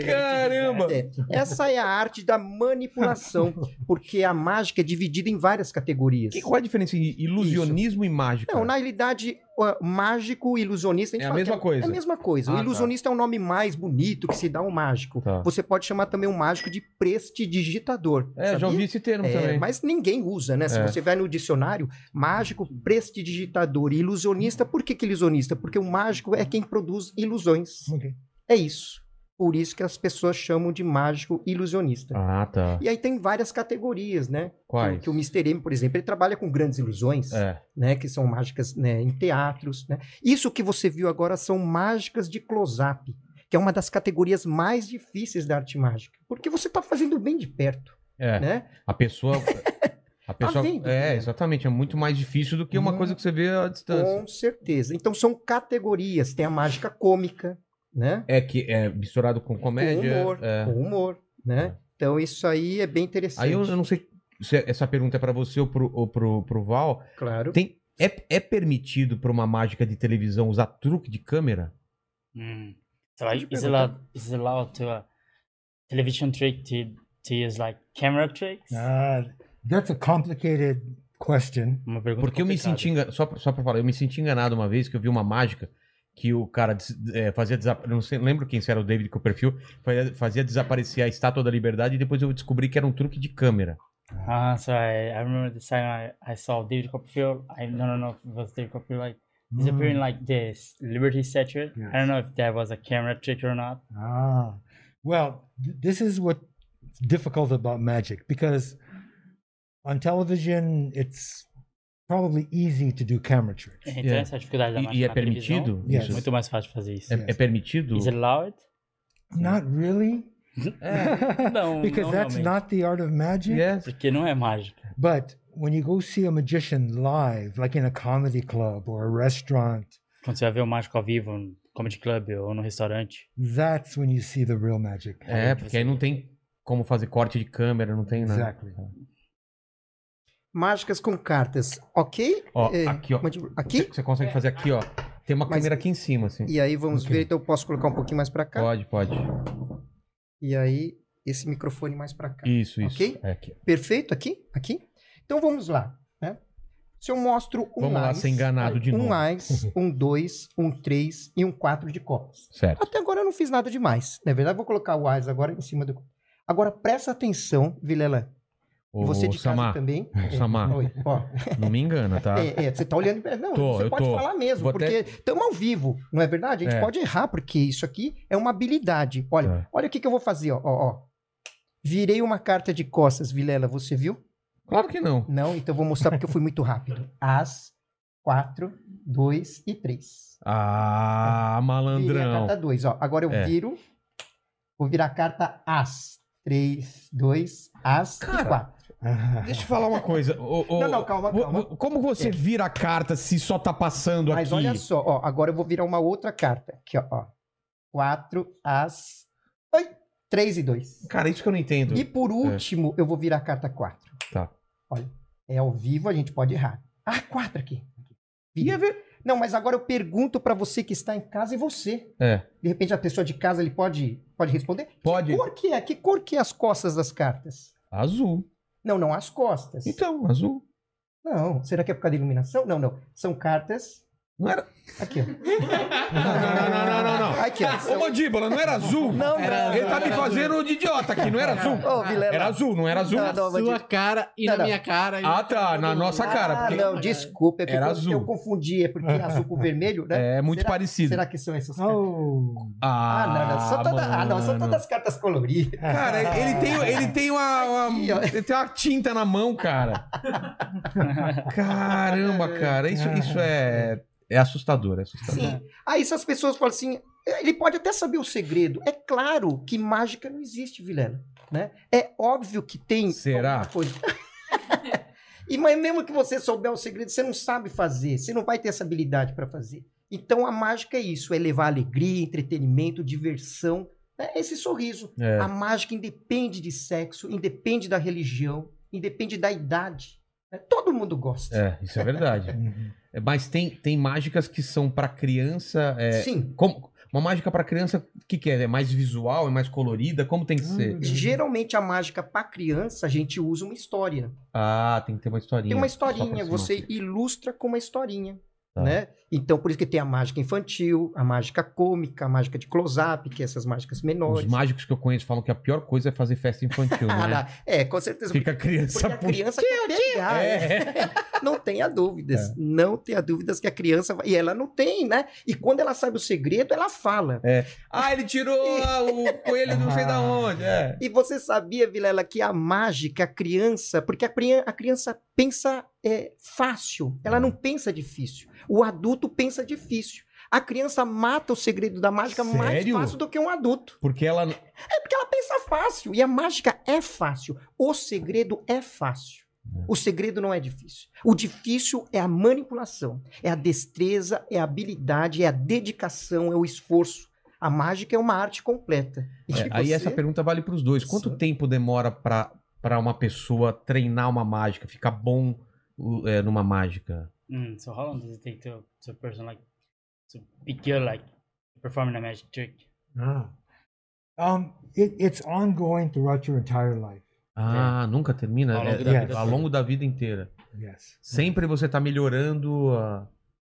Speaker 1: Caramba.
Speaker 5: É, essa é a arte da manipulação, porque a mágica é dividida em várias categorias.
Speaker 1: Que, qual é a diferença entre ilusionismo e mágica?
Speaker 5: Não, na realidade, o- mágico, ilusionista, a gente
Speaker 1: É a
Speaker 5: fala que
Speaker 1: mesma coisa.
Speaker 5: É a mesma coisa.
Speaker 1: Ah,
Speaker 5: o
Speaker 1: tá.
Speaker 5: ilusionista é um nome mais bonito que se dá ao mágico.
Speaker 1: Tá.
Speaker 5: Você pode chamar também um mágico de prestidigitador.
Speaker 1: É, já
Speaker 5: sabia?
Speaker 1: ouvi esse termo
Speaker 5: É,
Speaker 1: também.
Speaker 5: mas ninguém usa, né? Se
Speaker 1: É.
Speaker 5: você vai no dicionário, mágico, prestidigitador e ilusionista, por que, que ilusionista? Porque o mágico é quem produz ilusões.
Speaker 4: Ok.
Speaker 5: É isso. Por isso que as pessoas chamam de mágico ilusionista.
Speaker 1: Ah, tá.
Speaker 5: E aí tem várias categorias, né?
Speaker 1: Quais?
Speaker 5: Que, que o Mr. M, por exemplo, ele trabalha com grandes ilusões
Speaker 1: É.
Speaker 5: né, que são mágicas né, em teatros. Né? Isso que você viu agora são mágicas de close-up, que é uma das categorias mais difíceis da arte mágica, porque você está fazendo bem de perto,
Speaker 1: É.
Speaker 5: né?
Speaker 1: A pessoa. A pessoa.
Speaker 5: vendo,
Speaker 1: é,
Speaker 5: né?
Speaker 1: exatamente. É muito mais difícil do que uma
Speaker 4: Hum.
Speaker 1: coisa que você vê à distância.
Speaker 5: Com certeza. Então são categorias. Tem a mágica cômica, né?
Speaker 1: É que é misturado com comédia.
Speaker 5: com humor,
Speaker 1: é.
Speaker 5: com humor, né? Então isso aí é bem interessante.
Speaker 1: Aí eu, eu não sei se essa pergunta é pra você ou pro, ou pro, pro Val.
Speaker 5: Claro.
Speaker 1: Tem, é, é permitido pra uma mágica de televisão usar truque de câmera?
Speaker 3: (laughs) Mm. So like,
Speaker 4: you
Speaker 3: it's
Speaker 4: play with
Speaker 3: allowed. It's allowed to uh, television trick to to use like camera tricks.
Speaker 4: (laughs) Ah, that's a complicated question.
Speaker 3: Uma pergunta
Speaker 1: Porque eu me
Speaker 3: complicada.
Speaker 1: senti enganado, só, pra- só pra falar, eu me senti enganado uma vez que eu vi uma mágica que o cara des- eh, fazia desaparecer, não sei, lembro quem se era o David Copperfield, fazia, fazia desaparecer a Estátua da Liberdade e depois eu descobri que era um truque de câmera.
Speaker 3: Ah, so I, I remember the time I, I saw David Copperfield. I don't know if it was David Copperfield like
Speaker 4: Hmm. Mm.
Speaker 3: disappearing like this Liberty Statue. I don't know if that was a camera trick or not.
Speaker 4: Ah, well, th- this is what's difficult about magic because on television it's probably easy to do camera tricks.
Speaker 3: Então
Speaker 1: Yeah.
Speaker 3: essa é a dificuldade da
Speaker 1: E, e
Speaker 3: máquina
Speaker 1: é
Speaker 3: na televisão.
Speaker 1: permitido?
Speaker 4: Yes.
Speaker 3: É muito mais fácil fazer isso.
Speaker 1: É,
Speaker 4: Yes.
Speaker 1: é permitido?
Speaker 3: Is it allowed?
Speaker 4: Not really,
Speaker 1: É.
Speaker 3: Não,
Speaker 4: because
Speaker 3: não
Speaker 4: that's
Speaker 3: realmente.
Speaker 4: not the art of magic.
Speaker 1: Yes.
Speaker 3: Porque não é mágica.
Speaker 4: But when you go see a magician live, like in a comedy club or a restaurant,
Speaker 3: Quando você vai ver o mágico ao vivo no comedy club ou no restaurante.
Speaker 4: that's when you see the real magic.
Speaker 1: É, porque aí não tem como fazer corte de câmera, não tem nada.
Speaker 4: Exactly.
Speaker 5: Mágicas com cartas, ok?
Speaker 1: Ó,
Speaker 5: É,
Speaker 1: aqui, ó.
Speaker 5: mande- Aqui?
Speaker 1: Você consegue fazer aqui, ó. Tem uma
Speaker 5: Mas-
Speaker 1: câmera aqui em cima, assim.
Speaker 5: E aí vamos
Speaker 4: Ok.
Speaker 5: ver, então eu posso colocar um pouquinho mais pra cá.
Speaker 1: Pode, pode.
Speaker 5: E aí esse microfone mais pra cá.
Speaker 1: Isso, isso.
Speaker 5: Ok?
Speaker 1: É aqui.
Speaker 5: Perfeito? Aqui? Aqui? Então vamos lá. Né? Se eu mostro um
Speaker 1: Vamos lá
Speaker 5: ás,
Speaker 1: ser enganado de
Speaker 5: um
Speaker 1: novo. (laughs)
Speaker 5: ás, um dois, um três e um quatro de copas.
Speaker 1: Certo.
Speaker 5: Até agora eu não fiz nada demais. Na verdade, eu vou colocar o ás agora em cima do. Agora presta atenção, Vilela. E
Speaker 1: Ô,
Speaker 5: você de
Speaker 1: Samar,
Speaker 5: casa também.
Speaker 1: (laughs) Samar.
Speaker 5: Oi, ó.
Speaker 1: não me engana, tá?
Speaker 5: (laughs) É, é, você tá olhando. pra- Não,
Speaker 1: Tô,
Speaker 5: você
Speaker 1: eu
Speaker 5: pode
Speaker 1: tô.
Speaker 5: falar mesmo,
Speaker 1: Vou
Speaker 5: porque estamos ao vivo, não é verdade? A gente
Speaker 1: É.
Speaker 5: pode errar, porque isso aqui é uma habilidade. Olha,
Speaker 1: Tá.
Speaker 5: olha o que, que eu vou fazer, ó, ó, ó. Virei uma carta de costas, Vilela, você viu?
Speaker 1: Claro que não.
Speaker 5: Não, então eu vou mostrar porque eu fui muito
Speaker 1: (laughs)
Speaker 5: rápido. As, quatro, dois e três.
Speaker 1: Ah,
Speaker 5: Virei a
Speaker 1: malandrão.
Speaker 5: carta dois, ó. Agora eu
Speaker 1: É.
Speaker 5: viro, vou virar a carta as. Três, dois, as e
Speaker 1: Cara,
Speaker 5: quatro.
Speaker 1: Deixa eu falar uma coisa. ô, ô,
Speaker 5: tá- Não, não, calma,
Speaker 1: vo-
Speaker 5: calma. É.
Speaker 1: vo- Como você vira a carta se só tá passando aqui?
Speaker 5: Mas olha só, ó, agora eu vou virar uma outra carta. Aqui, ó. ó. Quatro, as. Oi! Três e dois.
Speaker 1: Cara, isso que eu não entendo.
Speaker 5: E por último, eu vou virar a carta quatro.
Speaker 1: É. Tá.
Speaker 5: Olha, é ao vivo, a gente pode errar. Ah, quatro aqui.
Speaker 1: Ia é ver.
Speaker 5: Não, mas agora eu pergunto pra você que está em casa e você.
Speaker 1: É.
Speaker 5: De repente a pessoa de casa ele pode, pode responder?
Speaker 1: Pode.
Speaker 5: Que cor que é? Que cor que é as costas das cartas?
Speaker 1: Azul.
Speaker 5: Não, não, as costas.
Speaker 1: Então, azul.
Speaker 5: Não, será que é por causa da iluminação? Não, não. São cartas.
Speaker 1: Não era.
Speaker 5: Aqui, ó.
Speaker 1: Não, não, não, não, não, não. não.
Speaker 5: Aqui, ó.
Speaker 1: Ô,
Speaker 5: São-
Speaker 1: mandíbula, não era azul?
Speaker 5: Não,
Speaker 2: Era-
Speaker 1: Ele tá me fazendo de idiota aqui, não era azul?
Speaker 5: Ô, Vilela.
Speaker 1: Era azul, não era azul?
Speaker 5: Não, não,
Speaker 2: Sua cara e
Speaker 5: Não,
Speaker 2: na
Speaker 5: não.
Speaker 2: minha cara. e
Speaker 1: Ah, tá, na
Speaker 2: todo
Speaker 1: nossa
Speaker 2: mundo.
Speaker 1: cara,
Speaker 5: Ah,
Speaker 1: porque-
Speaker 5: não, desculpa, é porque
Speaker 1: Era
Speaker 5: eu,
Speaker 1: azul.
Speaker 5: eu confundi, é porque é azul com vermelho, né?
Speaker 1: É muito
Speaker 5: Será-
Speaker 1: parecido.
Speaker 5: Será que são essas
Speaker 4: (laughs)
Speaker 5: cartas?
Speaker 4: Oh,
Speaker 1: Ah,
Speaker 5: Ah, não, não, são toda- ah, não, são
Speaker 1: mano.
Speaker 5: todas as cartas coloridas.
Speaker 1: Cara, ele
Speaker 4: (laughs)
Speaker 1: tem, ele tem uma, uma-
Speaker 5: Aqui, ó.
Speaker 1: ele tem uma tinta na mão, cara. Caramba, cara, isso, isso é, é assustador, é assustador.
Speaker 5: Sim. Aí se as pessoas falam assim, ele pode até saber o segredo. É claro que mágica não existe, Vilela. Né? É óbvio que tem
Speaker 1: Será?
Speaker 5: alguma coisa. (laughs) e, mas mesmo que você souber o segredo, você não sabe fazer, você não vai ter essa habilidade para fazer. Então a mágica é isso, é levar alegria, entretenimento, diversão, né? esse sorriso.
Speaker 1: É.
Speaker 5: A mágica independe de sexo, independe da religião, independe da idade. né? Todo mundo gosta.
Speaker 1: É, isso é verdade.
Speaker 4: Mm-hmm.
Speaker 1: É, Mas tem, tem mágicas que são pra criança. é,
Speaker 5: Sim.
Speaker 1: como, uma mágica pra criança, o que, que é? É mais visual, é mais colorida? Como tem que ser?
Speaker 5: Geralmente a mágica para criança a gente usa uma história.
Speaker 1: Ah, tem que ter uma historinha.
Speaker 5: Tem uma
Speaker 1: Só pra
Speaker 5: historinha,
Speaker 1: cima. assim.
Speaker 5: você ilustra com uma historinha,
Speaker 1: Tá.
Speaker 5: né? Então por isso que tem a mágica infantil, a mágica cômica, a mágica de close-up, que é essas mágicas
Speaker 1: Os
Speaker 5: menores.
Speaker 1: mágicos que eu conheço falam que a pior coisa é fazer festa infantil,
Speaker 5: (laughs) Ah,
Speaker 1: né?
Speaker 5: lá. É, com certeza.
Speaker 1: Fica a
Speaker 5: Porque
Speaker 1: criança
Speaker 5: a
Speaker 1: puxa-
Speaker 5: criança quer pegar, né?
Speaker 1: É.
Speaker 5: não tenha dúvidas, não tenha dúvidas que a criança vai... e ela não tem, né? E quando ela sabe o segredo, ela fala.
Speaker 1: Ah, ele
Speaker 5: (laughs)
Speaker 1: tirou ah, o coelho não sei da onde. É.
Speaker 5: E você sabia, Vilela, que a mágica, a criança, porque a, cri- a criança pensa é, fácil, ela não pensa difícil. O adulto pensa difícil. A criança mata o segredo da mágica mais
Speaker 1: Sério?
Speaker 5: fácil do que um adulto.
Speaker 1: Porque ela.
Speaker 5: É porque ela pensa fácil. E a mágica é fácil. O segredo é fácil. O segredo não é difícil. O difícil é a manipulação, é a destreza, é a habilidade, é a dedicação, é o esforço. A mágica é uma arte completa. E
Speaker 1: É, aí
Speaker 5: você-
Speaker 1: essa pergunta vale pros dois. Quanto
Speaker 5: Sim.
Speaker 1: tempo demora pra, pra uma pessoa treinar uma mágica, ficar bom uh, é, numa mágica?
Speaker 3: Hum, Mm, so how long does it take to to a person like to begin like performing a magic trick.
Speaker 4: Ah. Um, it, it's ongoing throughout your entire life.
Speaker 5: É.
Speaker 1: Ah, nunca termina.
Speaker 3: Ao
Speaker 1: né?
Speaker 3: longo
Speaker 4: da vida
Speaker 1: Ao
Speaker 3: toda.
Speaker 1: longo da vida inteira.
Speaker 4: Yes.
Speaker 1: Sempre você tá melhorando a.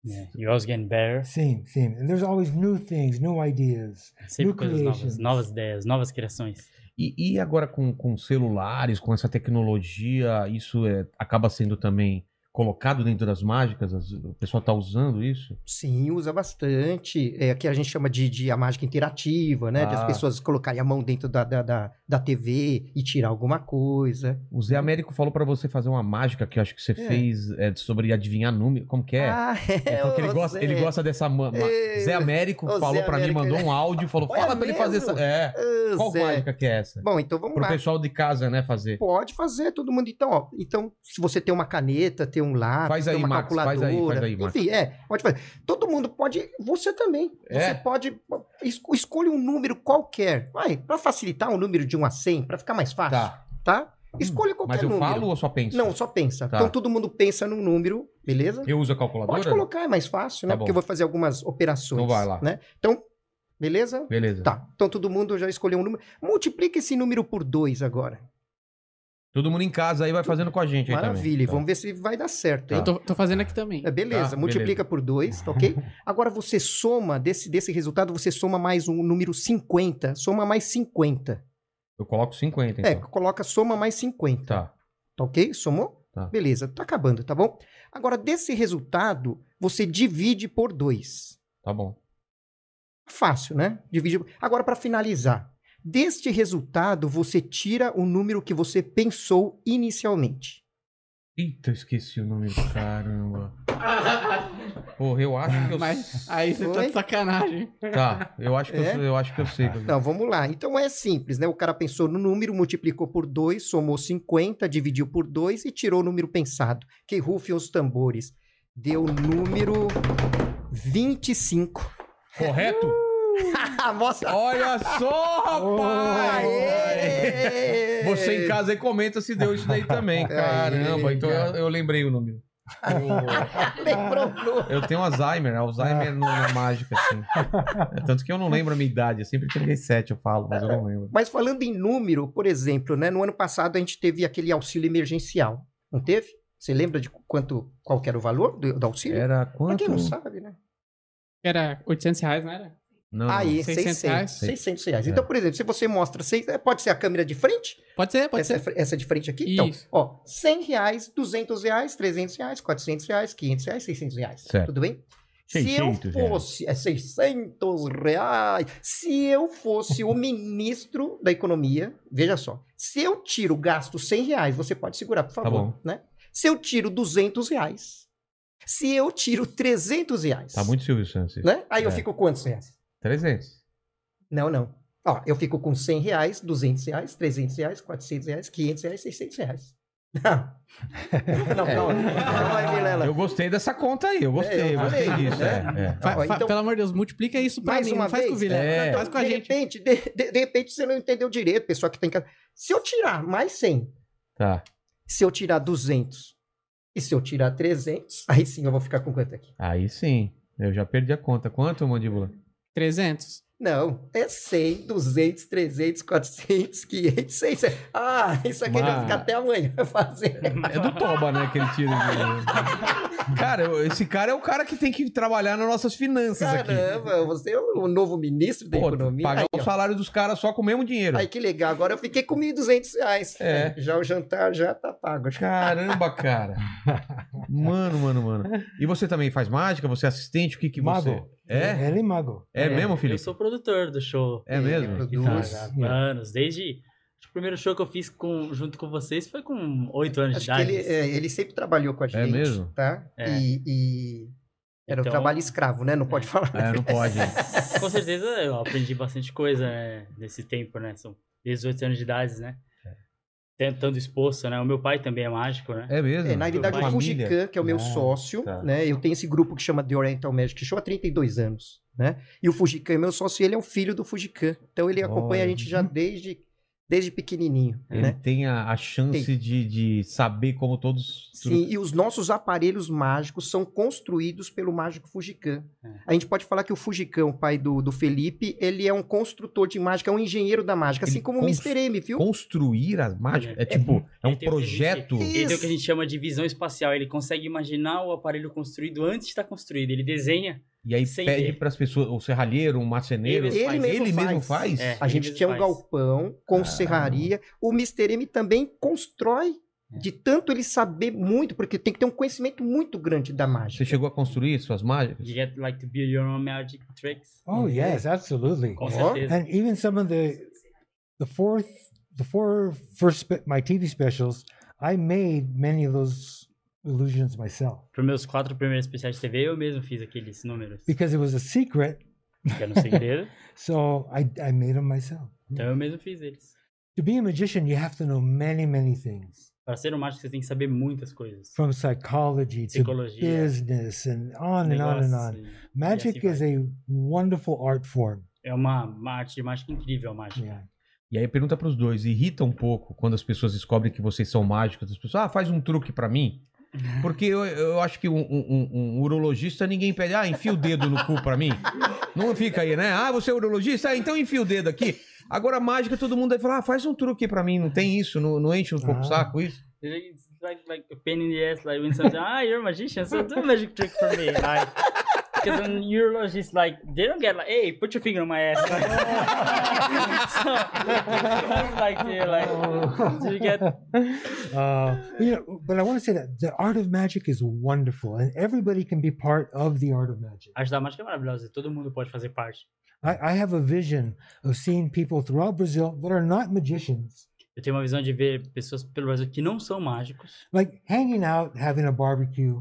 Speaker 3: Yeah, you're always getting better.
Speaker 4: Same, same. And there's always new things, new ideas.
Speaker 3: Sempre
Speaker 4: New
Speaker 3: coisas novas,
Speaker 4: creations.
Speaker 3: novas ideias, novas criações.
Speaker 1: E, e agora com, com celulares, com essa tecnologia, isso é, acaba sendo também colocado dentro das mágicas? As- o pessoal tá usando isso?
Speaker 5: Sim, usa bastante. É que a gente chama de, de a mágica interativa, né? De as
Speaker 1: Ah.
Speaker 5: pessoas colocarem a mão dentro da, da, da, da TV e tirar alguma coisa.
Speaker 1: O Zé Américo falou pra você fazer uma mágica que eu acho que você
Speaker 5: É.
Speaker 1: fez é, sobre adivinhar número. Como que é?
Speaker 5: Ah, (laughs)
Speaker 1: É porque ele
Speaker 5: ô,
Speaker 1: gosta,
Speaker 5: Zé.
Speaker 1: ele gosta dessa. ma- ma-
Speaker 5: Ei,
Speaker 1: Zé Américo
Speaker 5: ô, Zé
Speaker 1: falou pra mim,
Speaker 5: Américo. né?
Speaker 1: mandou um áudio, falou:
Speaker 5: Olha
Speaker 1: fala pra ele fazer
Speaker 5: mesmo?
Speaker 1: essa. É.
Speaker 5: Ô,
Speaker 1: Qual
Speaker 5: Zé.
Speaker 1: mágica que é essa?
Speaker 5: Bom, então vamos
Speaker 1: Pro
Speaker 5: lá.
Speaker 1: pessoal de casa, né, fazer.
Speaker 5: Pode fazer, todo mundo. Então, ó, então, se você tem uma caneta, tem um lápis,
Speaker 1: Faz
Speaker 5: tem
Speaker 1: aí,
Speaker 5: uma
Speaker 1: Max, faz aí, faz
Speaker 5: calculadora,
Speaker 1: aí, Max.
Speaker 5: enfim, é, pode fazer. Todo mundo pode, você também.
Speaker 1: É?
Speaker 5: Você pode es- escolhe um número qualquer. Vai, para facilitar um número de 1 a 100, para ficar mais fácil, tá?
Speaker 1: Tá.
Speaker 5: Escolhe qualquer
Speaker 1: Mas eu
Speaker 5: número.
Speaker 1: falo ou só penso?
Speaker 5: Não, só pensa.
Speaker 1: Tá.
Speaker 5: Então todo mundo pensa num número, beleza?
Speaker 1: Eu uso a
Speaker 5: Pode
Speaker 1: calculadora?
Speaker 5: colocar, é mais fácil, né?
Speaker 1: Tá bom.
Speaker 5: Porque eu vou fazer algumas operações.
Speaker 1: Então vai lá.
Speaker 5: Né? Então, beleza?
Speaker 1: Beleza.
Speaker 5: Tá. Então todo mundo já escolheu um número. Multiplica esse número por dois agora.
Speaker 1: Todo mundo em casa aí vai fazendo com a gente aí
Speaker 5: Maravilha.
Speaker 1: também. Tá.
Speaker 5: Vamos ver se vai dar certo. hein?
Speaker 2: Eu tô, tô fazendo aqui também.
Speaker 5: É, beleza,
Speaker 1: Tá,
Speaker 5: multiplica por dois, tá
Speaker 1: (laughs)
Speaker 5: ok? Agora você soma, desse, desse resultado, você soma mais um número 50. Soma mais 50.
Speaker 1: Eu coloco 50,
Speaker 5: É,
Speaker 1: então.
Speaker 5: coloca soma mais 50.
Speaker 1: Tá.
Speaker 5: Tá ok? Somou?
Speaker 1: Tá.
Speaker 5: Beleza, tá acabando, tá bom? Agora, desse resultado, você divide por 2.
Speaker 1: Tá bom.
Speaker 5: Fácil, né? Divide. Agora, para finalizar, deste resultado, você tira o número que você pensou inicialmente.
Speaker 1: Eita, eu esqueci o nome do caramba. Porra, eu acho que eu.
Speaker 2: Mas aí você tá
Speaker 5: Oi?
Speaker 2: de sacanagem.
Speaker 1: Tá, eu acho que eu,
Speaker 5: É?
Speaker 1: eu acho que eu sei.
Speaker 5: Então, vamos lá. Então é simples, né? O cara pensou no número, multiplicou por 2, somou 50, dividiu por 2 e tirou o número pensado. Que rufem os tambores. Deu o número 25.
Speaker 1: Correto?
Speaker 5: Mostra.
Speaker 1: Olha só, rapaz!
Speaker 5: Aê!
Speaker 1: Você em casa aí comenta se deu isso daí também. Caramba,
Speaker 5: Aê,
Speaker 1: então eu, eu lembrei o número.
Speaker 5: Lembrou, Bruno?
Speaker 1: Eu tenho Alzheimer, né? Alzheimer no- na mágica, assim. É, Tanto que eu não lembro a minha idade, eu sempre 37 eu falo, mas eu não lembro.
Speaker 5: Mas falando em número, por exemplo, né, no ano passado a gente teve aquele auxílio emergencial, não teve? Você lembra de quanto, qual que era o valor do, do auxílio?
Speaker 1: Era
Speaker 5: Pra
Speaker 1: quanto?
Speaker 5: quem não sabe, né?
Speaker 2: Era 800 reais, não era?
Speaker 1: Não, não. É.
Speaker 2: 600
Speaker 5: Aí, 600
Speaker 2: reais.
Speaker 5: reais. 600 reais. Então, por exemplo, se você mostra, seis, é, pode ser a câmera de frente,
Speaker 2: Pode ser, pode
Speaker 5: essa, é
Speaker 2: ser.
Speaker 5: fr- essa de frente aqui,
Speaker 2: Isso.
Speaker 5: então, ó, 100 reais, 200 reais, 300 reais, 400 reais, 500 reais, 600 reais,
Speaker 1: Certo.
Speaker 5: tudo bem? se
Speaker 6: 600
Speaker 5: eu
Speaker 6: reais.
Speaker 5: fosse, é 600 reais, se eu fosse o (laughs) ministro da economia, veja só, se eu tiro, gasto 100 reais, você pode segurar, por
Speaker 1: Tá
Speaker 5: favor,
Speaker 1: bom.
Speaker 5: né? Se eu tiro 200 reais, se eu tiro 300 reais,
Speaker 1: Tá muito Silvio Santos. isso.
Speaker 5: né? Aí eu
Speaker 1: É.
Speaker 5: fico com quantos reais?
Speaker 1: 300.
Speaker 5: Não, não. Ó, eu fico com 100 reais, 200 reais, 300 reais, 400 reais, 500 reais,
Speaker 2: (laughs)
Speaker 5: 600 reais. Não. Não,
Speaker 2: É.
Speaker 5: calma. Não, vai, Vilela.
Speaker 1: Eu gostei dessa conta aí, eu gostei,
Speaker 5: É, eu
Speaker 1: eu gostei
Speaker 5: falei,
Speaker 1: disso.
Speaker 5: né?
Speaker 1: é, é.
Speaker 2: Fa-
Speaker 5: Ó,
Speaker 2: fa-
Speaker 5: então-
Speaker 2: pelo amor de Deus, multiplica isso pra
Speaker 5: Mais
Speaker 2: mim.
Speaker 5: uma
Speaker 2: Não faz
Speaker 5: vez?
Speaker 2: com o Vilela.
Speaker 1: É.
Speaker 2: Faz com a
Speaker 5: de
Speaker 2: gente.
Speaker 5: Repente, de, de- de repente você não entendeu direito, pessoal que tá em casa. Se eu tirar mais 100,
Speaker 1: Tá.
Speaker 5: se eu tirar 200 e se eu tirar 300, aí sim eu vou ficar com quanto aqui?
Speaker 1: Aí sim. Eu já perdi a conta. Quanto, mandíbula?
Speaker 2: 300.
Speaker 5: Não, é 100, 200, 300, 400, 500, 600. Ah, isso aqui
Speaker 1: Mas-
Speaker 5: vai ficar até amanhã (laughs) fazendo.
Speaker 1: É do Toba, né? Que ele tira. cara, eu- esse cara é o cara que tem que trabalhar nas nossas finanças aqui.
Speaker 5: Caramba, você é o novo ministro da
Speaker 1: Pô,
Speaker 5: economia.
Speaker 1: pagar
Speaker 5: Aí,
Speaker 1: o
Speaker 5: ó.
Speaker 1: salário dos caras só com o mesmo dinheiro.
Speaker 5: Aí que legal, agora eu fiquei com 1.200 reais.
Speaker 1: É.
Speaker 5: Já o jantar já tá pago.
Speaker 1: Caramba, cara. Mano, mano, mano. E você também faz mágica? Você é assistente? O que que você...
Speaker 4: Mago. Eh?
Speaker 1: É?
Speaker 4: Ele mago.
Speaker 1: É, mesmo,
Speaker 3: Eu
Speaker 1: Felipe?
Speaker 3: sou produtor do show.
Speaker 1: É mesmo?
Speaker 3: Que tá
Speaker 5: Produz.
Speaker 3: já há anos, desde... acho que O primeiro show que eu fiz com, junto com vocês foi com 8 anos
Speaker 5: Acho
Speaker 3: de
Speaker 5: que
Speaker 3: idade.
Speaker 5: ele, é, ele sempre trabalhou com a gente,
Speaker 1: mesmo?
Speaker 5: tá?
Speaker 3: É.
Speaker 5: E, e era
Speaker 3: Então-
Speaker 5: um trabalho escravo, né? Não pode falar.
Speaker 1: É, não pode.
Speaker 3: (laughs) Com certeza eu aprendi bastante coisa né, nesse tempo, né? São 18 anos de idade, né?
Speaker 1: É.
Speaker 3: Tentando exposto, né? O meu pai também é mágico, né?
Speaker 1: É mesmo?
Speaker 5: É, na realidade, o
Speaker 1: Família.
Speaker 5: Fujikan, que é o meu
Speaker 1: Ah,
Speaker 5: sócio,
Speaker 1: tá.
Speaker 5: né? Eu tenho esse grupo que chama The Oriental Magic Show há 32 anos, né? E o Fujikan é meu sócio e ele é um filho do Fujikan. Então ele acompanha a gente já desde desde pequenininho,
Speaker 1: Ele
Speaker 5: né?
Speaker 1: tem a, a chance
Speaker 5: Tem.
Speaker 1: de, de saber como todos.
Speaker 5: Sim, e os nossos aparelhos mágicos são construídos pelo mágico Fujikan.
Speaker 3: É.
Speaker 5: A gente pode falar que o Fujikan, o pai do, do Felipe, ele é um construtor de mágica, é um engenheiro da mágica,
Speaker 1: Ele
Speaker 5: assim como o
Speaker 1: cons-
Speaker 5: Mr. M, viu?
Speaker 1: Construir as mágicas. É, tipo, é um
Speaker 3: Ele tem o que a gente-
Speaker 1: projeto.
Speaker 5: Isso.
Speaker 3: Ele tem o que a gente chama de visão espacial. Ele consegue imaginar o aparelho construído antes de estar construído. Ele desenha.
Speaker 1: E aí
Speaker 3: Sem
Speaker 1: pede
Speaker 3: ver.
Speaker 1: para as pessoas, o serralheiro, o marceneiro.
Speaker 3: Ele
Speaker 5: faz.
Speaker 1: Ele mesmo faz?
Speaker 3: É.
Speaker 5: A gente
Speaker 3: Ele
Speaker 5: tinha um
Speaker 3: faz.
Speaker 5: galpão com
Speaker 1: Ah.
Speaker 5: serraria. O Mr. M também constrói,
Speaker 1: É.
Speaker 5: de tanto ele saber muito, porque tem que ter um conhecimento muito grande da
Speaker 1: Você
Speaker 5: mágica.
Speaker 1: chegou a construir suas mágicas?
Speaker 3: You get like to build your own magic tricks.
Speaker 4: Oh yes, absolutely.
Speaker 3: Com
Speaker 5: Ó.
Speaker 3: certeza.
Speaker 4: And even some of
Speaker 5: É,
Speaker 4: the the fourth the four first spe- my TV specials, I made many of those illusions myself
Speaker 3: Para meus quatro primeiros especiais de TV, eu mesmo fiz aqueles números.
Speaker 4: because it was a secret.
Speaker 3: Que era um
Speaker 4: (laughs)
Speaker 3: segredo.
Speaker 4: So I I made them myself.
Speaker 3: então eu mesmo fiz eles.
Speaker 4: To be a magician, you have to know many many things
Speaker 3: Para ser um mágico, você tem que saber muitas coisas.
Speaker 4: from psychology to
Speaker 3: Psicologia.
Speaker 4: business and on and on and on.
Speaker 3: Negócios Um assim. e-
Speaker 4: Magic
Speaker 3: yes,
Speaker 4: is a wonderful art form.
Speaker 3: É uma, uma arte mágica incrível, a mágica.
Speaker 4: Yeah.
Speaker 1: E aí pergunta pros dois, irrita um pouco quando as pessoas descobrem que vocês são mágicos, as pessoas, ah, faz um truque pra
Speaker 3: (laughs)
Speaker 1: mim. Porque eu, eu acho que um, um- um- um urologista ninguém pede, ah, enfia o dedo no cu pra mim. Não fica aí, né? Ah, você é urologista? Ah, então enfia o dedo aqui. Agora, mágica, todo mundo vai falar, ah, faz um truque pra mim, não tem isso, não, não enche um pouco o
Speaker 4: Ah.
Speaker 1: saco isso.
Speaker 3: It's like like a pain in the ass. Like when someone ah, you're a magician, so do a magic trick for me. Like because then urologists like they don't get like, hey, put your finger on my ass. Like, (laughs) so it's like they're
Speaker 4: (laughs)
Speaker 3: like, do you get
Speaker 4: uh, you know, but I want to say that the art of magic is wonderful, and everybody can be part of the art of magic.
Speaker 3: A arte da mágica é maravilhosa, e todo mundo pode fazer parte.
Speaker 4: I, I have a vision of seeing people throughout Brazil that are not magicians,
Speaker 3: Eu tenho uma visão de ver pessoas pelo Brasil que não são mágicos
Speaker 4: like hanging out, having a barbecue,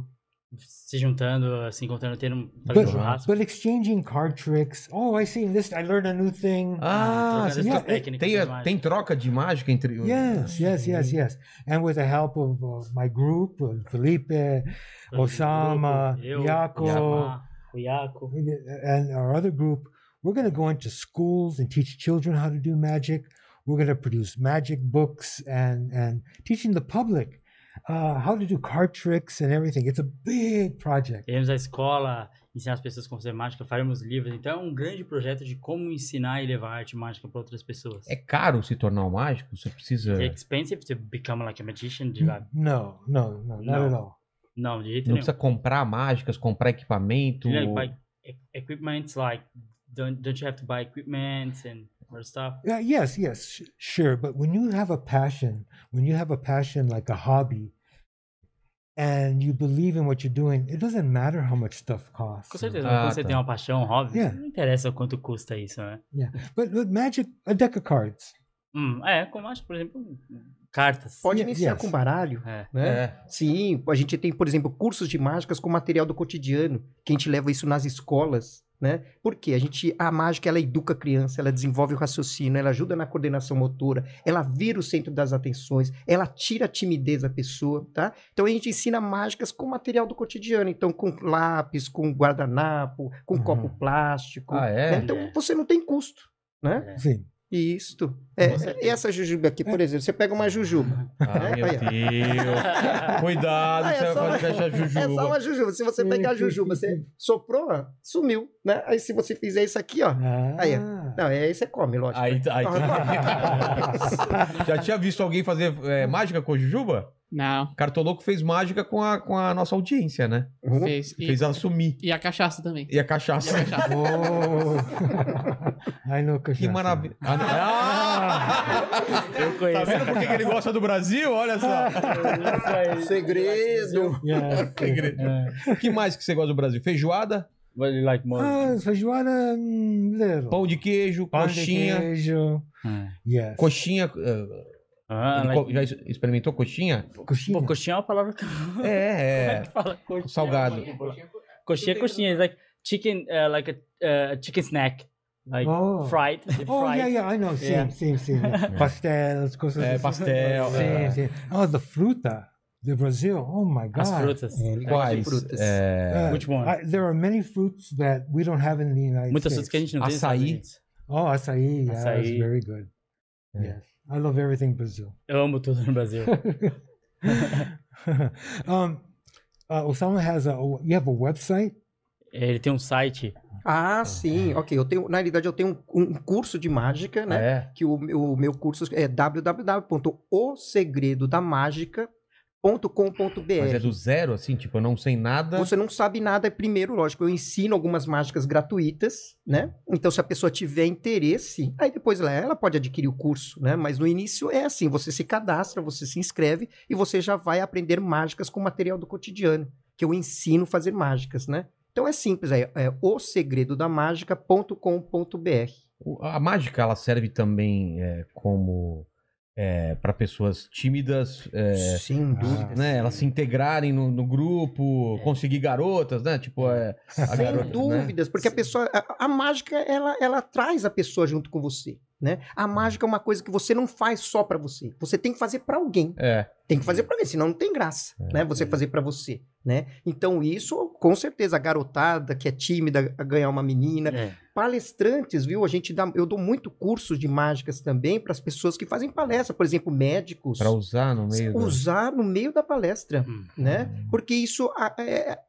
Speaker 3: se juntando, se encontrando, tendo, fazendo
Speaker 1: é.
Speaker 4: but,
Speaker 3: churrasco.
Speaker 4: but exchanging card tricks. Oh, I seen this. I learned a new thing.
Speaker 1: Ah,
Speaker 3: trocando
Speaker 1: você
Speaker 4: essas
Speaker 1: tá-
Speaker 3: técnicas
Speaker 1: tem,
Speaker 3: de
Speaker 1: a-
Speaker 3: mágica.
Speaker 1: tem troca de mágica entre...
Speaker 4: Yes, yes, yes, yes. And with the help of uh, my group, uh, Felipe, Osama,
Speaker 3: eu,
Speaker 4: Iaco.
Speaker 3: Osama, o Iaco.
Speaker 4: and our other group, we're going to go into schools and teach children how to do magic. We're going to produce magic books and and teaching the public uh, how to do card tricks and everything. It's a big project.
Speaker 3: Iremos à escola ensinar as pessoas como fazer mágica, faremos livros. Então é um grande projeto de como ensinar e levar arte mágica para outras pessoas.
Speaker 1: É caro se tornar um mágico? Você precisa...
Speaker 3: É expensive to become like a magician? De lá.
Speaker 4: No, no, no, not at
Speaker 3: No.
Speaker 4: all.
Speaker 3: Não, de jeito
Speaker 1: Hum. Não
Speaker 3: nenhum.
Speaker 1: precisa comprar mágicas, comprar equipamento...
Speaker 3: Like, buy e- equipments like don't don't you have to buy equipments and other stuff?
Speaker 4: Yeah, yes, yes, sh- sure. But when you have a passion, when you have a passion like a hobby, and you believe in what you're doing, it doesn't matter how much stuff costs.
Speaker 3: Com certeza,
Speaker 1: Ah,
Speaker 3: quando você
Speaker 1: tá.
Speaker 3: tem uma paixão, um hobby,
Speaker 4: Yeah.
Speaker 3: não interessa quanto custa isso, né?
Speaker 4: But with magic, a deck of cards.
Speaker 3: Hum, é, como acho, por exemplo, hum, cartas.
Speaker 5: Pode
Speaker 1: assim,
Speaker 4: Yes,
Speaker 5: iniciar
Speaker 4: yes.
Speaker 5: com baralho,
Speaker 4: (laughs)
Speaker 3: É.
Speaker 5: né? Sim, a gente tem, por exemplo, cursos de mágicas com material do cotidiano, que a gente leva isso nas escolas, né? Porque a gente a mágica ela educa a criança, ela desenvolve o raciocínio, ela ajuda na coordenação motora, ela vira o centro das atenções, ela tira a timidez da pessoa, tá? Então a gente ensina mágicas com material do cotidiano, então com lápis, com guardanapo, com
Speaker 4: Uhum.
Speaker 5: copo plástico.
Speaker 1: Ah, é?
Speaker 5: né? Então você não tem custo, né?
Speaker 3: É.
Speaker 4: Sim.
Speaker 5: Isto. É,
Speaker 3: Com certeza.
Speaker 5: e essa jujuba aqui, por exemplo, você pega uma jujuba.
Speaker 1: Ah, meu
Speaker 5: Aí, ó.
Speaker 1: Deus. Cuidado,
Speaker 5: Ah,
Speaker 1: que
Speaker 5: é
Speaker 1: você
Speaker 5: só
Speaker 1: vai
Speaker 5: uma-
Speaker 1: fechar
Speaker 5: É só
Speaker 1: jujuba.
Speaker 5: uma jujuba. Se
Speaker 4: (laughs)
Speaker 5: você pegar a jujuba, você soprou, ó, sumiu, né? Aí se você fizer isso aqui, ó. Aí, ó.
Speaker 4: Ah.
Speaker 5: Não, é, aí você come, lógico. né?
Speaker 1: Aí, aí,
Speaker 5: Ah.
Speaker 1: já tinha visto alguém fazer é, mágica com jujuba?
Speaker 2: Não,
Speaker 1: Cartoloco fez mágica com a, com a nossa audiência, né?
Speaker 5: Uhum.
Speaker 2: fez. E,
Speaker 1: Fez ela sumir.
Speaker 2: e a cachaça também.
Speaker 1: E a cachaça.
Speaker 4: Oh, (laughs) I know
Speaker 1: Que
Speaker 4: cachaça.
Speaker 1: maravilha. Ah, não. Ah!
Speaker 3: Eu
Speaker 1: Tá
Speaker 3: conheço.
Speaker 1: vendo por que que ele gosta do Brasil? Olha
Speaker 3: Ah!
Speaker 1: só.
Speaker 3: (laughs) Isso aí.
Speaker 5: Segredo.
Speaker 4: Yeah.
Speaker 1: O que mais que você gosta do Brasil? Feijoada,
Speaker 3: What do you like more?
Speaker 4: Ah, feijoada hum, little.
Speaker 1: pão de queijo,
Speaker 4: Pão de
Speaker 1: coxinha.
Speaker 4: queijo. Yes.
Speaker 1: Coxinha. eh,
Speaker 3: É. Ah,
Speaker 1: ele co-
Speaker 3: like...
Speaker 1: Já es- experimentou coxinha?
Speaker 4: Coxinha.
Speaker 3: Pô, coxinha é uma palavra
Speaker 1: É,
Speaker 3: que Como
Speaker 1: é.
Speaker 3: é que fala coxinha?
Speaker 1: Salgado.
Speaker 3: Coxinha é coxinha. It's like chicken, uh, like a uh, chicken snack. Like
Speaker 4: Oh.
Speaker 3: fried. fried.
Speaker 4: Oh, yeah, yeah, I know. Sim,
Speaker 3: (laughs) Yeah.
Speaker 4: sim, sim. Pastels, coisas
Speaker 1: É,
Speaker 4: assim. (laughs)
Speaker 1: pastel,
Speaker 4: Sim,
Speaker 1: é.
Speaker 4: sim. Oh, the fruta do Brazil. Oh, my God.
Speaker 3: As frutas. é tipo
Speaker 1: Quais?
Speaker 5: frutas.
Speaker 1: É,
Speaker 4: Yeah.
Speaker 3: Which one?
Speaker 4: I- there are many fruits that we don't have in the United
Speaker 3: Muitas frutas
Speaker 4: States.
Speaker 3: que a gente não tem. nos
Speaker 1: Açaí.
Speaker 3: Estados Unidos.
Speaker 4: Oh, açaí. Yeah, that's
Speaker 3: Açaí.
Speaker 4: very good. Yes. I love everything Brazil.
Speaker 3: Eu amo tudo no
Speaker 4: (laughs)
Speaker 3: Brasil.
Speaker 4: um, uh, Osama has a. You have a website.
Speaker 3: Ele tem um site.
Speaker 5: Ah, sim. Ok, eu tenho, na realidade eu tenho um, um curso de mágica, né?
Speaker 3: É.
Speaker 5: Que o, o meu curso é
Speaker 1: Mas é
Speaker 5: www.osegredodamagica.com.br.
Speaker 1: do zero, assim, tipo, eu não sei nada.
Speaker 5: Você não sabe nada é primeiro, lógico. Eu ensino algumas mágicas gratuitas, né? Então, se a pessoa tiver interesse, aí depois ela, ela pode adquirir o curso, né? Mas no início é assim: você se cadastra, você se inscreve e você já vai aprender mágicas com material do cotidiano, que eu ensino a fazer mágicas, né? Então é simples, é, é o segredo da mágica.com.br.
Speaker 1: O- A mágica, ela serve também é, como. É, para pessoas tímidas, é,
Speaker 5: Sem dúvida.
Speaker 1: né? Elas se integrarem no, no grupo, conseguir garotas, né? Tipo, é, a
Speaker 5: Sem
Speaker 1: garota, né?
Speaker 5: dúvidas, porque a pessoa, a, a mágica, ela, ela traz a pessoa junto com você, né? A mágica é uma coisa que você não faz só pra você, você tem que fazer pra alguém.
Speaker 1: é.
Speaker 5: Tem que fazer pra alguém, senão não tem graça,
Speaker 1: É.
Speaker 5: né? Você fazer pra você, né? Então isso, com certeza, a garotada que é tímida a ganhar uma menina,
Speaker 3: É.
Speaker 5: palestrantes, viu? A gente dá, eu dou muito cursos de mágicas também para as pessoas que fazem palestra, por exemplo, médicos.
Speaker 1: Pra usar no meio do... É
Speaker 5: usar no meio da palestra
Speaker 3: Hum.
Speaker 5: né?
Speaker 1: Uhum.
Speaker 5: Porque isso a- é-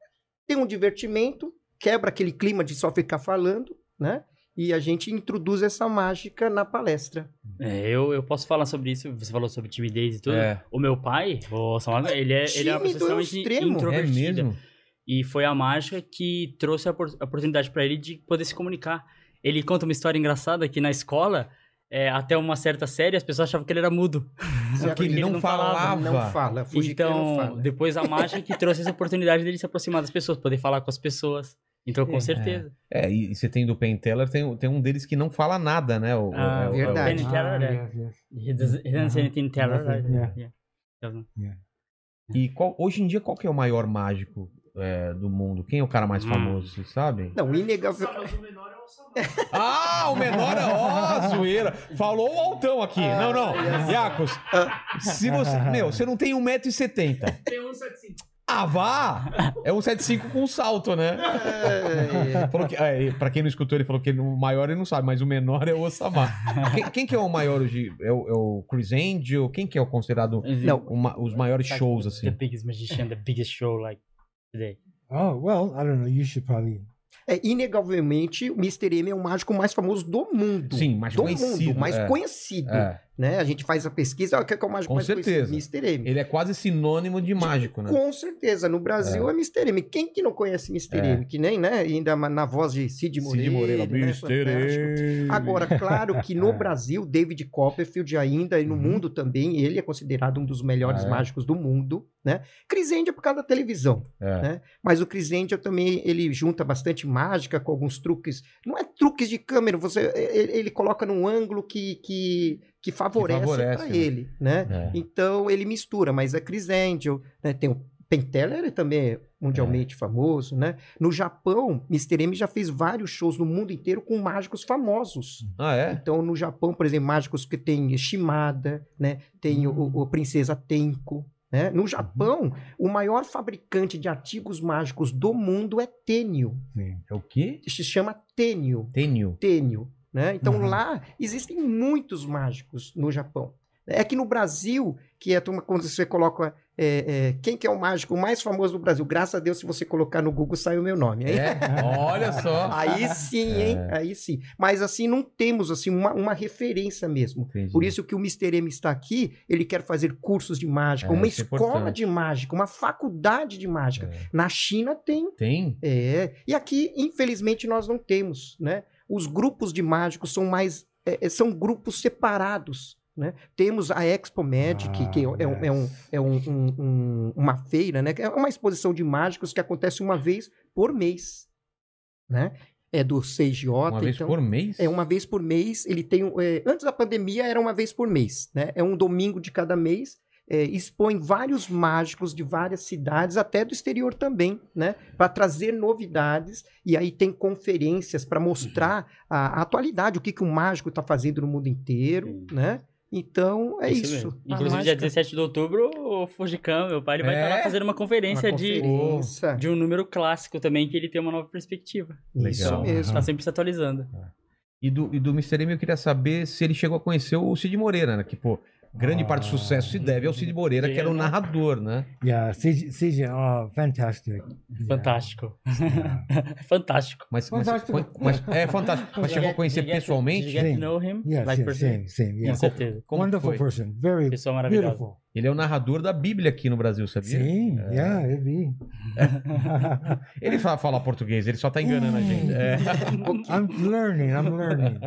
Speaker 5: tem um divertimento, quebra aquele clima de só ficar falando, né? E a gente introduz essa mágica na palestra.
Speaker 3: É, eu, eu posso falar sobre isso. Você falou sobre timidez e tudo.
Speaker 1: É,
Speaker 3: O meu pai, o Samara, ele é, ele é uma
Speaker 5: Tímido é
Speaker 3: pessoa
Speaker 5: um
Speaker 3: extremamente
Speaker 5: extremo. É
Speaker 1: é
Speaker 3: introvertida.
Speaker 1: mesmo?
Speaker 3: E foi a mágica que trouxe a opor- a oportunidade para ele de poder se comunicar. Ele conta uma história engraçada que na escola, é, até uma certa série, as pessoas achavam que ele era
Speaker 5: (laughs)
Speaker 3: mudo.
Speaker 1: Porque Ah, ele não falava.
Speaker 5: Não fala, fugir que ele não
Speaker 3: então,
Speaker 5: fala. né?
Speaker 3: depois a mágica que trouxe essa oportunidade dele se aproximar das pessoas, poder falar com as pessoas. Então, com
Speaker 4: É.
Speaker 3: certeza.
Speaker 1: É, e e você tem do Penteller, tem, tem um deles que não fala nada, né? O,
Speaker 3: Ah,
Speaker 1: é, o-
Speaker 5: verdade.
Speaker 3: Ah, yeah.
Speaker 4: yes, yes.
Speaker 3: He doesn't- he doesn't say anything terror,
Speaker 4: Nothing,
Speaker 3: right?
Speaker 4: yeah.
Speaker 3: Yeah. Doesn't.
Speaker 1: E qual- hoje em dia, qual que é o maior mágico é, do mundo? Quem é o cara mais
Speaker 3: Hum.
Speaker 1: famoso, vocês sabem?
Speaker 5: Não, inegável.
Speaker 1: Ah, o menor é... Ó, zoeira! Falou o altão aqui.
Speaker 5: Ah,
Speaker 1: não, não. Iacos, se você...
Speaker 5: (laughs)
Speaker 1: Meu, você não tem 1,70m. Tem 1,75m. Ah, vá! É 1,75 com salto, né?
Speaker 5: É,
Speaker 1: Falou que, é, pra quem não escutou, ele falou que ele- o maior ele não sabe, mas o menor é o
Speaker 5: (laughs)
Speaker 1: Osama. quem, quem que é o maior hoje? É o, é o Chris Angel? Quem que é o considerado
Speaker 5: Não.
Speaker 1: o ma- os maiores
Speaker 5: Tá
Speaker 3: Like,
Speaker 1: shows,
Speaker 3: The
Speaker 1: assim?
Speaker 3: biggest magician, the biggest show, like, today.
Speaker 4: Oh well, I don't know. You should probably.
Speaker 5: é, inegavelmente, o Mr. M é o mágico mais famoso do mundo.
Speaker 1: Sim, mais
Speaker 5: do
Speaker 1: conhecido.
Speaker 5: mundo, mais
Speaker 1: é,
Speaker 5: conhecido.
Speaker 1: é.
Speaker 5: Né? A gente faz a pesquisa, ah, o que é, que é o mágico
Speaker 1: Com
Speaker 5: mais
Speaker 1: certeza.
Speaker 5: conhecido? Mr. M.
Speaker 1: Ele é quase sinônimo de mágico, né?
Speaker 5: Com certeza, no Brasil é, Mr. M. Quem que não conhece Mr.
Speaker 1: É.
Speaker 5: M? Que nem, né? Ainda ma- na voz de Cid Moreira.
Speaker 1: Cid Moreira,
Speaker 5: né? Fantástico.
Speaker 1: Mr. M. É.
Speaker 5: Agora, claro
Speaker 1: (laughs)
Speaker 5: que no Brasil, David Copperfield ainda, e no
Speaker 1: Uhum.
Speaker 5: mundo também, ele é considerado um dos melhores
Speaker 1: É.
Speaker 5: mágicos do mundo, né? Chris Angel por causa da televisão,
Speaker 1: É.
Speaker 5: né? Mas o Chris Angel também, ele junta bastante mágica com alguns truques. Não é truques de câmera, você, ele, ele coloca num ângulo que, que, que favorece,
Speaker 1: favorece,
Speaker 5: pra
Speaker 1: né?
Speaker 5: ele, né?
Speaker 1: É.
Speaker 5: Então ele mistura, mas a Chris Angel, né, tem o Penteller ele também é mundialmente famoso, né? No Japão, Mr. M já fez vários shows no mundo inteiro com mágicos famosos.
Speaker 1: Ah, é?
Speaker 5: Então, no Japão, por exemplo, mágicos que tem Shimada, né? Tem o- o, o Princesa Tenko, né? No Japão, o maior fabricante de artigos mágicos do mundo é Tenio.
Speaker 1: É o quê?
Speaker 5: Se chama Tenio
Speaker 1: Tenho.
Speaker 5: tênio. Né? Então
Speaker 4: Uhum.
Speaker 5: lá existem muitos mágicos no Japão. É que no Brasil, que é uma- quando você coloca é, é, quem que é o mágico mais famoso do Brasil, graças a Deus, se você colocar no Google, sai o meu nome. Aí,
Speaker 1: É? Olha
Speaker 5: (laughs)
Speaker 1: só.
Speaker 5: aí sim, hein? Aí sim. Mas assim, não temos assim uma, uma referência mesmo.
Speaker 1: Entendi.
Speaker 5: Por isso que o Mr. M está aqui, ele quer fazer cursos de mágica,
Speaker 1: É,
Speaker 5: uma
Speaker 1: isso é
Speaker 5: escola
Speaker 1: importante.
Speaker 5: de mágica, uma faculdade de mágica.
Speaker 1: É.
Speaker 5: Na China tem
Speaker 1: Tem?
Speaker 5: é, e aqui, infelizmente, nós não temos, né? Os grupos de mágicos são mais, é, é, são grupos separados, né? Temos a Expo Magic,
Speaker 4: Ah,
Speaker 5: que é, um- é um, é um- um- um- uma feira, né? que É uma exposição de mágicos que acontece uma vez por mês, né? É do CJ,
Speaker 1: Uma vez
Speaker 5: então...
Speaker 1: por mês?
Speaker 5: É uma vez por mês, ele tem. um- é, antes da pandemia era uma vez por mês, né? É um domingo de cada mês. é, expõe vários mágicos de várias cidades, até do exterior também, né? Para trazer novidades. E aí tem conferências para mostrar a, a atualidade, o que, que o mágico está fazendo no mundo inteiro,
Speaker 3: Sim.
Speaker 5: né? Então é isso.
Speaker 3: mesmo.
Speaker 5: A
Speaker 3: Inclusive, dia
Speaker 5: mágica-
Speaker 3: 17 de outubro, o Fujicam, meu pai, ele vai estar
Speaker 1: É?
Speaker 3: lá fazendo uma
Speaker 5: uma
Speaker 3: conferência, De,
Speaker 5: conferência.
Speaker 3: de um número clássico também, que ele tem uma nova perspectiva.
Speaker 5: Isso
Speaker 1: Legal.
Speaker 5: mesmo.
Speaker 3: Tá sempre se atualizando.
Speaker 1: E do, e do Mr. M eu queria saber se ele chegou a conhecer o Cid Moreira, né? Que, pô, grande parte
Speaker 4: Ah.
Speaker 1: do sucesso se deve ao Cid Moreira, que era o narrador, né?
Speaker 4: Yeah, CG, CG oh, fantastic.
Speaker 3: Fantástico. (laughs) É
Speaker 4: Yeah.
Speaker 3: Fantástico.
Speaker 1: Mas, mas,
Speaker 4: Fantástico.
Speaker 1: mas- é fantástico. Mas chegou a conhecer
Speaker 3: Did you get to- Did you
Speaker 1: pessoalmente.
Speaker 3: get
Speaker 4: Sim.
Speaker 3: to know him?
Speaker 4: Yes,
Speaker 3: Like
Speaker 4: yes,
Speaker 3: person?
Speaker 4: same, same.
Speaker 3: Com
Speaker 4: Yes.
Speaker 3: certeza.
Speaker 1: Como que
Speaker 4: Wonderful
Speaker 1: foi?
Speaker 4: person. Very
Speaker 3: Pessoa maravilhosa.
Speaker 4: beautiful.
Speaker 1: Ele é o narrador da Bíblia aqui no Brasil, sabia?
Speaker 4: Sim, yeah, it be.
Speaker 1: Ele fala, fala português, ele só tá (laughs) enganando a gente. É.
Speaker 4: (laughs) I'm learning, I'm learning.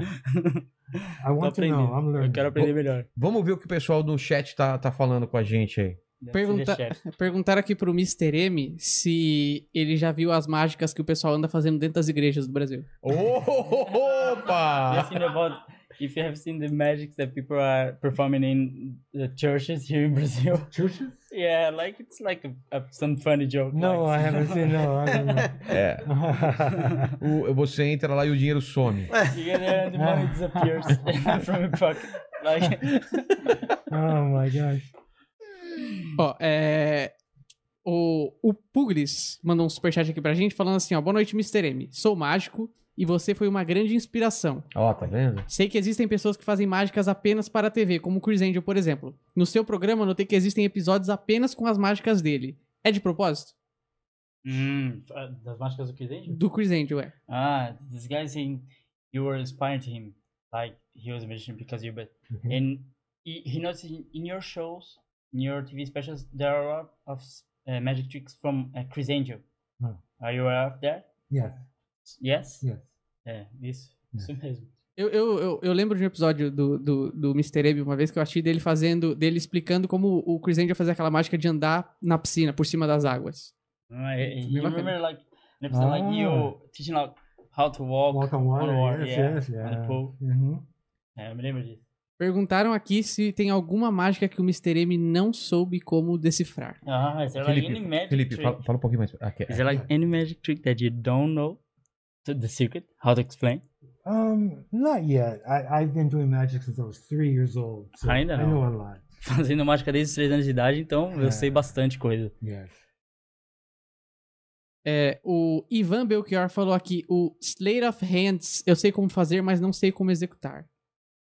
Speaker 4: I
Speaker 3: Tô
Speaker 4: want to know,
Speaker 3: aprendendo.
Speaker 4: I'm
Speaker 3: Eu
Speaker 4: learning.
Speaker 3: quero aprender melhor.
Speaker 1: Vamos ver o que o pessoal do chat tá, tá falando com a gente aí.
Speaker 2: Pergunta- (laughs) Perguntaram aqui pro Mr. M se ele já viu as mágicas que o pessoal anda fazendo dentro das igrejas do Brasil.
Speaker 3: Have you
Speaker 1: (laughs) Opa!
Speaker 3: seen about if you have seen the magics that people are performing in the churches here in Brazil?
Speaker 4: Churches?
Speaker 3: yeah, like it's like a, a, some funny joke.
Speaker 4: No, I
Speaker 3: like,
Speaker 4: haven't seen. No,
Speaker 3: (laughs)
Speaker 4: I don't
Speaker 1: É,
Speaker 4: know. (laughs)
Speaker 1: o- você entra lá e o dinheiro some.
Speaker 5: É.
Speaker 3: You get there and the
Speaker 4: (laughs)
Speaker 3: money disappears (laughs) from your pocket. Like
Speaker 4: oh my gosh.
Speaker 2: Ó, é. O, o Pugris mandou um superchat aqui pra gente falando assim: ó, boa noite, Mr. M. Sou mágico e você foi uma grande inspiração.
Speaker 1: Ó, tá vendo?
Speaker 2: Sei que existem pessoas que fazem mágicas apenas para a TV, como o Chris Angel, por exemplo. No seu programa, notei que existem episódios apenas com as mágicas dele. É de propósito?
Speaker 3: Hum, (laughs) ah, das mágicas do Chris Angel?
Speaker 2: Do Chris Angel, é.
Speaker 3: Ah, this guy saying you were inspired to him, like he was a magician because you, but
Speaker 4: Mhm.
Speaker 3: and he, he noticed in, in your shows, in your TV specials, there are a lot of s- uh, magic tricks from uh, Chris Angel.
Speaker 4: Oh.
Speaker 3: Are you aware of that?
Speaker 4: Yes,
Speaker 3: Yes.
Speaker 4: yes.
Speaker 3: É, isso, isso mesmo.
Speaker 2: Eu, eu, eu, eu lembro de um episódio do, do, do Mr. Abe uma vez que eu achei dele fazendo, dele explicando como o Chris Angel fazia aquela mágica de andar na piscina, por cima das águas.
Speaker 3: Ah, é- é-
Speaker 2: Bem
Speaker 3: You
Speaker 2: bacana.
Speaker 3: remember like an episode like you teaching like how to walk,
Speaker 4: Ah. Walk on water.
Speaker 3: water,
Speaker 4: yes,
Speaker 3: yeah,
Speaker 4: yes, yeah.
Speaker 3: on the pool.
Speaker 4: hmm
Speaker 3: É, eu me lembro disso.
Speaker 2: Perguntaram aqui se tem alguma mágica que o Mr. M não soube como decifrar.
Speaker 3: Ah, is there like any
Speaker 1: Felipe,
Speaker 3: magic
Speaker 1: Felipe
Speaker 3: trick?
Speaker 1: fala, fala um pouquinho mais. Aqui,
Speaker 3: Is there like any É, magic trick that you don't know? The, the secret? How to explain? (laughs)
Speaker 4: Um, not yet. I, I've been doing magic since I was three years old. So
Speaker 3: I
Speaker 4: I
Speaker 3: know.
Speaker 4: know. I know a lot.
Speaker 3: Fazendo mágica desde os 3 anos de idade, então eu
Speaker 4: É.
Speaker 3: sei bastante coisa.
Speaker 4: Yes.
Speaker 2: É, o Ivan Belchior falou aqui, o Slate of Hands, eu sei como fazer, mas não sei como executar.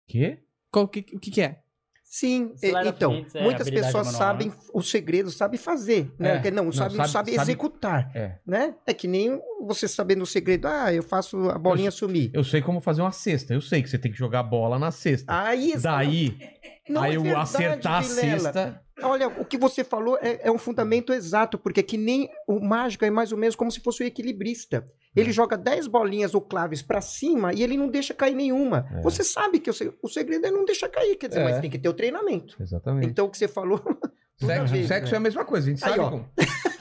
Speaker 1: Quê?
Speaker 2: Qual, que, o que que é?
Speaker 5: Sim,
Speaker 3: Slide
Speaker 5: eh,
Speaker 3: of
Speaker 5: então,
Speaker 3: hands é
Speaker 5: muitas
Speaker 3: habilidade
Speaker 5: pessoas
Speaker 3: manual,
Speaker 5: sabem
Speaker 3: né?
Speaker 5: o segredo, sabe fazer,
Speaker 1: É,
Speaker 5: né? Quer- não,
Speaker 1: não,
Speaker 5: sabe,
Speaker 1: sabe-
Speaker 5: sabe,
Speaker 1: sabe-
Speaker 5: executar,
Speaker 1: É.
Speaker 5: né? É que nem você sabendo o segredo, ah, eu faço a bolinha sumir.
Speaker 1: Eu sei como fazer uma cesta. Eu sei que você tem que jogar a bola na cesta.
Speaker 5: Aí,
Speaker 1: Daí,
Speaker 5: Ah, não é
Speaker 1: aí eu
Speaker 5: verdade,
Speaker 1: acertar a
Speaker 5: Vilela.
Speaker 1: cesta.
Speaker 5: Olha, o que você falou é, é um fundamento exato, porque é que nem o mágico é mais ou menos como se fosse o equilibrista. Ele
Speaker 1: É.
Speaker 5: joga 10 bolinhas ou claves pra cima e ele não deixa cair nenhuma.
Speaker 1: É.
Speaker 5: Você sabe que o, se- o segredo é não deixar cair, quer dizer,
Speaker 1: É.
Speaker 5: mas tem que ter o treinamento.
Speaker 1: Exatamente.
Speaker 5: Então o que
Speaker 1: (laughs)
Speaker 5: você falou, (laughs)
Speaker 1: Sexo,
Speaker 5: vez,
Speaker 1: sexo é
Speaker 5: né?
Speaker 1: a mesma coisa, a gente
Speaker 5: Aí,
Speaker 1: sabe
Speaker 5: ó.
Speaker 1: como.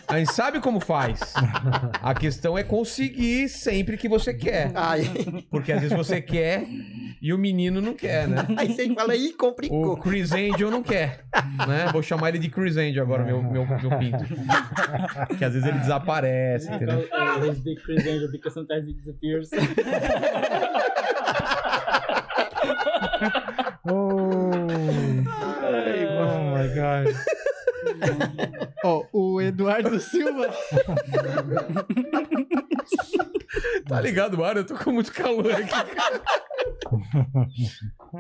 Speaker 1: A gente sabe como
Speaker 5: (laughs)
Speaker 1: faz. A questão é conseguir sempre que você quer.
Speaker 5: aí,
Speaker 1: Porque às vezes você quer e o menino não quer, né?
Speaker 5: aí você fala, ih,
Speaker 1: O
Speaker 5: complicou.
Speaker 1: Chris Angel não quer, né? Vou chamar ele de Chris Angel agora, meu, meu, meu pinto. Que às vezes ele desaparece,
Speaker 3: Ah,
Speaker 1: entendeu?
Speaker 3: His big Chris Angel, because sometimes it (laughs) disappears. (laughs)
Speaker 4: Oh, oh my gosh.
Speaker 2: Ó, o Eduardo (laughs) Silva
Speaker 1: Tá ligado, Mário? Eu tô com muito calor aqui.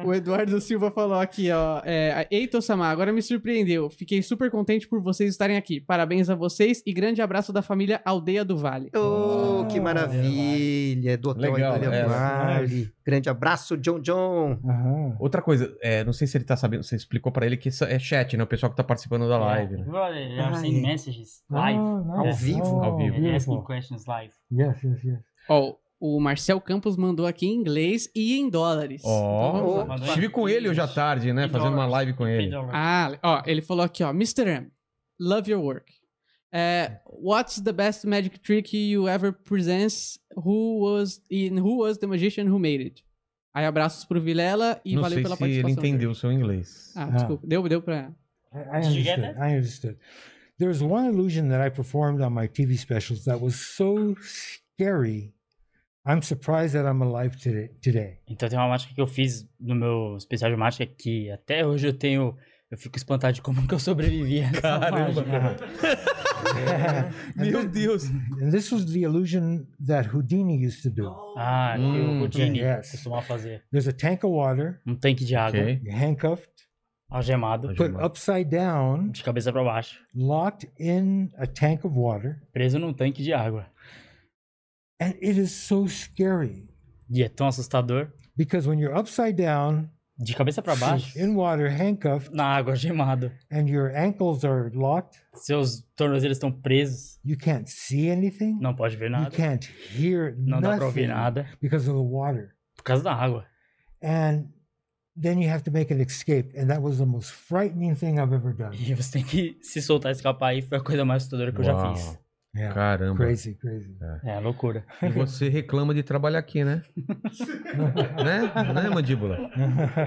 Speaker 2: O Eduardo Silva falou aqui, ó. É, Eita, Samar, agora me surpreendeu. Fiquei super contente por vocês estarem aqui. Parabéns a vocês e grande abraço da família Aldeia do Vale.
Speaker 5: Oh, que
Speaker 4: Ah,
Speaker 5: maravilha! Do Hotel
Speaker 1: Legal,
Speaker 5: Itália
Speaker 1: é.
Speaker 5: Vale. Grande abraço, John John.
Speaker 4: Uh-huh.
Speaker 1: Outra coisa, é, não sei se ele tá sabendo, você explicou pra ele que isso é chat, né? O pessoal que tá participando
Speaker 2: É.
Speaker 1: da live, né?
Speaker 3: Brother, I'm
Speaker 5: Ai.
Speaker 3: sending messages
Speaker 4: Oh,
Speaker 3: live.
Speaker 4: nice.
Speaker 5: Ao vivo.
Speaker 4: Oh,
Speaker 1: Ah, Ao vivo. né,
Speaker 3: and asking
Speaker 4: Beautiful.
Speaker 3: questions live.
Speaker 4: Yes, yes, yes.
Speaker 2: Ó, o Marcel Campos mandou aqui em inglês e em dólares. Então vamos
Speaker 1: Ó,
Speaker 2: lá.
Speaker 1: estive com ele hoje à tarde, né? Fazendo uma live com ele.
Speaker 2: Ah, ó, ele falou aqui, ó. Mr. M, love your work. É, what's the best magic trick you ever presents? Who was in Who was the magician who made it? Aí abraços pro Vilela e
Speaker 1: Não
Speaker 2: valeu
Speaker 1: sei
Speaker 2: pela
Speaker 1: se ele
Speaker 2: participação.
Speaker 1: entendeu o seu inglês.
Speaker 2: Ah,
Speaker 4: Ah.
Speaker 2: desculpa. Deu, deu pra.
Speaker 4: I, I
Speaker 3: Did you get
Speaker 4: understood. I understood. There's one illusion that I performed on my TV specials that was so scary. I'm surprised that I'm alive today. Today,
Speaker 3: Então tem uma mágica que eu fiz no meu especial de mágica que até hoje eu tenho. Eu fico espantado de como que eu sobrevivi (laughs) a essa
Speaker 1: Caramba.
Speaker 3: mágica.
Speaker 4: And
Speaker 1: Meu
Speaker 4: thi-
Speaker 1: Deus.
Speaker 4: And this was the illusion that Houdini used to do.
Speaker 3: Ah, que
Speaker 1: Hum,
Speaker 3: o Houdini
Speaker 4: yes.
Speaker 3: costumava fazer.
Speaker 4: There's a tank of water,
Speaker 3: Um tanque de água,
Speaker 1: Ok.
Speaker 4: you're handcuffed,
Speaker 3: algemado,
Speaker 4: put upside down,
Speaker 3: de cabeça pra baixo,
Speaker 4: locked in a tank of water,
Speaker 3: preso num tanque de água.
Speaker 4: and it is so scary
Speaker 3: E é tão assustador.
Speaker 4: because when you're upside down
Speaker 3: De cabeça pra baixo,
Speaker 4: in water, handcuffed,
Speaker 3: na água, algemado.
Speaker 4: and your ankles are locked,
Speaker 3: Seus tornozelos estão presos,
Speaker 4: you can't see anything,
Speaker 3: não pode ver
Speaker 4: you
Speaker 3: nada,
Speaker 4: can't hear
Speaker 3: não dá pra ouvir
Speaker 4: nothing
Speaker 3: nada,
Speaker 4: because of the water,
Speaker 3: por causa da água.
Speaker 4: and then you have to make an escape, and that was the most frightening thing I've ever done.
Speaker 3: E você tem que se soltar e escapar, e foi a coisa mais assustadora que eu já
Speaker 1: Uau.
Speaker 3: fiz.
Speaker 4: Yeah,
Speaker 1: Caramba.
Speaker 4: crazy, crazy.
Speaker 3: É, loucura.
Speaker 1: E você reclama de trabalhar aqui, né? né? Né, mandíbula?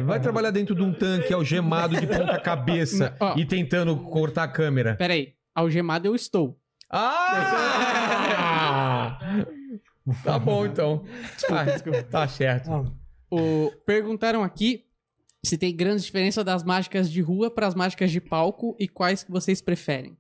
Speaker 1: Vai trabalhar dentro de um tanque algemado de ponta cabeça
Speaker 2: Ó.
Speaker 1: e tentando cortar a câmera.
Speaker 2: Pera aí. Algemado eu estou.
Speaker 1: Ah! tá bom,
Speaker 4: (laughs)
Speaker 1: então. Tá, tá certo.
Speaker 4: Um, (laughs)
Speaker 2: O- Perguntaram aqui se tem grande diferença das mágicas de rua para as mágicas de palco e quais que vocês preferem.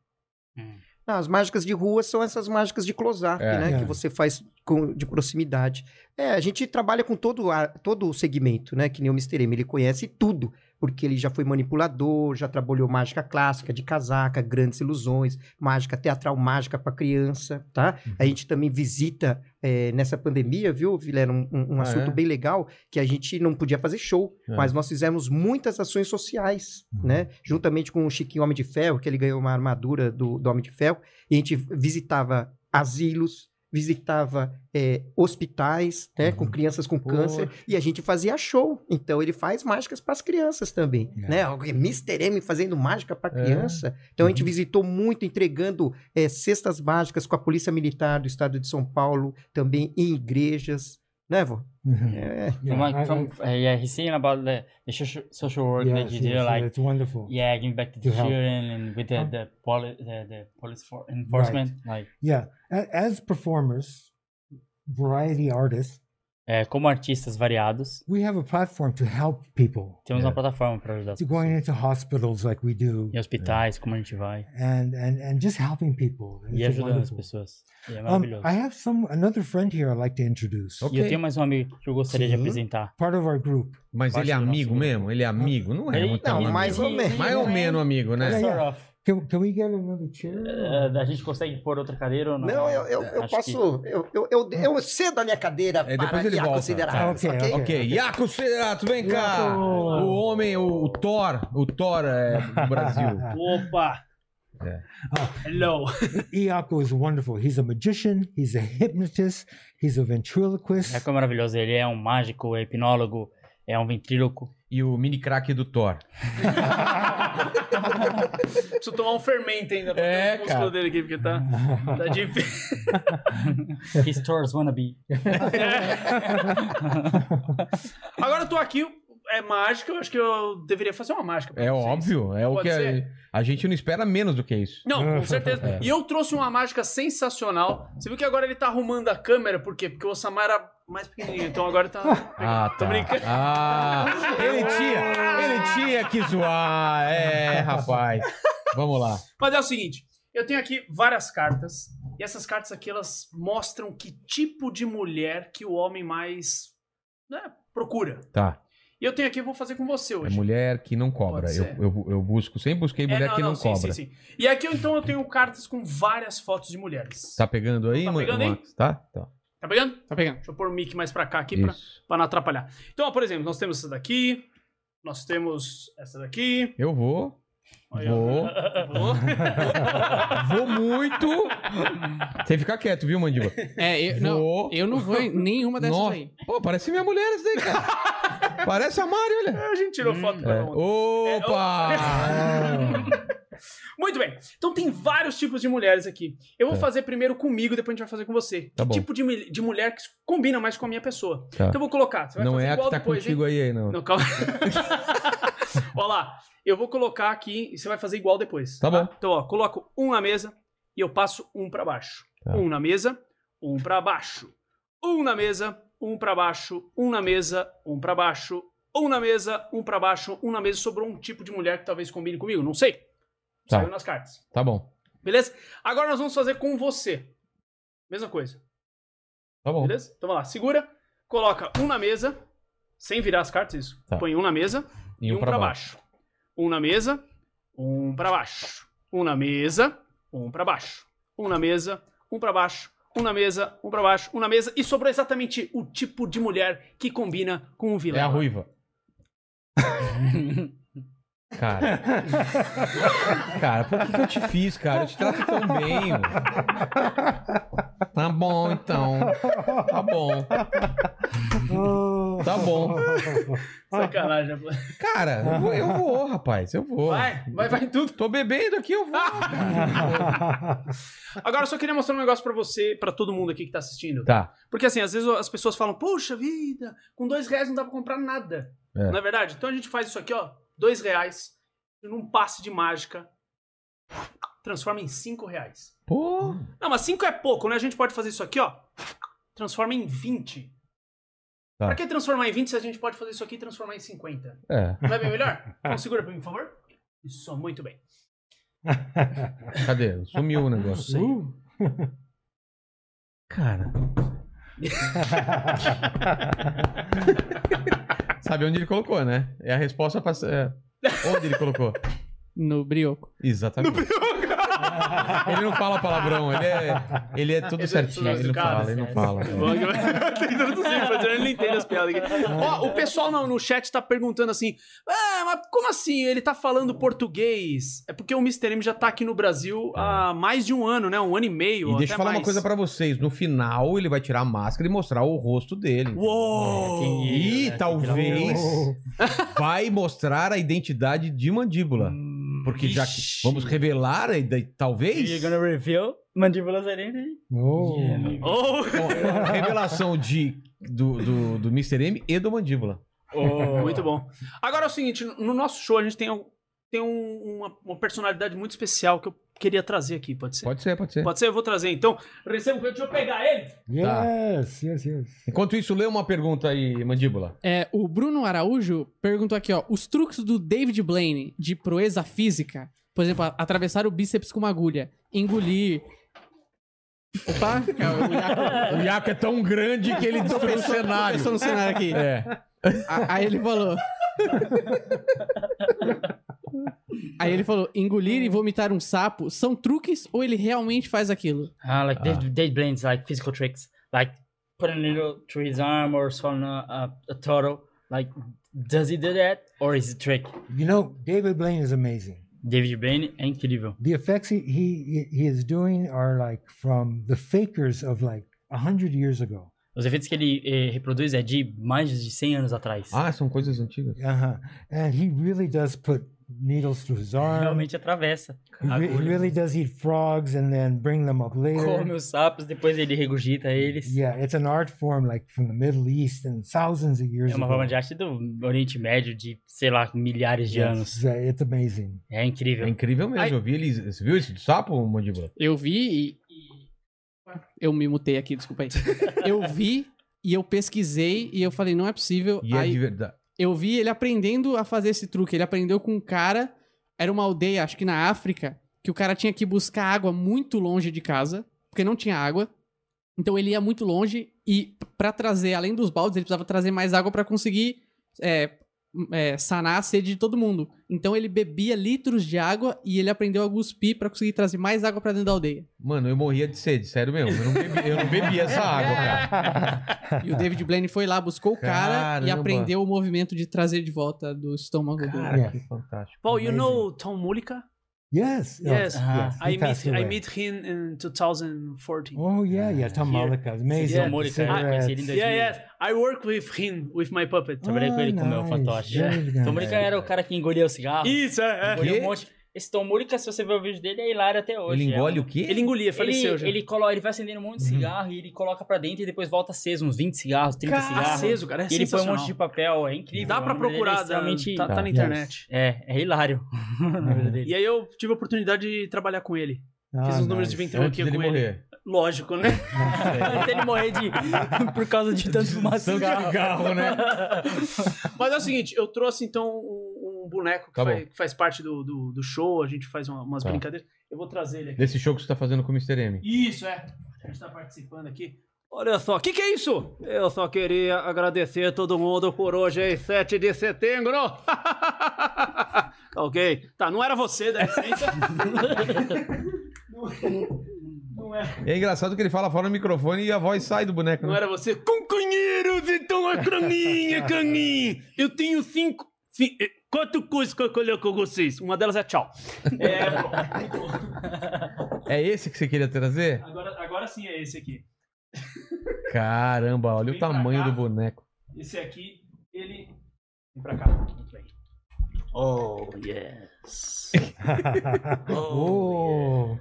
Speaker 5: Ah, as mágicas de rua são essas mágicas de close-up,
Speaker 1: É.
Speaker 5: né?
Speaker 4: É.
Speaker 5: Que você faz com- de proximidade. É, a gente trabalha com todo, o ar- todo o segmento, né? Que nem o Mr. M, ele conhece tudo. Porque ele já foi manipulador, já trabalhou mágica clássica, de casaca, grandes ilusões, mágica teatral, mágica para criança, tá? A
Speaker 1: Uhum.
Speaker 5: gente também visita é, nessa pandemia, viu, Vilera? Um, um- um
Speaker 1: Ah,
Speaker 5: assunto
Speaker 1: é?
Speaker 5: bem legal, que a gente não podia fazer show,
Speaker 1: É.
Speaker 5: mas nós fizemos muitas ações sociais,
Speaker 4: Uhum.
Speaker 5: né? Juntamente com o Chiquinho Homem de Ferro, que ele ganhou uma armadura do, do Homem de Ferro, e a gente visitava asilos, visitava é, hospitais, né,
Speaker 1: Uhum.
Speaker 5: com crianças com câncer, e a gente fazia show. Então ele faz mágicas para as crianças também,
Speaker 4: É.
Speaker 5: né? O Mr. M fazendo mágica para
Speaker 1: É.
Speaker 5: criança. Então a gente visitou muito, entregando é, cestas mágicas com a Polícia Militar do Estado de São Paulo, também em igrejas, né, vó? É,
Speaker 4: yeah,
Speaker 3: from, like,
Speaker 4: I-
Speaker 3: from, uh, yeah, he's saying about the, the social, social né?
Speaker 4: I-
Speaker 3: work
Speaker 4: yes,
Speaker 3: that you
Speaker 4: yes,
Speaker 3: do, like,
Speaker 4: it's wonderful. Yeah.
Speaker 3: yeah, giving back to the
Speaker 4: To help.
Speaker 3: children and with the,
Speaker 4: Huh?
Speaker 3: the, poli, the, the police for enforcement. Like,
Speaker 4: A- As performers, variety artists,
Speaker 3: é, como artistas variados,
Speaker 4: we have a platform to help people
Speaker 3: temos
Speaker 1: É.
Speaker 3: uma plataforma para ajudar as
Speaker 4: to going
Speaker 3: pessoas.
Speaker 4: into hospitals like we do
Speaker 3: Em hospitais, como a gente
Speaker 1: É.
Speaker 3: vai.
Speaker 4: and, and, and just helping people.
Speaker 3: E
Speaker 4: It's
Speaker 3: ajudando as
Speaker 4: wonderful.
Speaker 3: pessoas. E
Speaker 1: Ah,
Speaker 3: é
Speaker 4: Um,
Speaker 3: maravilhoso.
Speaker 4: I have some another friend here I'd like to introduce.
Speaker 1: Ok.
Speaker 3: E eu tenho mais um amigo que eu gostaria de
Speaker 5: Sim.
Speaker 3: apresentar.
Speaker 4: Part of our group.
Speaker 1: Mas ele é
Speaker 3: Baixo do
Speaker 1: amigo
Speaker 3: nosso
Speaker 1: mesmo? Ele é amigo? Não é
Speaker 3: Ele-
Speaker 1: muito
Speaker 5: não,
Speaker 1: amigo.
Speaker 5: mais ou menos.
Speaker 1: Mais
Speaker 3: é
Speaker 1: ou menos amigo, né?
Speaker 3: Sort of.
Speaker 4: Can, can we get another chair?
Speaker 3: É, a gente consegue pôr outra cadeira ou não?
Speaker 5: Não, eu, eu, eu
Speaker 3: Acho
Speaker 5: posso. Eu, eu, eu, eu cedo a minha cadeira
Speaker 1: É,
Speaker 5: para
Speaker 1: depois ele
Speaker 5: que a
Speaker 1: volta.
Speaker 4: Tá,
Speaker 5: considerar.
Speaker 4: ok,
Speaker 5: ok?
Speaker 4: ok.
Speaker 1: Ok, Iaco Cerato, vem cá!
Speaker 4: Iaco!
Speaker 1: O homem, o, o Thor, o Thor é, do Brasil.
Speaker 3: que- Opa!
Speaker 1: É.
Speaker 3: Hello!
Speaker 4: Iaco is wonderful. He's a magician, he's a hypnotist, he's a ventriloquist.
Speaker 3: Iaco é maravilhoso, ele é um mágico, é hipnólogo, é
Speaker 1: (laughs)
Speaker 3: um ventríloco.
Speaker 1: E o mini craque do Thor.
Speaker 6: (laughs) Preciso tomar um fermento ainda pra
Speaker 1: É,
Speaker 6: ter o músculo
Speaker 1: cara.
Speaker 6: dele aqui, porque tá, tá difícil.
Speaker 3: His stores wannabe.
Speaker 6: Agora eu tô aqui, é mágica, eu acho que eu deveria fazer uma mágica. pra
Speaker 1: É
Speaker 6: vocês.
Speaker 1: óbvio, é o
Speaker 6: Pode
Speaker 1: que a,
Speaker 6: ser?
Speaker 1: a gente não espera menos do que isso.
Speaker 6: Não, com certeza.
Speaker 1: (laughs) É.
Speaker 6: E eu trouxe uma mágica sensacional. Você viu que agora ele tá arrumando a câmera, por quê? Porque o Osama era mais pequenininho, então
Speaker 1: (laughs)
Speaker 6: agora tá...
Speaker 1: Ah,
Speaker 6: Tô
Speaker 1: tá.
Speaker 6: brincando.
Speaker 1: Ah, ele tinha, ele tinha que zoar. É, rapaz. Vamos lá.
Speaker 6: Mas é o seguinte, eu tenho aqui várias cartas, e essas cartas aqui, elas mostram que tipo de mulher que o homem mais né, procura.
Speaker 1: Tá.
Speaker 6: E eu tenho aqui, eu vou fazer com você
Speaker 1: É
Speaker 6: hoje.
Speaker 1: mulher que não cobra.
Speaker 6: Pode
Speaker 1: Eu,
Speaker 6: ser. É,
Speaker 1: eu, eu busco, sempre busquei mulher que não, cobra.
Speaker 6: Sim, sim, sim. E aqui então eu tenho cartas com várias fotos de mulheres.
Speaker 1: Tá pegando aí,
Speaker 6: Tá
Speaker 1: Ma-
Speaker 6: pegando aí?
Speaker 1: Max? Tá? Tá.
Speaker 6: Tá pegando?
Speaker 2: Tá pegando?
Speaker 6: Deixa eu pôr o mic mais pra cá aqui pra,
Speaker 1: Isso.
Speaker 6: pra não atrapalhar. Então, ó, por exemplo, nós temos essa daqui, nós temos essa daqui.
Speaker 1: Eu vou.
Speaker 6: Olha. (laughs)
Speaker 1: Vou.
Speaker 6: Vou.
Speaker 1: Vou muito. Você ficar quieto, viu, Mandiba?
Speaker 2: É, eu não,
Speaker 1: Vou.
Speaker 2: eu não vou em nenhuma dessas
Speaker 1: Nossa.
Speaker 2: aí.
Speaker 1: Pô, parece minha mulher isso daí, cara. parece a Mari, olha.
Speaker 6: A gente tirou foto pra
Speaker 1: É.
Speaker 6: ontem.
Speaker 1: Opa!
Speaker 6: Muito bem. Então tem vários tipos de mulheres aqui. Eu vou
Speaker 1: Tá.
Speaker 6: fazer primeiro comigo, depois a gente vai fazer com você.
Speaker 1: Tá
Speaker 6: que
Speaker 1: bom.
Speaker 6: tipo de, mul- de mulher que combina mais com a minha pessoa.
Speaker 1: Tá.
Speaker 6: Então eu vou colocar. Você vai
Speaker 1: Não
Speaker 6: fazer
Speaker 1: é a
Speaker 6: igual
Speaker 1: que tá
Speaker 6: depois, hein?
Speaker 1: contigo aí, não.
Speaker 6: Não, calma. (laughs) Olha lá, eu vou colocar aqui e você vai fazer igual depois.
Speaker 1: Tá bom.
Speaker 6: Então, ó, coloco um na mesa e eu passo um pra baixo.
Speaker 1: Tá.
Speaker 6: Um na mesa, um pra baixo. Um na mesa, um pra baixo, um na mesa, um pra baixo, um na mesa, um pra baixo, um na mesa. Sobrou um tipo de mulher que talvez combine comigo, não sei.
Speaker 1: Tá.
Speaker 6: Saiu nas cartas.
Speaker 1: Tá bom.
Speaker 6: Beleza? Agora nós vamos fazer com você. Mesma coisa.
Speaker 1: Tá bom.
Speaker 6: Beleza? Então vai lá. Segura, coloca um na mesa, sem virar as cartas, isso.
Speaker 1: Tá.
Speaker 6: Põe um na mesa e um, pra baixo. Um na mesa, um pra baixo. Um na mesa, um pra baixo. Um na mesa, um pra baixo. Um na mesa, um pra baixo, um na mesa. E sobrou exatamente o tipo de mulher que combina com o
Speaker 1: É a
Speaker 6: vilão.
Speaker 1: ruiva. Cara. Cara, por que, que eu te fiz, cara? Eu te trato tão bem. mano. Tá bom, então. Tá bom. Tá bom.
Speaker 6: (laughs)
Speaker 4: (laughs)
Speaker 6: Sacanagem.
Speaker 1: Cara, eu vou, eu vou, rapaz. Eu vou.
Speaker 6: Vai, vai, vai em tudo.
Speaker 1: Tô bebendo aqui, eu vou.
Speaker 6: Agora eu só queria mostrar um negócio pra você, pra todo mundo aqui que tá assistindo.
Speaker 1: Tá.
Speaker 6: Porque assim, às vezes as pessoas falam, poxa vida, com dois reais não dá pra comprar nada.
Speaker 1: É.
Speaker 6: Não é verdade? Então a gente faz isso aqui, ó, dois reais, e num passe de mágica, transforma em cinco reais.
Speaker 1: Pô.
Speaker 6: Não, mas cinco é pouco, né? A gente pode fazer isso aqui, ó, transforma em 20.
Speaker 1: Tá.
Speaker 6: Pra que transformar em 20 se a gente pode fazer isso aqui e transformar em 50?
Speaker 1: É.
Speaker 6: Não é
Speaker 1: (laughs)
Speaker 6: bem melhor? Então segura pra mim, por favor. Isso, muito (laughs) bem.
Speaker 1: Cadê? Sumiu o negócio.
Speaker 4: Uh.
Speaker 1: Cara. Sabe onde ele colocou, né? É a resposta pra. é. Onde ele colocou?
Speaker 2: No brioco.
Speaker 1: Exatamente. Ele não fala palavrão, ele é, ele é tudo
Speaker 6: Ele-
Speaker 1: certinho. Ele não
Speaker 6: cara,
Speaker 1: fala, ele não
Speaker 3: sério.
Speaker 1: fala.
Speaker 6: (laughs) Tem que traduzir, porque ele não entende as piadas aqui. Ó, o pessoal no, no chat tá perguntando assim: ah, mas como assim? Ele tá falando português? É porque o Mr. M já tá aqui no Brasil há mais de um ano, né? Um ano e meio.
Speaker 1: É. E deixa eu
Speaker 6: até
Speaker 1: falar uma
Speaker 6: mais.
Speaker 1: coisa pra vocês. No final, ele vai tirar a máscara e mostrar o rosto dele.
Speaker 6: Uou!
Speaker 3: tem-
Speaker 1: E
Speaker 3: É, tem
Speaker 1: Oh, talvez
Speaker 4: Oh,
Speaker 1: vai mostrar a identidade de mandíbula. Porque já que
Speaker 6: Ixi. né?
Speaker 1: vamos revelar, a ide-
Speaker 3: You're
Speaker 1: talvez,
Speaker 3: gonna reveal Mandibula's identity?
Speaker 4: Oh.
Speaker 3: Yeah, maybe.
Speaker 6: Oh, (laughs)
Speaker 1: bom, a revelação de, do, do, do Mr. M e do mandíbula.
Speaker 6: Muito bom. Agora é o seguinte: no nosso show a gente tem, um- tem um- uma, uma personalidade muito especial que eu queria trazer aqui, pode ser?
Speaker 1: Pode ser, pode ser.
Speaker 6: Pode ser? Eu vou trazer então. Recebo, deixa eu pegar ele.
Speaker 4: Yes, yes, yes.
Speaker 1: Enquanto isso, lê uma pergunta aí, mandíbula.
Speaker 2: É, o Bruno Araújo perguntou aqui, ó. Os truques do David Blaine de proeza física, por exemplo, a- atravessar o bíceps com uma agulha, engolir. Opa, calma, o Iaco-
Speaker 1: O Iaco é tão grande que ele deu o cenário.
Speaker 2: começou no cenário aqui.
Speaker 1: É.
Speaker 2: A- Ah, Aí ele falou. Aí ele falou: engolir e vomitar um sapo são truques ou ele realmente faz aquilo?
Speaker 3: Ah, like
Speaker 1: Ah.
Speaker 3: Dave, Dave Blaine's like physical tricks, like putting a needle through his arm or swallowing a, a, a turtle. Like, does he do that or is it trick?
Speaker 4: You know, David Blaine is amazing.
Speaker 3: David Blaine é incrível.
Speaker 4: The effects he, he he is doing are like from the fakers of like a hundred years ago.
Speaker 3: Os efeitos que ele eh, reproduz é de mais de 100 anos atrás.
Speaker 1: Ah, são coisas antigas.
Speaker 4: Uh huh. And he really does put needles through his arm.
Speaker 3: Realmente atravessa.
Speaker 4: He, re- he
Speaker 3: Agulha.
Speaker 4: really does eat frogs and then bring them up
Speaker 3: Come
Speaker 4: later.
Speaker 3: os sapos, depois ele regurgita eles.
Speaker 4: Yeah, it's an art form like from the Middle East and thousands of years
Speaker 3: É uma
Speaker 4: ago.
Speaker 3: forma de arte do Oriente Médio de, sei lá, milhares de anos.
Speaker 4: Yes, uh, it's (laughs) amazing.
Speaker 3: É
Speaker 1: É
Speaker 3: incrível.
Speaker 1: incrível mesmo.
Speaker 6: Ai.
Speaker 1: Eu vi ele. Você viu isso do sapo, mandíbula?
Speaker 2: Eu vi e. Eu me mutei aqui, desculpa aí. Eu vi e eu pesquisei e eu falei: não é possível.
Speaker 1: E é
Speaker 2: aí
Speaker 1: de verdade.
Speaker 2: eu vi ele aprendendo a fazer esse truque. Ele aprendeu com um cara. Era uma aldeia, acho que na África, que o cara tinha que buscar água muito longe de casa, porque não tinha água. Então ele ia muito longe e pra trazer, além dos baldes, ele precisava trazer mais água pra conseguir é, m- é, sanar a sede de todo mundo. Então ele bebia litros de água e ele aprendeu a cuspir pra conseguir trazer mais água pra dentro da aldeia.
Speaker 1: Mano, eu morria de sede, sério mesmo. Eu não bebi, eu não bebi
Speaker 6: É.
Speaker 1: essa água, cara.
Speaker 2: E o
Speaker 6: (laughs)
Speaker 2: David Blaine foi lá, buscou o cara e
Speaker 1: Caramba.
Speaker 2: aprendeu o movimento de trazer de volta do estômago do
Speaker 1: Cara,
Speaker 4: Yeah.
Speaker 1: que fantástico.
Speaker 6: Paul, you
Speaker 4: Amazing.
Speaker 6: know Tom Mulica?
Speaker 4: Yes. oh,
Speaker 6: Yes, uh-huh.
Speaker 3: Ah,
Speaker 4: yes. he
Speaker 6: I meet,
Speaker 4: passed
Speaker 6: I
Speaker 4: away.
Speaker 6: meet him in 2014.
Speaker 4: Oh yeah, yeah. Tom
Speaker 3: Here.
Speaker 4: Malika,
Speaker 3: Esse
Speaker 4: amazing.
Speaker 3: é o Mônica,
Speaker 6: Ah,
Speaker 3: eu conheci ele em 2000.
Speaker 6: Yeah, yes. I work with him, with my puppet.
Speaker 3: Trabalhei com ele com o meu
Speaker 4: Oh, nice.
Speaker 3: fantoche.
Speaker 4: Very nice.
Speaker 6: (laughs)
Speaker 3: Tom Mônica era o cara que engolia o cigarro.
Speaker 6: Isso, é. é.
Speaker 3: Engoliu
Speaker 1: Quê?
Speaker 3: um monte. Esse Tom Mônica, se você ver o vídeo dele, é hilário até hoje.
Speaker 1: Ele engole
Speaker 3: é.
Speaker 1: o Uhum. quê?
Speaker 6: um- Ele engolia, faleceu
Speaker 3: ele,
Speaker 6: já.
Speaker 3: ele, colo... ele vai acendendo um monte de cigarro e ele coloca pra dentro e depois volta aceso, uns 20 cigarros, 30 cigarros.
Speaker 6: aceso, cara, é
Speaker 3: e ele põe um monte
Speaker 6: sensacional.
Speaker 3: de papel, é incrível.
Speaker 6: Dá pra
Speaker 3: a mulher dele é
Speaker 6: procurar,
Speaker 3: extremamente-
Speaker 6: tá, tá
Speaker 1: Tá.
Speaker 6: na internet.
Speaker 3: É, é hilário. (laughs) a vida dele.
Speaker 6: E aí eu tive a oportunidade de trabalhar com ele.
Speaker 4: Ah,
Speaker 6: Fiz os números de
Speaker 4: nice.
Speaker 6: ventríloco
Speaker 1: Antes
Speaker 6: aqui
Speaker 1: dele
Speaker 6: com ele.
Speaker 1: morrer. (laughs)
Speaker 6: Lógico, né?
Speaker 3: Até ele morrer de... por causa de tanto fumar
Speaker 1: Tanto
Speaker 6: (laughs)
Speaker 3: cigarro.
Speaker 1: cigarro, né?
Speaker 6: Mas é o seguinte, eu trouxe então um, um boneco que,
Speaker 1: Tá
Speaker 6: faz,
Speaker 1: bom.
Speaker 6: que faz parte do, do, do show, a gente faz uma- umas
Speaker 1: Tá.
Speaker 6: brincadeiras. Eu vou trazer ele aqui.
Speaker 1: Desse show que você tá fazendo com o Mr. M.
Speaker 6: Isso, é. A gente tá participando aqui. Olha só, o que, que é isso? Eu só queria agradecer a todo mundo por hoje, hein? 7 de setembro! (laughs) ok. Tá, não era você, dá licença. não, não, é-
Speaker 1: É engraçado que ele fala fora no microfone e a voz sai do boneco.
Speaker 6: não
Speaker 1: Né?
Speaker 6: era você. Companheiros, então a craninha, craninha! Eu tenho cinco. ci- eh, Quatro coisas que eu colhei com vocês. Uma delas é tchau. (laughs) É, bom.
Speaker 1: É esse que você queria trazer?
Speaker 6: Agora, agora sim é esse aqui.
Speaker 1: Caramba, olha o
Speaker 6: Vem pra
Speaker 1: tamanho
Speaker 6: cá.
Speaker 1: do boneco.
Speaker 6: Esse aqui, ele. Vem pra cá. Muito bem. Oh, yes.
Speaker 4: (laughs) oh,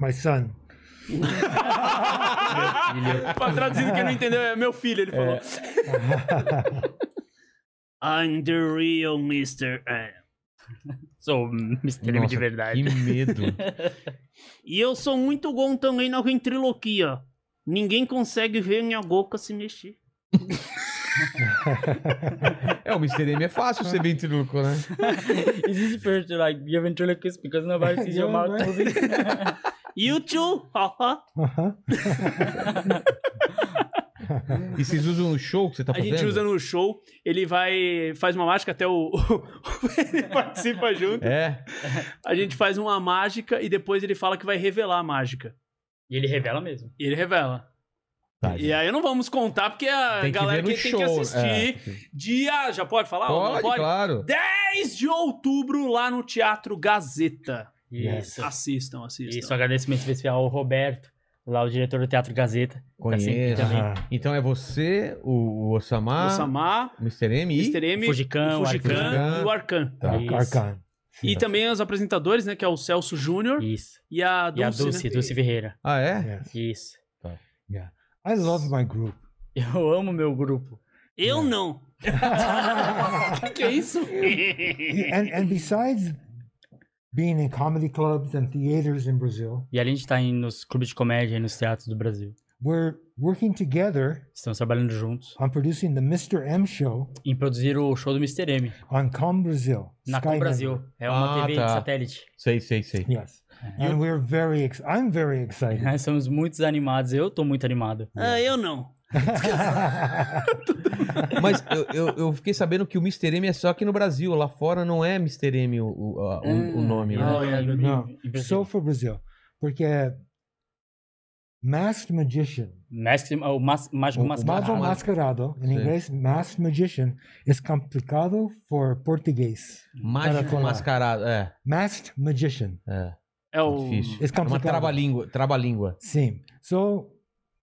Speaker 4: my son.
Speaker 6: (laughs) pra traduzir quem não entendeu, é meu filho, ele falou. (laughs) I'm the real Mr. M. Sou Mr. M de
Speaker 1: Nossa,
Speaker 6: verdade.
Speaker 1: que medo.
Speaker 6: E eu sou muito bom também na ventriloquia. Ninguém consegue ver minha boca se mexer.
Speaker 1: É, o Mr. M é fácil ser ventriloquo, (laughs) né?
Speaker 3: It's easy for you to like be a ventriloquist because nobody sees your
Speaker 4: Yeah,
Speaker 3: mouth
Speaker 4: right.
Speaker 3: moving.
Speaker 6: You too? (laughs) Haha.
Speaker 4: Uh-huh.
Speaker 1: E vocês usam no show que você tá
Speaker 6: A
Speaker 1: fazendo?
Speaker 6: gente usa no show, ele vai. faz uma mágica, até o. (laughs) ele participa junto.
Speaker 1: É.
Speaker 6: A gente faz uma mágica e depois ele fala que vai revelar a mágica.
Speaker 3: E ele revela mesmo.
Speaker 6: E ele revela.
Speaker 1: Tá,
Speaker 4: Uh-huh.
Speaker 6: E aí não vamos contar, porque a
Speaker 1: tem que
Speaker 6: galera
Speaker 1: ver no
Speaker 6: que
Speaker 1: show.
Speaker 6: tem que
Speaker 1: é.
Speaker 6: assistir. Dia. Já pode falar? Ou não
Speaker 1: Pode, claro.
Speaker 6: 10 de outubro lá no Teatro Gazeta.
Speaker 3: Isso.
Speaker 6: Assistam, assistam.
Speaker 3: Isso, um agradecimento especial ao Roberto, lá o diretor do Teatro Gazeta. Tá sempre
Speaker 1: Conheço.
Speaker 3: também.
Speaker 4: Ah,
Speaker 1: Então é você, o, o Osamar,
Speaker 6: O Samar,
Speaker 1: o Mr. M e...
Speaker 6: Mr. M,
Speaker 3: o Fujikan,
Speaker 6: o
Speaker 3: o
Speaker 6: Fujikan
Speaker 1: Arcan.
Speaker 6: e o Arcan.
Speaker 1: Tá.
Speaker 3: Isso.
Speaker 4: Arkan.
Speaker 6: E também os apresentadores, né? Que é o Celso Júnior
Speaker 3: Isso.
Speaker 6: e a Dulce.
Speaker 3: E a Dulce,
Speaker 6: né?
Speaker 3: Dulce Ferreira.
Speaker 1: Ah, é?
Speaker 4: Yes.
Speaker 3: Isso.
Speaker 4: I love my group.
Speaker 3: Eu amo meu grupo.
Speaker 6: Eu não. que, que é isso?
Speaker 4: (laughs) and and besides being in comedy clubs and theaters in Brazil,
Speaker 3: E além de estar tá em- nos clubes de comédia e nos teatros do Brasil,
Speaker 4: we're working together
Speaker 3: estamos trabalhando juntos
Speaker 4: on producing the Mr. M show
Speaker 3: em produzir o show do Mr. M
Speaker 4: on Com Brazil.
Speaker 3: na
Speaker 4: Sky
Speaker 3: Com Brasil.
Speaker 4: Network.
Speaker 3: É uma
Speaker 1: Ah,
Speaker 3: TV
Speaker 1: tá.
Speaker 3: de satélite. (laughs)
Speaker 1: Sei, sei, sei.
Speaker 4: Yes. And we're very ex- I'm very
Speaker 3: (laughs)
Speaker 4: excited. (laughs)
Speaker 3: Nós somos muito animados. Eu tô muito animado.
Speaker 6: ah, eu não.
Speaker 1: (laughs) Mas eu, eu, eu fiquei sabendo que o Mr. M é só aqui no Brasil. Lá fora não é Mr. M o, o, a- o- o nome, né?
Speaker 3: Não, é,
Speaker 4: Não.
Speaker 3: em Brasil.
Speaker 4: so for Brazil, porque masked magician,
Speaker 3: Mestre, o mas, Mágico
Speaker 1: O- o
Speaker 4: mago
Speaker 3: Mascarado.
Speaker 4: mascarado, in
Speaker 1: Sim.
Speaker 4: inglês masked magician, is complicado for português. Cara,
Speaker 1: Mágico
Speaker 4: falar.
Speaker 1: Mascarado. É,
Speaker 4: Masked magician,
Speaker 1: é.
Speaker 6: É o.
Speaker 1: Difícil.
Speaker 4: It's
Speaker 1: É uma
Speaker 4: complicado.
Speaker 1: trava-língua. Trava-língua.
Speaker 4: same. So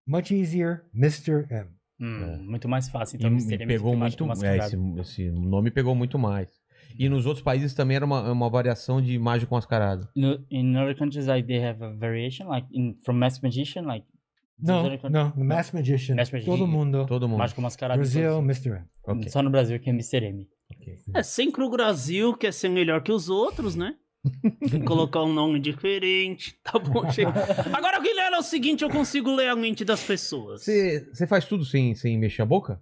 Speaker 4: much easier, Mr. M.
Speaker 3: Hum,
Speaker 1: É.
Speaker 3: Muito mais fácil. Então,
Speaker 1: E
Speaker 3: Mr.
Speaker 1: me
Speaker 3: M
Speaker 1: pegou
Speaker 3: fica Mágico
Speaker 1: muito... É,
Speaker 3: Mascarado.
Speaker 1: esse, esse nome pegou muito mais. E nos outros países também era uma, uma variação de Mágico Mascarado.
Speaker 3: No- in other countries, like they have a variation, like in from Mask Magician, like
Speaker 4: No,
Speaker 3: Those are-
Speaker 4: no, the masked magician.
Speaker 3: Masked Magician.
Speaker 4: Todo mundo.
Speaker 1: Todo mundo.
Speaker 3: Mágico Mascarado.
Speaker 4: Brazil,
Speaker 3: todos.
Speaker 4: Mr. M.
Speaker 1: Ok.
Speaker 3: Só no Brasil que é Mr. M.
Speaker 6: É sempre o Brasil quer ser melhor que os outros, né? Tem que colocar um nome diferente. (laughs) Tá bom, chega. Agora, Guilherme, é o seguinte: eu consigo ler a mente das pessoas.
Speaker 1: Você você faz tudo sem, sem mexer a boca?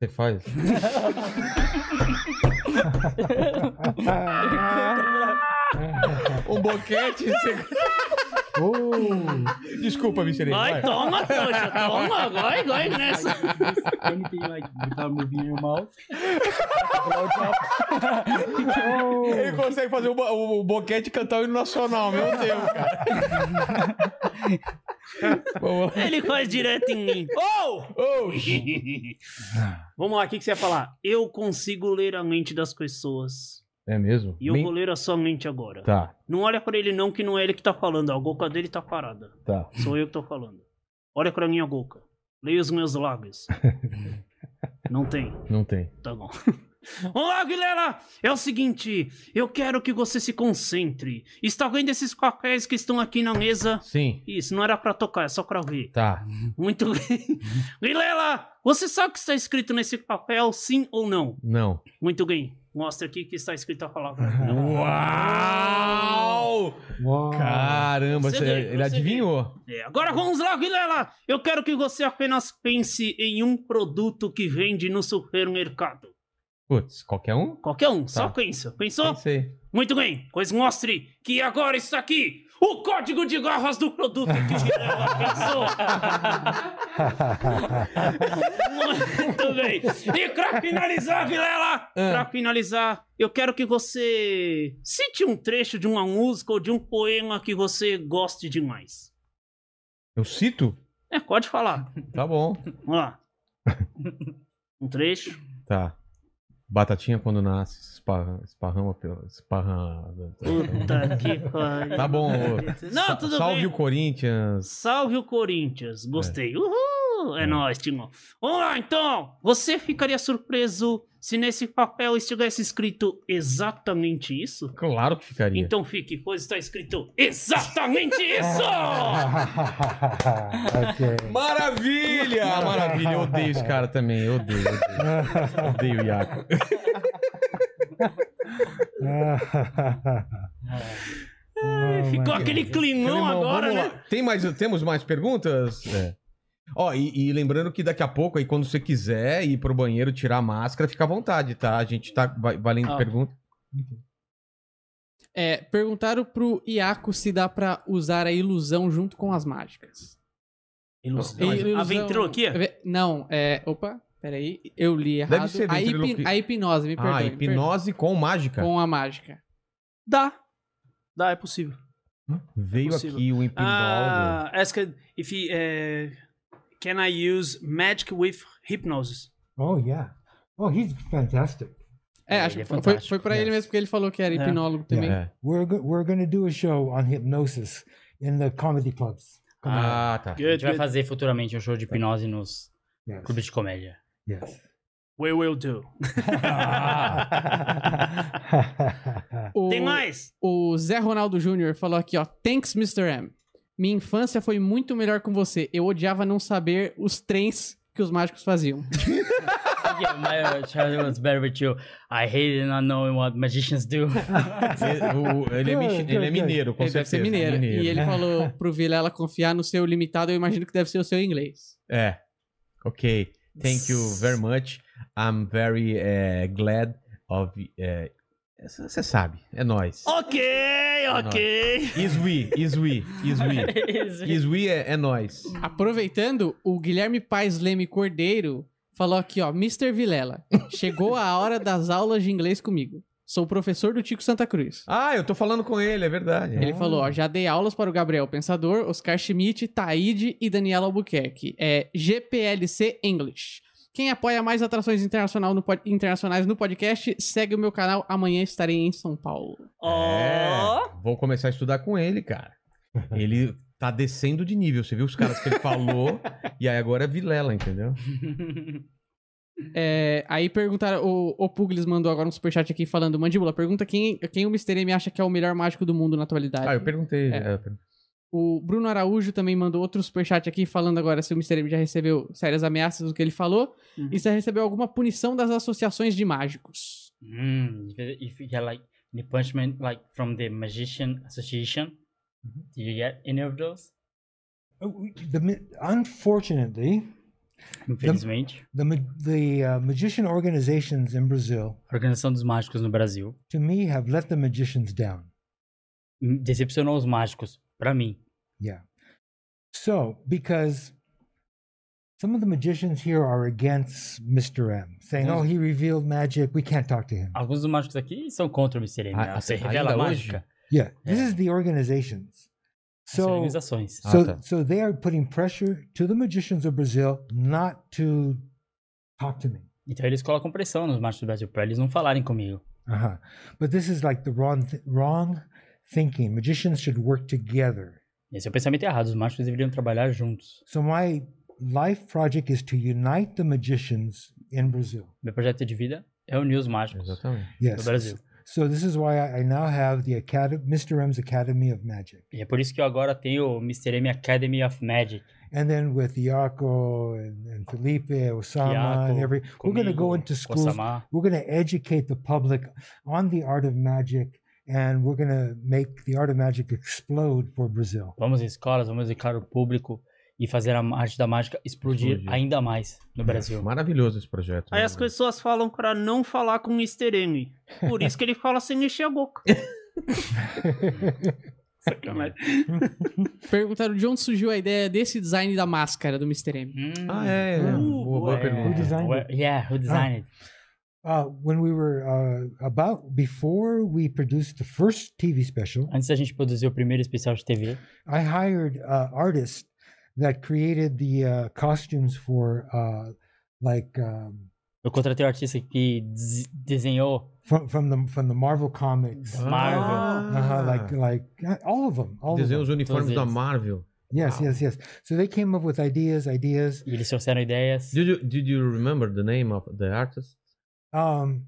Speaker 1: Você faz?
Speaker 4: (laughs)
Speaker 1: um
Speaker 4: (laughs)
Speaker 1: boquete? Você...
Speaker 4: Oh,
Speaker 1: (laughs) Desculpa, Mr. M.
Speaker 6: Vai,
Speaker 1: Vai,
Speaker 6: toma, trouxa, toma, vai, vai nessa.
Speaker 3: Anything like without moving your mouth?
Speaker 1: Ele consegue fazer o, bo- o- o boquete cantar o hino nacional ao mesmo tempo, cara. Vamos lá.
Speaker 6: Ele faz direto em mim. Oh!
Speaker 1: Oh,
Speaker 6: (laughs) Vamos lá, o que, que você ia falar? Eu consigo ler a mente das pessoas.
Speaker 1: é mesmo?
Speaker 6: E eu
Speaker 1: Bem-
Speaker 6: vou ler a sua mente agora.
Speaker 1: Tá,
Speaker 6: Não olha pra ele, não, que não é ele que tá falando. A boca dele tá parada.
Speaker 1: tá.
Speaker 6: Sou eu que tô falando. Olha pra minha boca. Leia os
Speaker 1: (laughs)
Speaker 6: meus lábios. Não tem.
Speaker 1: Não tem.
Speaker 6: Tá bom. (laughs) Vamos lá, Guilherme! É o seguinte, eu quero que você se concentre. Está vendo esses papéis que estão aqui na mesa?
Speaker 1: Sim,
Speaker 6: Isso, não era pra tocar, é só pra ver.
Speaker 1: tá. (laughs)
Speaker 6: Muito bem. Guilherme, você sabe o que está escrito nesse papel, sim ou não?
Speaker 1: Não.
Speaker 6: Muito bem. Mostra aqui que está escrita
Speaker 1: (laughs)
Speaker 6: a palavra.
Speaker 1: Uau!
Speaker 4: wow.
Speaker 1: Ah. Caramba,
Speaker 6: Você
Speaker 1: você-
Speaker 6: vê,
Speaker 1: ele
Speaker 6: você
Speaker 1: adivinhou.
Speaker 6: É, agora vamos lá, Guilherme! Eu quero que você apenas pense em um produto que vende no supermercado.
Speaker 1: Putz, qualquer um?
Speaker 6: Qualquer um, só
Speaker 1: Tá.
Speaker 6: com isso. Pensou?
Speaker 1: Pensei.
Speaker 6: Muito bem, pois mostre que agora está aqui o código de garras do produto que virá a pessoa. Muito bem. E pra finalizar, Vilela, pra finalizar, eu quero que você cite um trecho de uma música ou de um poema que você goste demais.
Speaker 1: Eu cito?
Speaker 6: É, pode falar.
Speaker 1: Tá bom.
Speaker 6: Vamos lá. Um trecho.
Speaker 1: Tá. Batatinha quando nasce, esparra- esparrama pela.
Speaker 6: (laughs)
Speaker 1: Esparra...
Speaker 6: Puta
Speaker 1: (laughs)
Speaker 6: que pariu.
Speaker 1: Tá bom. ô.
Speaker 6: Não,
Speaker 1: Sa-
Speaker 6: tudo
Speaker 1: Salve
Speaker 6: bem.
Speaker 1: o Corinthians.
Speaker 6: Salve o Corinthians. Gostei. Uhul! É nóis, Timão. Vamos lá, então. Você ficaria surpreso se nesse papel estivesse escrito exatamente isso?
Speaker 1: Claro que ficaria.
Speaker 6: Então fique, pois está escrito
Speaker 1: (laughs)
Speaker 6: exatamente
Speaker 4: Oh. (laughs)
Speaker 6: isso!
Speaker 4: okay.
Speaker 1: Maravilha! Ah, Maravilha, eu odeio esse cara também. Eu odeio, eu odeio. Eu odeio o Iaco.
Speaker 3: É.
Speaker 6: Ficou aquele climão,
Speaker 1: Climão,
Speaker 6: agora,
Speaker 1: vamos
Speaker 6: né?
Speaker 1: lá. Tem mais, temos mais perguntas? É. Ó, e, e lembrando que daqui a pouco, aí, quando você quiser ir pro banheiro tirar a máscara, fica à vontade, tá? A gente tá va-
Speaker 2: Ah,
Speaker 1: valendo
Speaker 6: Ó.
Speaker 1: pergunta.
Speaker 2: É, perguntaram pro Iaco se dá pra usar a ilusão junto com as mágicas.
Speaker 6: Ilusão.
Speaker 2: E-
Speaker 6: A ventriloquia?
Speaker 2: Ve- Não, é. Opa, peraí. Eu li errado.
Speaker 1: Deve ser
Speaker 2: a, hipi-
Speaker 1: ventriloquia.
Speaker 2: a hipnose, me perdoe.
Speaker 1: ah,
Speaker 2: me
Speaker 1: hipnose com mágica.
Speaker 2: perdoe. Com a mágica.
Speaker 6: Dá. Dá, é possível.
Speaker 1: Veio
Speaker 6: Possível.
Speaker 1: aqui o hipnólogo.
Speaker 6: Ah, ask if he, eh, can I use magic with hypnosis?
Speaker 4: Oh yeah. Oh, he's fantastic.
Speaker 2: É,
Speaker 3: É,
Speaker 2: acho
Speaker 3: ele
Speaker 2: que
Speaker 3: é
Speaker 2: foi- foi,
Speaker 3: fantástico,
Speaker 2: foi pra
Speaker 1: né?
Speaker 2: ele mesmo, porque ele falou que era
Speaker 6: É.
Speaker 2: hipnólogo também.
Speaker 1: É.
Speaker 4: We're go- we're gonna do a show on hypnosis in the comedy clubs. Come on.
Speaker 1: Ah,
Speaker 2: (laughs)
Speaker 1: tá.
Speaker 3: A gente
Speaker 6: Good,
Speaker 3: vai
Speaker 6: good.
Speaker 3: fazer futuramente um show de hipnose nos
Speaker 4: Yes.
Speaker 3: clubes de comédia.
Speaker 4: Yes. (laughs)
Speaker 6: We will do.
Speaker 2: O,
Speaker 6: Tem mais?
Speaker 2: o Zé Ronaldo Jr. falou aqui, ó. Thanks, Mr. M. Minha infância foi muito melhor com você. Eu odiava não saber os trens que os mágicos faziam.
Speaker 3: yeah, my childhood was better with you. I hated not knowing what magicians do.
Speaker 1: Ele, o- ele é, mexi- ele é mineiro, com
Speaker 2: ele deve
Speaker 1: certeza.
Speaker 2: ser mineiro.
Speaker 1: (laughs)
Speaker 2: E ele falou pro Vilela confiar no seu limitado, eu imagino que deve ser o seu inglês.
Speaker 1: É. Ok. Thank you very much. I'm very eh, glad of. Você sabe. É nóis.
Speaker 6: Ok, ok.
Speaker 1: Is we, is we, is we. Is we é, é nóis.
Speaker 2: Aproveitando, o Guilherme Paes Leme Cordeiro falou aqui, ó, Mr. Vilela, chegou a hora das aulas de inglês comigo. Sou professor do Tico Santa Cruz.
Speaker 1: Ah, eu tô falando com ele, é verdade.
Speaker 2: Ele falou, ó, já dei aulas para o Gabriel Pensador, Oscar Schmidt, Taide e Daniela Albuquerque. É GPLC English. Quem apoia mais atrações internacional no pod- internacionais no podcast, segue o meu canal. Amanhã estarei em São Paulo.
Speaker 6: Ó.
Speaker 1: É, vou começar a estudar com ele, cara. Ele tá descendo de nível. Você viu os caras que ele falou? e aí agora é Vilela, entendeu?
Speaker 2: É, aí perguntaram, o, o Puglis mandou agora um superchat aqui falando, Mandíbula, pergunta quem, quem o Mr. M acha que é o melhor mágico do mundo na atualidade.
Speaker 1: Ah, eu perguntei.
Speaker 2: É.
Speaker 1: é, eu perguntei.
Speaker 2: O Bruno Araújo também mandou outro superchat aqui falando agora se o Mr. M já recebeu sérias ameaças do que ele falou
Speaker 6: Uhum.
Speaker 2: e se já recebeu alguma punição das associações de mágicos.
Speaker 3: Mm, if, it- if you get like the punishment like from the magician association, do you get any of those?
Speaker 4: Oh, we- the, mi- unfortunately,
Speaker 3: Infelizmente.
Speaker 4: the ma- the uh, magician organizations in Brazil,
Speaker 3: A Organização dos Mágicos no Brasil
Speaker 4: to me, have let the magicians down.
Speaker 3: hum, decepcionou os mágicos, pra mim.
Speaker 4: Yeah. So, because some of the magicians here are against Mr. M, saying,
Speaker 3: Those-
Speaker 4: oh, he revealed magic. We can't talk to him.
Speaker 3: Alguns dos mágicos aqui são contra o Mr. M.
Speaker 1: Ah,
Speaker 3: né?
Speaker 1: assim,
Speaker 3: Você revela a
Speaker 1: ainda hoje?
Speaker 3: mágica,
Speaker 4: Yeah. This
Speaker 3: Yeah.
Speaker 4: is the organizations.
Speaker 3: são
Speaker 4: So,
Speaker 3: organizações.
Speaker 1: Ah,
Speaker 4: so,
Speaker 1: tá.
Speaker 4: so they are putting pressure to the magicians of Brazil not to talk to me.
Speaker 3: Então eles colocam pressão nos mágicos do Brasil pra eles não falarem comigo.
Speaker 4: Uh-huh. But this is like the wrong, th- wrong thinking. Magicians should work together.
Speaker 3: Esse é o pensamento errado. Os mágicos deveriam trabalhar juntos.
Speaker 4: So my life project is to unite the magicians in Brazil.
Speaker 3: Meu projeto de vida é unir os mágicos
Speaker 1: Exatamente.
Speaker 4: Yes.
Speaker 3: do Brasil.
Speaker 4: So this is why I I now have the academy, Mr. M's Academy of Magic,
Speaker 3: E é por isso que eu agora tenho o Mr. M Academy of Magic.
Speaker 4: and then with Iaco and, and Felipe, Osama, and
Speaker 3: Iaco,
Speaker 4: Ah, every we're going to go
Speaker 3: comigo,
Speaker 4: into
Speaker 3: com
Speaker 4: schools.
Speaker 3: Samar.
Speaker 4: We're going to educate the public on the art of magic, and we're going to make the art of magic explode for Brazil.
Speaker 3: (laughs) Vamos em escolas, vamos educar o público e fazer a arte da mágica explodir,
Speaker 1: Explodir.
Speaker 3: ainda mais no Brasil.
Speaker 1: Maravilhoso esse projeto.
Speaker 6: Aí
Speaker 1: né,
Speaker 6: as
Speaker 1: mano?
Speaker 6: pessoas falam pra não falar com easter egg. Por isso que ele fala sem encher a boca. Sacanagem.
Speaker 2: Perguntaram de onde surgiu a ideia desse design da máscara do Mr. M.
Speaker 3: Hum.
Speaker 1: Ah, é. é.
Speaker 4: Uh,
Speaker 1: boa, boa
Speaker 3: É,
Speaker 1: pergunta.
Speaker 4: designed Ah.
Speaker 3: where- Yeah, who designed
Speaker 4: Uh, when we were uh, about before we produced the first TV special,
Speaker 3: it? Antes da gente produzir o primeiro especial de TV,
Speaker 4: I hired uh, artists that created the uh, costumes for uh, like um,
Speaker 3: eu contratei o artista que des- desenhou
Speaker 4: from from the from the Marvel comics,
Speaker 1: Ah,
Speaker 3: Marvel.
Speaker 4: uh-huh, like like uh, all of them, all of
Speaker 1: Desenhou
Speaker 4: them.
Speaker 1: os uniformes
Speaker 3: Todos
Speaker 1: da
Speaker 3: eles.
Speaker 1: Marvel.
Speaker 4: Yes, yes, yes. So they came up with ideas, ideas.
Speaker 3: e eles trouxeram ideias.
Speaker 1: Did you, did you remember the name of the artist?
Speaker 4: Um,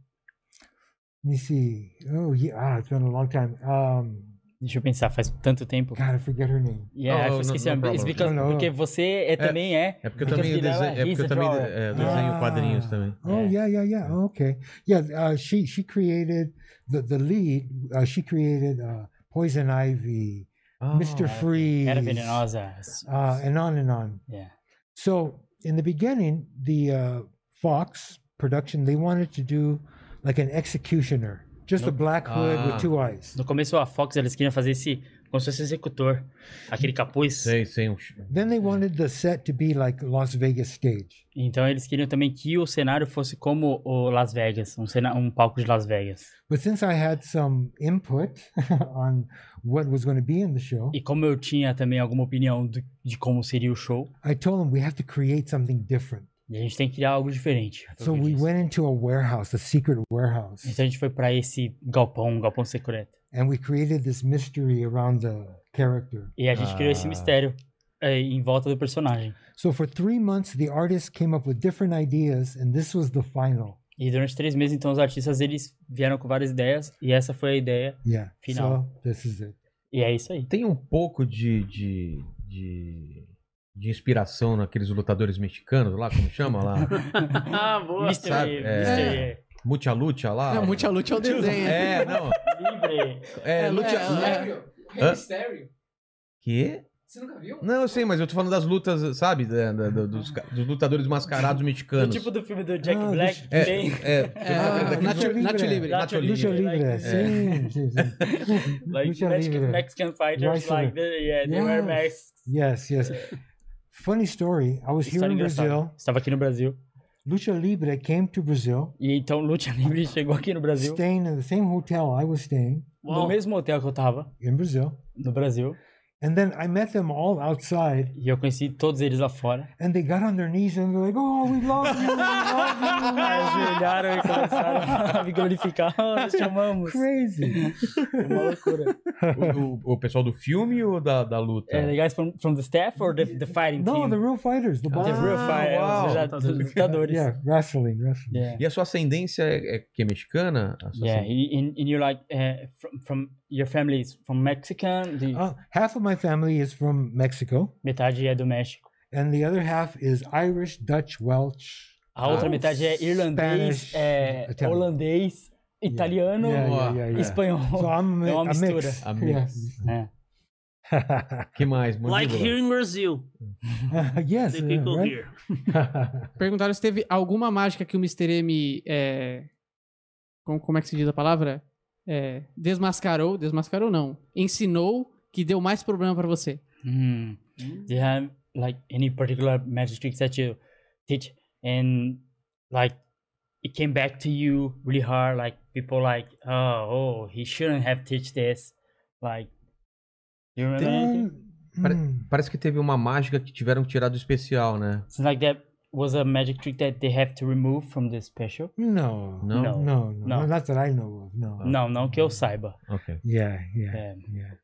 Speaker 4: let me see. Oh yeah, ah, it's been a long time. Um,
Speaker 3: Deixa eu pensar, faz tanto tempo.
Speaker 4: God, I forget her name.
Speaker 1: Oh,
Speaker 3: Yeah, eu
Speaker 1: no-
Speaker 3: esqueci.
Speaker 1: no
Speaker 3: a-
Speaker 1: problem.
Speaker 3: it's because-
Speaker 4: No, no.
Speaker 3: Porque você é, também é.
Speaker 1: É porque eu
Speaker 3: Lucas
Speaker 1: também
Speaker 3: Vilela,
Speaker 1: desenho, é
Speaker 3: he's
Speaker 1: porque eu
Speaker 3: a
Speaker 1: também
Speaker 3: drawer.
Speaker 1: é, eu desenho
Speaker 4: Ah.
Speaker 1: quadrinhos também.
Speaker 4: Oh
Speaker 3: Yeah.
Speaker 4: yeah, yeah, yeah. Oh, okay, yeah. Uh, she she created the the lead. Uh, she created uh, Poison Ivy,
Speaker 1: Ah,
Speaker 4: Mister Freeze,
Speaker 3: Era venenosa. É. S-
Speaker 4: uh, and on and on.
Speaker 3: Yeah.
Speaker 4: So in the beginning, the uh, Fox production they wanted to do like an executioner, just a black hood
Speaker 1: Ah.
Speaker 4: with two eyes.
Speaker 3: No começo, a Fox, eles queriam fazer esse... Como se fosse executor. Aquele capuz.
Speaker 1: Sei, sei. um-
Speaker 4: Then they wanted the set to be like Las Vegas stage.
Speaker 3: Então, eles queriam também que o cenário fosse como o Las Vegas. Um, cena- um palco de Las Vegas.
Speaker 4: But since I had some input (laughs) on what was going to be in the show,
Speaker 3: E como eu tinha também alguma opinião do- de como seria o show,
Speaker 4: I told them we have to create something different.
Speaker 3: a gente tem que criar algo diferente.
Speaker 4: So we went into a warehouse, a secret warehouse,
Speaker 3: Então, a gente foi pra esse galpão, um galpão secreto.
Speaker 4: and we created this mystery around the character.
Speaker 3: E a gente criou esse
Speaker 1: Ah.
Speaker 3: mistério é, em volta do personagem.
Speaker 4: So for three months, the artists came up with different ideas, and this was the final.
Speaker 3: E durante três meses, então, os artistas, eles vieram com várias ideias. E essa foi a ideia.
Speaker 4: Yeah.
Speaker 3: Final.
Speaker 4: So this is it.
Speaker 3: E é isso aí.
Speaker 1: Tem um pouco de, de, de, de inspiração naqueles lutadores mexicanos lá, como chama
Speaker 3: (laughs)
Speaker 1: lá?
Speaker 6: (laughs) Ah, boa.
Speaker 3: Mr.
Speaker 1: Sabe, é-
Speaker 3: Mr.
Speaker 1: Mucha Lucha lá?
Speaker 2: É, Multi Lute é o desenho.
Speaker 1: É, não.
Speaker 3: Libre.
Speaker 1: É, Lucha...
Speaker 2: é,
Speaker 1: Hã?
Speaker 7: Mistério?
Speaker 1: Quê?
Speaker 7: Você nunca viu?
Speaker 1: Não, eu sei, mas eu tô falando das lutas, sabe? Da- da- da- dos, ca- dos lutadores mascarados
Speaker 3: Do
Speaker 1: mexicanos.
Speaker 3: tipo do filme do Jack
Speaker 4: Ah,
Speaker 3: Black que
Speaker 4: deixa-
Speaker 3: tem.
Speaker 1: É,
Speaker 2: é,
Speaker 1: daqueles-
Speaker 2: Nacho- Nacho Libre.
Speaker 3: Nacho
Speaker 1: Nacho
Speaker 4: Lucha
Speaker 1: Libre.
Speaker 4: Libre.
Speaker 3: like-
Speaker 4: Sim, sim, sim.
Speaker 3: (laughs) Like
Speaker 4: Lucha
Speaker 3: Mexican,
Speaker 4: Libre.
Speaker 3: Mexican fighters,
Speaker 4: Rice
Speaker 3: like the, yeah, they wear
Speaker 4: Yes.
Speaker 3: masks.
Speaker 4: Yes, yes. Funny story. I was here
Speaker 3: História
Speaker 4: in
Speaker 3: engraçada.
Speaker 4: Brazil.
Speaker 3: Estava aqui no Brasil.
Speaker 4: Lucha Libre came to Brazil,
Speaker 3: E então (laughs) Lucha Libre chegou aqui no Brasil.
Speaker 4: staying in the same hotel I was staying
Speaker 3: No mesmo hotel que eu tava,
Speaker 4: in Brazil.
Speaker 3: no Brasil.
Speaker 4: And then I met them all outside,
Speaker 3: E eu conheci todos eles lá
Speaker 4: (laughs)
Speaker 3: fora.
Speaker 4: and they got on their knees and they're like, "Oh, we love you, we love
Speaker 3: (laughs) Eles olharam e começaram a me glorificar. Ah, Nós te
Speaker 4: you."
Speaker 3: amamos. É
Speaker 4: Crazy.
Speaker 3: Uma loucura.
Speaker 1: O, o- o pessoal do filme ou da, da luta?
Speaker 3: É, the guys from, from the staff or the, the fighting
Speaker 4: No,
Speaker 3: team?
Speaker 4: the real fighters, the
Speaker 3: The
Speaker 4: boxers.
Speaker 3: real fighters,
Speaker 1: uau.
Speaker 3: os verdadeiros lutadores.
Speaker 4: Yeah, wrestling, wrestling.
Speaker 3: Yeah.
Speaker 1: E a sua ascendência é, é que é mexicana? A sua
Speaker 3: Yeah,
Speaker 1: ascendência-
Speaker 3: y- and, and you're like uh, from from your family is from Mexican, the
Speaker 4: Uh, half of my family is from Mexico,
Speaker 3: metade é do México,
Speaker 4: and the other half is Irish, Dutch, Welsh.
Speaker 3: a outra metade é irlandês,
Speaker 4: Ah, Spanish,
Speaker 3: é
Speaker 4: Italian.
Speaker 3: holandês, italiano, e
Speaker 4: Yeah, yeah,
Speaker 1: Wow.
Speaker 4: yeah, yeah.
Speaker 3: espanhol. (laughs)
Speaker 4: So I'm
Speaker 3: É
Speaker 4: a,
Speaker 3: uma
Speaker 4: a mix.
Speaker 3: mistura.
Speaker 1: A mix.
Speaker 3: É.
Speaker 4: Yeah.
Speaker 1: Que mais?
Speaker 6: Like
Speaker 1: Mandíbula?
Speaker 6: here in Brazil,
Speaker 4: yes. (laughs) uh-huh.
Speaker 6: the
Speaker 4: yeah,
Speaker 6: people
Speaker 4: right?
Speaker 6: here.
Speaker 2: Perguntaram se teve alguma mágica que o Mr. M. é, como, como é que se diz a palavra? É, desmascarou. Desmascarou, não. Ensinou que deu mais problema pra você.
Speaker 3: Hmm. Do you have like any particular magic tricks that you teach and like it came back to you really hard? Like people like, oh, oh, he shouldn't have teach this. Like, you remember anything?
Speaker 4: Then- Hmm.
Speaker 1: Parece que teve uma mágica que tiveram que tirar do especial, né?
Speaker 3: It's like that was a magic trick that they have to remove from the special.
Speaker 4: No,
Speaker 1: No?
Speaker 4: no, no,
Speaker 3: No.
Speaker 4: not that I know of. No.
Speaker 3: Não, não
Speaker 4: Hum.
Speaker 3: que eu saiba.
Speaker 1: Ok.
Speaker 4: Yeah, yeah,
Speaker 3: É,
Speaker 4: yeah.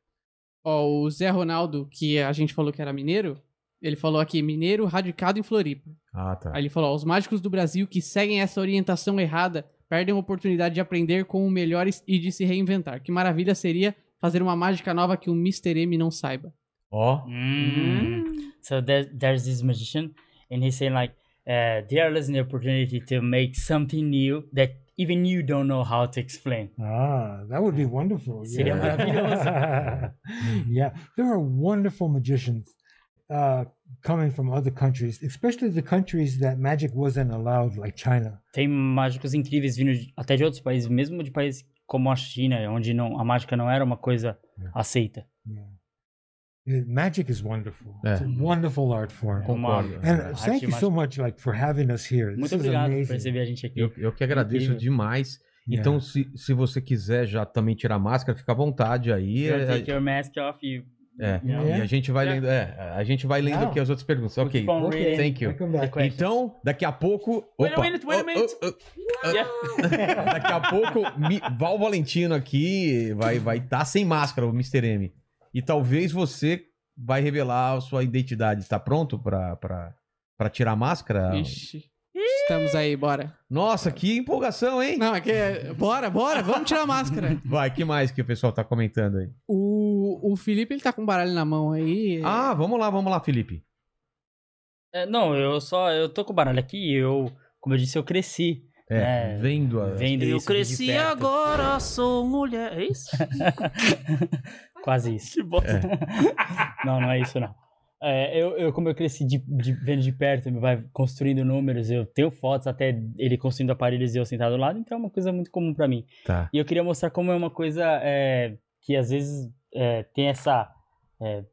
Speaker 2: Ó, o Zé Ronaldo, que a gente falou que era mineiro, ele falou aqui, mineiro radicado em Floripa.
Speaker 1: Ah, tá.
Speaker 2: Aí ele falou, ó, os mágicos do Brasil que seguem essa orientação errada perdem a oportunidade de aprender com o melhor e de se reinventar. Que maravilha seria fazer uma mágica nova que o Mr. M não saiba.
Speaker 1: Ó.
Speaker 3: Hum. So there, there's this magician, and he's saying like, uh, they are losing the opportunity to make something new that even you don't know how to explain.
Speaker 4: Ah, that would be wonderful.
Speaker 3: Sería
Speaker 4: yeah. yeah, there are wonderful magicians. uh, coming from other countries, especially the countries that magic wasn't allowed, like China.
Speaker 3: Tem mágicos incríveis vindo de- até de outros países, mesmo de países como a China, onde não, a mágica não era uma coisa
Speaker 4: É.
Speaker 3: aceita.
Speaker 4: Yeah. Uh, Magic is wonderful. It's a
Speaker 1: Yeah.
Speaker 4: wonderful art form.
Speaker 3: Como a-
Speaker 1: Concordo.
Speaker 4: And
Speaker 3: Arte
Speaker 4: thank you so
Speaker 3: mágica.
Speaker 4: much, like, for having us here. This
Speaker 3: Muito
Speaker 4: is
Speaker 3: obrigado por
Speaker 4: amazing.
Speaker 3: receber a gente aqui.
Speaker 1: Eu, eu que agradeço
Speaker 3: Incrível.
Speaker 1: demais.
Speaker 4: Yeah.
Speaker 1: Então, se, se você quiser já também tirar a máscara, fica à vontade aí.
Speaker 4: uh,
Speaker 3: You're gonna
Speaker 1: É,
Speaker 3: take your mask off, you-
Speaker 1: é.
Speaker 3: Yeah.
Speaker 1: E a gente vai
Speaker 6: Yeah.
Speaker 1: lendo, é, a gente vai lendo
Speaker 4: Não.
Speaker 1: aqui as outras perguntas. Ok.
Speaker 3: Keep on
Speaker 4: Okay,
Speaker 3: reading
Speaker 1: Thank you.
Speaker 4: Welcome back.
Speaker 3: the questions.
Speaker 1: Então, daqui a pouco.
Speaker 6: Wait a
Speaker 1: Opa.
Speaker 6: minute, wait a
Speaker 1: Oh,
Speaker 6: minute.
Speaker 1: oh,
Speaker 6: Yeah.
Speaker 1: oh. (laughs) Daqui a pouco, Mi- Val Valentino aqui vai estar vai tá sem máscara, o Mr. M. E talvez você vai revelar a sua identidade. Tá pronto pra, pra, pra tirar a máscara?
Speaker 2: Ixi. Estamos aí, bora.
Speaker 1: Nossa, que empolgação, hein?
Speaker 2: Não, é que. é- Bora, bora, vamos tirar a máscara.
Speaker 1: Vai, que mais que o pessoal tá comentando aí?
Speaker 2: O, o Felipe, ele tá com um baralho na mão aí.
Speaker 1: Ah, vamos lá, vamos lá, Felipe.
Speaker 3: É, não, eu só. Eu tô com o baralho aqui e eu, como eu disse, eu cresci.
Speaker 1: É,
Speaker 3: É,
Speaker 1: vendo a.
Speaker 3: Vendo
Speaker 6: Eu
Speaker 3: isso de
Speaker 6: cresci
Speaker 3: perto.
Speaker 6: agora, sou mulher. É isso?
Speaker 3: Quase isso.
Speaker 6: Que bosta.
Speaker 3: (laughs) Não, não é isso, não. É, eu, eu, como eu cresci de, de- vendo de perto, meu pai construindo números, eu tenho fotos até ele construindo aparelhos e eu sentado do lado, então é uma coisa muito comum pra mim.
Speaker 1: Tá.
Speaker 3: E eu queria mostrar como é uma coisa é, que às vezes é, tem essa é,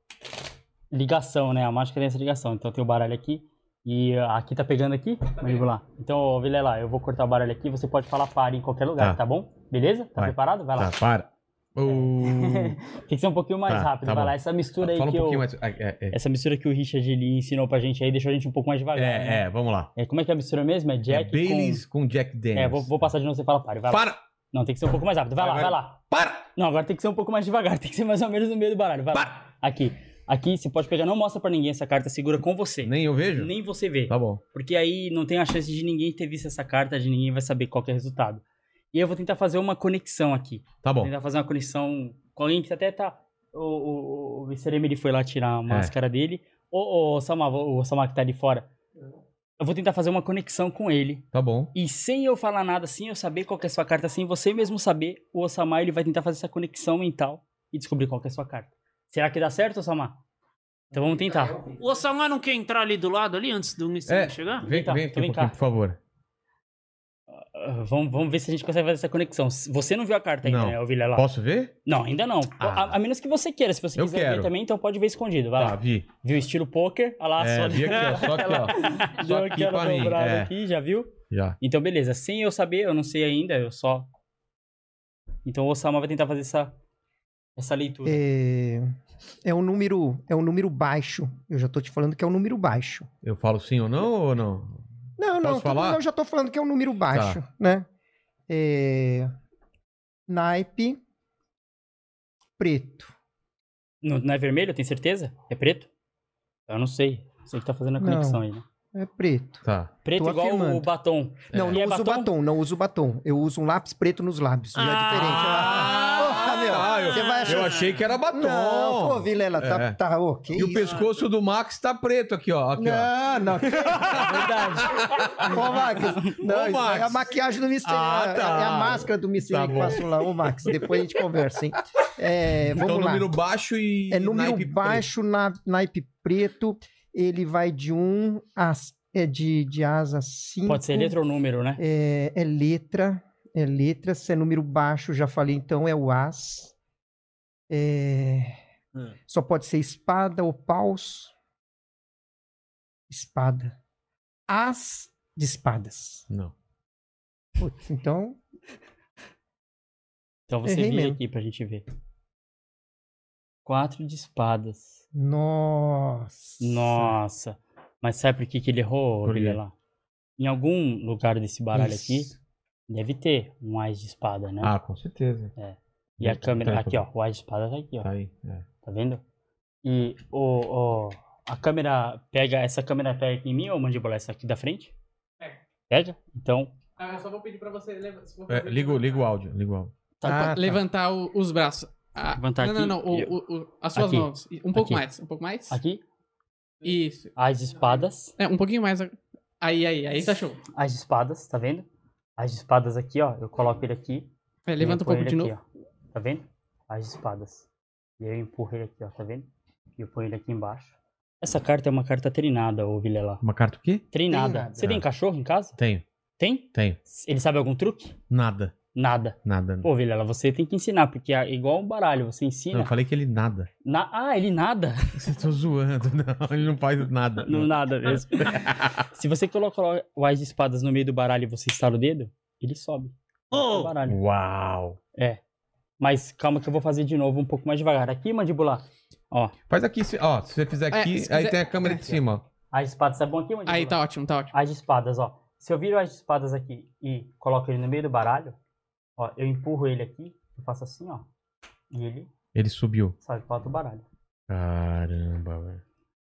Speaker 3: ligação, né? A mágica tem essa ligação. Então tem o baralho aqui e ah, aqui tá pegando aqui, manipular. Então, ó, Vilela, eu vou cortar o baralho aqui, você pode falar para em qualquer lugar,
Speaker 1: Tá.
Speaker 3: tá, bom? Beleza? Tá
Speaker 1: Vai.
Speaker 3: preparado? Vai lá. É.
Speaker 1: Tá, para.
Speaker 3: (laughs)
Speaker 1: Uh,
Speaker 3: Tem que ser um pouquinho mais
Speaker 1: Tá,
Speaker 3: rápido,
Speaker 1: tá
Speaker 3: vai
Speaker 1: bom.
Speaker 3: lá. Essa mistura aí
Speaker 1: Fala um
Speaker 3: que eu...
Speaker 1: pouquinho mais. É, é, é.
Speaker 3: Essa mistura que o Richard ele ensinou pra gente aí deixou a gente um pouco mais devagar. né?
Speaker 1: É, é, vamos lá.
Speaker 3: É, Como é que é a mistura mesmo? É Jack
Speaker 1: é
Speaker 3: com...
Speaker 1: Baileys com... Jack Daniels.
Speaker 3: É, vou, vou passar de novo, você fala pare. Vai lá.
Speaker 1: Para!
Speaker 3: Não, tem que ser um pouco mais rápido. Vai,
Speaker 1: Vai,
Speaker 3: lá,
Speaker 1: vai.
Speaker 3: vai lá.
Speaker 1: Para!
Speaker 3: Não, agora tem que ser um pouco mais devagar. (laughs) Tem que ser mais ou menos no meio do baralho. Vai lá.
Speaker 1: Para!
Speaker 3: Aqui. Aqui, você pode pegar. Não mostra pra ninguém essa carta. Segura com você.
Speaker 1: Nem eu vejo?
Speaker 3: Nem você vê.
Speaker 1: Tá bom.
Speaker 3: Porque aí não tem a chance de ninguém ter visto essa carta, de ninguém vai saber qual que é o resultado. E eu vou tentar fazer uma conexão aqui.
Speaker 1: Tá bom.
Speaker 3: Tentar fazer uma conexão com alguém que até tá. O, o, o Mr. M, ele foi lá tirar
Speaker 1: É.
Speaker 3: a máscara dele. Ô, ô, Samar, o Samar que tá ali fora. Eu vou tentar fazer uma conexão com ele.
Speaker 1: Tá bom.
Speaker 3: E sem eu falar nada, sem eu saber qual que é a sua carta, sem você mesmo saber, o Osamar ele vai tentar fazer essa conexão mental e descobrir qual que é a sua carta. Será que dá certo, Osamar? Então vamos tentar.
Speaker 6: O Osamar não quer entrar ali do lado, ali, antes do Mr.
Speaker 1: É.
Speaker 6: chegar?
Speaker 1: Vem,
Speaker 3: cá,
Speaker 1: vem aqui
Speaker 3: então
Speaker 1: um
Speaker 3: vem
Speaker 1: pouquinho,
Speaker 3: cá.
Speaker 1: por favor.
Speaker 3: Ah, vamos, vamos ver se a gente consegue fazer essa conexão. Se- Você não viu a carta ainda,
Speaker 1: Não.
Speaker 3: né, Ovilha lá?
Speaker 1: Posso ver?
Speaker 3: Não, ainda não.
Speaker 1: Ah.
Speaker 3: A, a menos que você queira. Se você
Speaker 1: Eu
Speaker 3: quiser
Speaker 1: quero.
Speaker 3: ver também, então pode ver escondido. Vai
Speaker 1: Tá,
Speaker 3: lá.
Speaker 1: vi.
Speaker 3: Viu estilo poker? Olha lá,
Speaker 1: É,
Speaker 3: só
Speaker 1: vi aqui, ó. Só aqui, ó. Só
Speaker 3: (laughs) deu
Speaker 1: aqui
Speaker 3: aquela
Speaker 1: pra mim.
Speaker 3: dobrada
Speaker 1: É,
Speaker 3: aqui, já viu?
Speaker 1: já.
Speaker 3: Então, beleza. Sem eu saber, eu não sei ainda, eu só. Então o Osama vai tentar fazer essa, essa leitura.
Speaker 5: É, é um número, é um número baixo. Eu já tô te falando que é um número baixo.
Speaker 1: Eu falo sim ou não ou não?
Speaker 5: Não, não,
Speaker 1: Posso falar? Tá.
Speaker 5: não, eu já tô falando que é um número baixo, né? É, naipe preto.
Speaker 3: Não, não é vermelho, tem certeza? É preto? Eu não sei. Você que tá fazendo a
Speaker 5: Não.
Speaker 3: conexão aí, né?
Speaker 5: É preto.
Speaker 1: Tá.
Speaker 3: Preto
Speaker 5: Tô
Speaker 3: igual
Speaker 5: afirmando.
Speaker 3: o batom.
Speaker 5: Não,
Speaker 3: E
Speaker 5: não
Speaker 3: é
Speaker 5: uso
Speaker 3: batom?
Speaker 5: batom, não uso batom. Eu uso um lápis preto nos lábios. Já é diferente. Porra, meu.
Speaker 1: Ah,
Speaker 5: você vai achar-
Speaker 1: Eu achei que era batom.
Speaker 5: Não, pô, Vilela, tá,
Speaker 1: É.
Speaker 5: tá ok.
Speaker 1: E o pescoço do Max tá preto aqui, ó. Aqui, ó.
Speaker 5: Não, não.
Speaker 3: Verdade.
Speaker 5: Ô, Max. Não,
Speaker 1: (laughs) Ô,
Speaker 5: isso
Speaker 1: Max.
Speaker 5: é a maquiagem do Mr.
Speaker 1: Ah,
Speaker 5: é-
Speaker 1: tá.
Speaker 5: É a máscara do Mr.
Speaker 1: Tá
Speaker 5: que
Speaker 1: bom.
Speaker 5: passou lá. Ô, Max, depois a gente conversa, hein? É,
Speaker 1: Então,
Speaker 5: vamos lá.
Speaker 1: número baixo e.
Speaker 5: é número
Speaker 1: naipe preto.
Speaker 5: baixo, na, naipe preto. Ele vai de 1 um a... É de, de asa 5.
Speaker 3: Pode ser letra ou número, né?
Speaker 5: Hum, É, é letra. É letra. Se é número baixo, já falei, então é o as. É,
Speaker 6: Hum.
Speaker 5: Só pode ser espada ou paus. Espada. As de espadas.
Speaker 1: Não.
Speaker 5: Putz, então,
Speaker 3: Então você
Speaker 5: Errei
Speaker 3: vira
Speaker 5: mesmo.
Speaker 3: aqui pra gente ver. Quatro de espadas.
Speaker 5: nossa.
Speaker 3: Nossa. Mas sabe por que, que ele errou,
Speaker 1: Por quê?
Speaker 3: lá? Em algum lugar desse baralho
Speaker 5: Isso.
Speaker 3: aqui, deve ter um as de espada, né?
Speaker 1: Ah, com certeza.
Speaker 3: É. e a
Speaker 2: um
Speaker 3: câmera. Aqui, ó. O as de espada tá aqui, ó.
Speaker 1: Tá aí. é.
Speaker 3: Tá vendo? E o, o- a câmera pega. Essa câmera pega aqui em mim ou mandíbula? Essa aqui da frente?
Speaker 2: Pega.
Speaker 3: Pega? Então.
Speaker 2: Ah, eu só vou pedir pra você. leva- se for
Speaker 1: É,
Speaker 2: fazer-
Speaker 1: liga, o- liga o áudio, liga o áudio.
Speaker 5: Ah, tá.
Speaker 2: Levantar o- os braços. Ah,
Speaker 3: Levantar
Speaker 2: não,
Speaker 3: aqui.
Speaker 2: não, não, o- o- o- as suas
Speaker 3: Aqui.
Speaker 2: mãos. Um pouco
Speaker 3: Aqui.
Speaker 2: mais, um pouco mais.
Speaker 3: Aqui,
Speaker 2: Isso.
Speaker 3: as de espadas.
Speaker 2: É, um pouquinho mais. Aí, aí, aí tá show.
Speaker 3: As de espadas, tá vendo? As de espadas aqui, ó. Eu coloco ele aqui.
Speaker 2: É, levanta um
Speaker 3: Eu ponho
Speaker 2: pouco de
Speaker 3: ele
Speaker 2: novo.
Speaker 3: aqui, ó. Tá vendo? As espadas. E aí eu empurro ele aqui, ó. Tá vendo? E eu ponho ele aqui embaixo. Essa carta é uma carta treinada, ô Vilela.
Speaker 1: Uma carta o quê?
Speaker 3: Treinada.
Speaker 5: Treinada.
Speaker 3: Você tem
Speaker 1: Ah.
Speaker 3: cachorro em casa?
Speaker 1: Tenho,
Speaker 3: Tem?
Speaker 1: tenho.
Speaker 3: Ele sabe algum truque?
Speaker 1: Nada,
Speaker 3: Nada.
Speaker 1: nada.
Speaker 3: Pô, Vilela, você tem que ensinar, porque é igual um baralho, você
Speaker 1: não,
Speaker 3: ensina.
Speaker 1: eu falei que ele nada.
Speaker 3: Na- Ah, ele nada.
Speaker 1: Vocês estão zoando. (laughs) Não, ele não faz nada.
Speaker 3: Não nada mesmo. Se você coloca o as de espadas no meio do baralho e você estala o dedo, ele sobe. O baralho.
Speaker 1: Uau.
Speaker 3: Mas calma que eu vou fazer de novo um pouco mais devagar. Aqui, mandibular.
Speaker 1: Faz aqui, se- ó. Se você fizer
Speaker 2: É,
Speaker 1: aqui,
Speaker 2: se
Speaker 1: aí
Speaker 2: quiser-
Speaker 1: tem a câmera de cima, ó.
Speaker 3: As de espadas, tá bom aqui, mandibular?
Speaker 2: Aí, tá ótimo, tá ótimo.
Speaker 3: As de espadas, ó. Se eu viro as de espadas aqui e coloco ele no meio do baralho, ó, eu empurro ele aqui, eu faço assim, ó. E ele
Speaker 1: Ele subiu.
Speaker 3: sobe para outro baralho.
Speaker 1: Caramba, velho.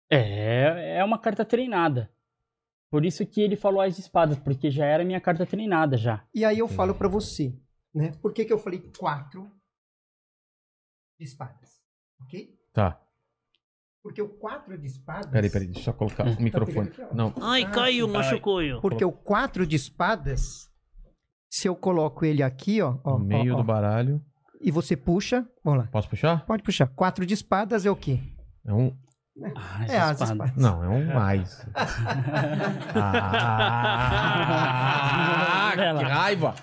Speaker 3: É, é uma carta treinada. Por isso que ele falou as de espadas, porque já era minha carta treinada já.
Speaker 5: E aí eu falo pra você, né? Por que, que eu falei quatro de espadas? Ok?
Speaker 1: Tá.
Speaker 5: Porque o quatro de espadas. Tá
Speaker 1: Peraí, peraí. Deixa eu só colocar
Speaker 3: (laughs) Tá
Speaker 1: o microfone.
Speaker 5: pegando aqui, ó. Ah,
Speaker 1: Não.
Speaker 5: Ai, caiu, machucou eu. Porque o quatro de espadas, se eu coloco ele aqui, ó, ó,
Speaker 1: No meio
Speaker 5: ó, ó,
Speaker 1: do baralho.
Speaker 5: e você puxa, vamos lá.
Speaker 1: Posso puxar?
Speaker 5: Pode puxar. Quatro de espadas é o quê?
Speaker 1: É um.
Speaker 3: Ah, as
Speaker 5: é as
Speaker 3: espadas.
Speaker 1: (laughs)
Speaker 5: espadas.
Speaker 1: Não, é um
Speaker 3: (laughs)
Speaker 1: mais. Ah, que raiva!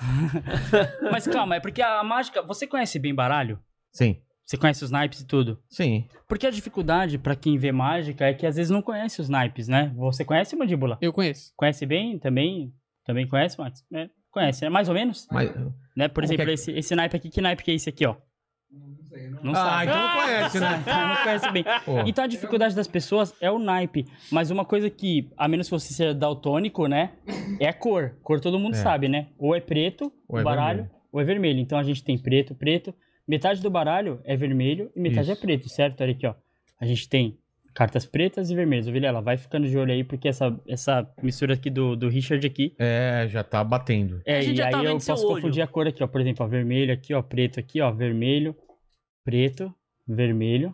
Speaker 3: Mas calma, é porque a mágica. Você conhece bem baralho?
Speaker 1: Sim,
Speaker 3: Você conhece os naipes e tudo?
Speaker 1: sim.
Speaker 3: Porque a dificuldade pra quem vê mágica é que às vezes não conhece os naipes, né? Você conhece mandíbula?
Speaker 2: Eu conheço.
Speaker 3: Conhece bem também? Também conhece, Max? É, conhece, né? Mais ou menos?
Speaker 1: Mas...
Speaker 3: Né? Por
Speaker 1: Como que
Speaker 3: exemplo,
Speaker 1: é?
Speaker 3: esse, esse naipe aqui, que naipe que é esse aqui, ó? Não
Speaker 1: Ah,
Speaker 3: sabe.
Speaker 1: então não conhece, né?
Speaker 3: Então (laughs) não conhece bem.
Speaker 1: Pô,
Speaker 3: Então a dificuldade das pessoas é o naipe. Mas uma coisa que, a menos que você seja daltônico, né? É a cor. Cor todo mundo
Speaker 1: É.
Speaker 3: sabe, né? Ou é preto,
Speaker 1: Ou
Speaker 3: o
Speaker 1: é
Speaker 3: baralho,
Speaker 1: vermelho.
Speaker 3: ou é vermelho. Então a gente tem preto, preto. Metade do baralho é vermelho e metade
Speaker 1: Isso.
Speaker 3: é preto, certo? Olha aqui, ó. A gente tem cartas pretas e vermelhas. Ô, Vilela, vai ficando de olho aí, porque essa, essa mistura aqui do, do Richard aqui.
Speaker 1: é, já tá batendo.
Speaker 3: É,
Speaker 7: A gente
Speaker 3: e
Speaker 7: já
Speaker 3: aí
Speaker 7: tá
Speaker 3: eu
Speaker 7: vendo seu
Speaker 3: posso
Speaker 7: olho.
Speaker 3: confundir a cor aqui, ó. Por exemplo, ó, vermelho aqui, ó, preto aqui, ó, vermelho, preto, vermelho.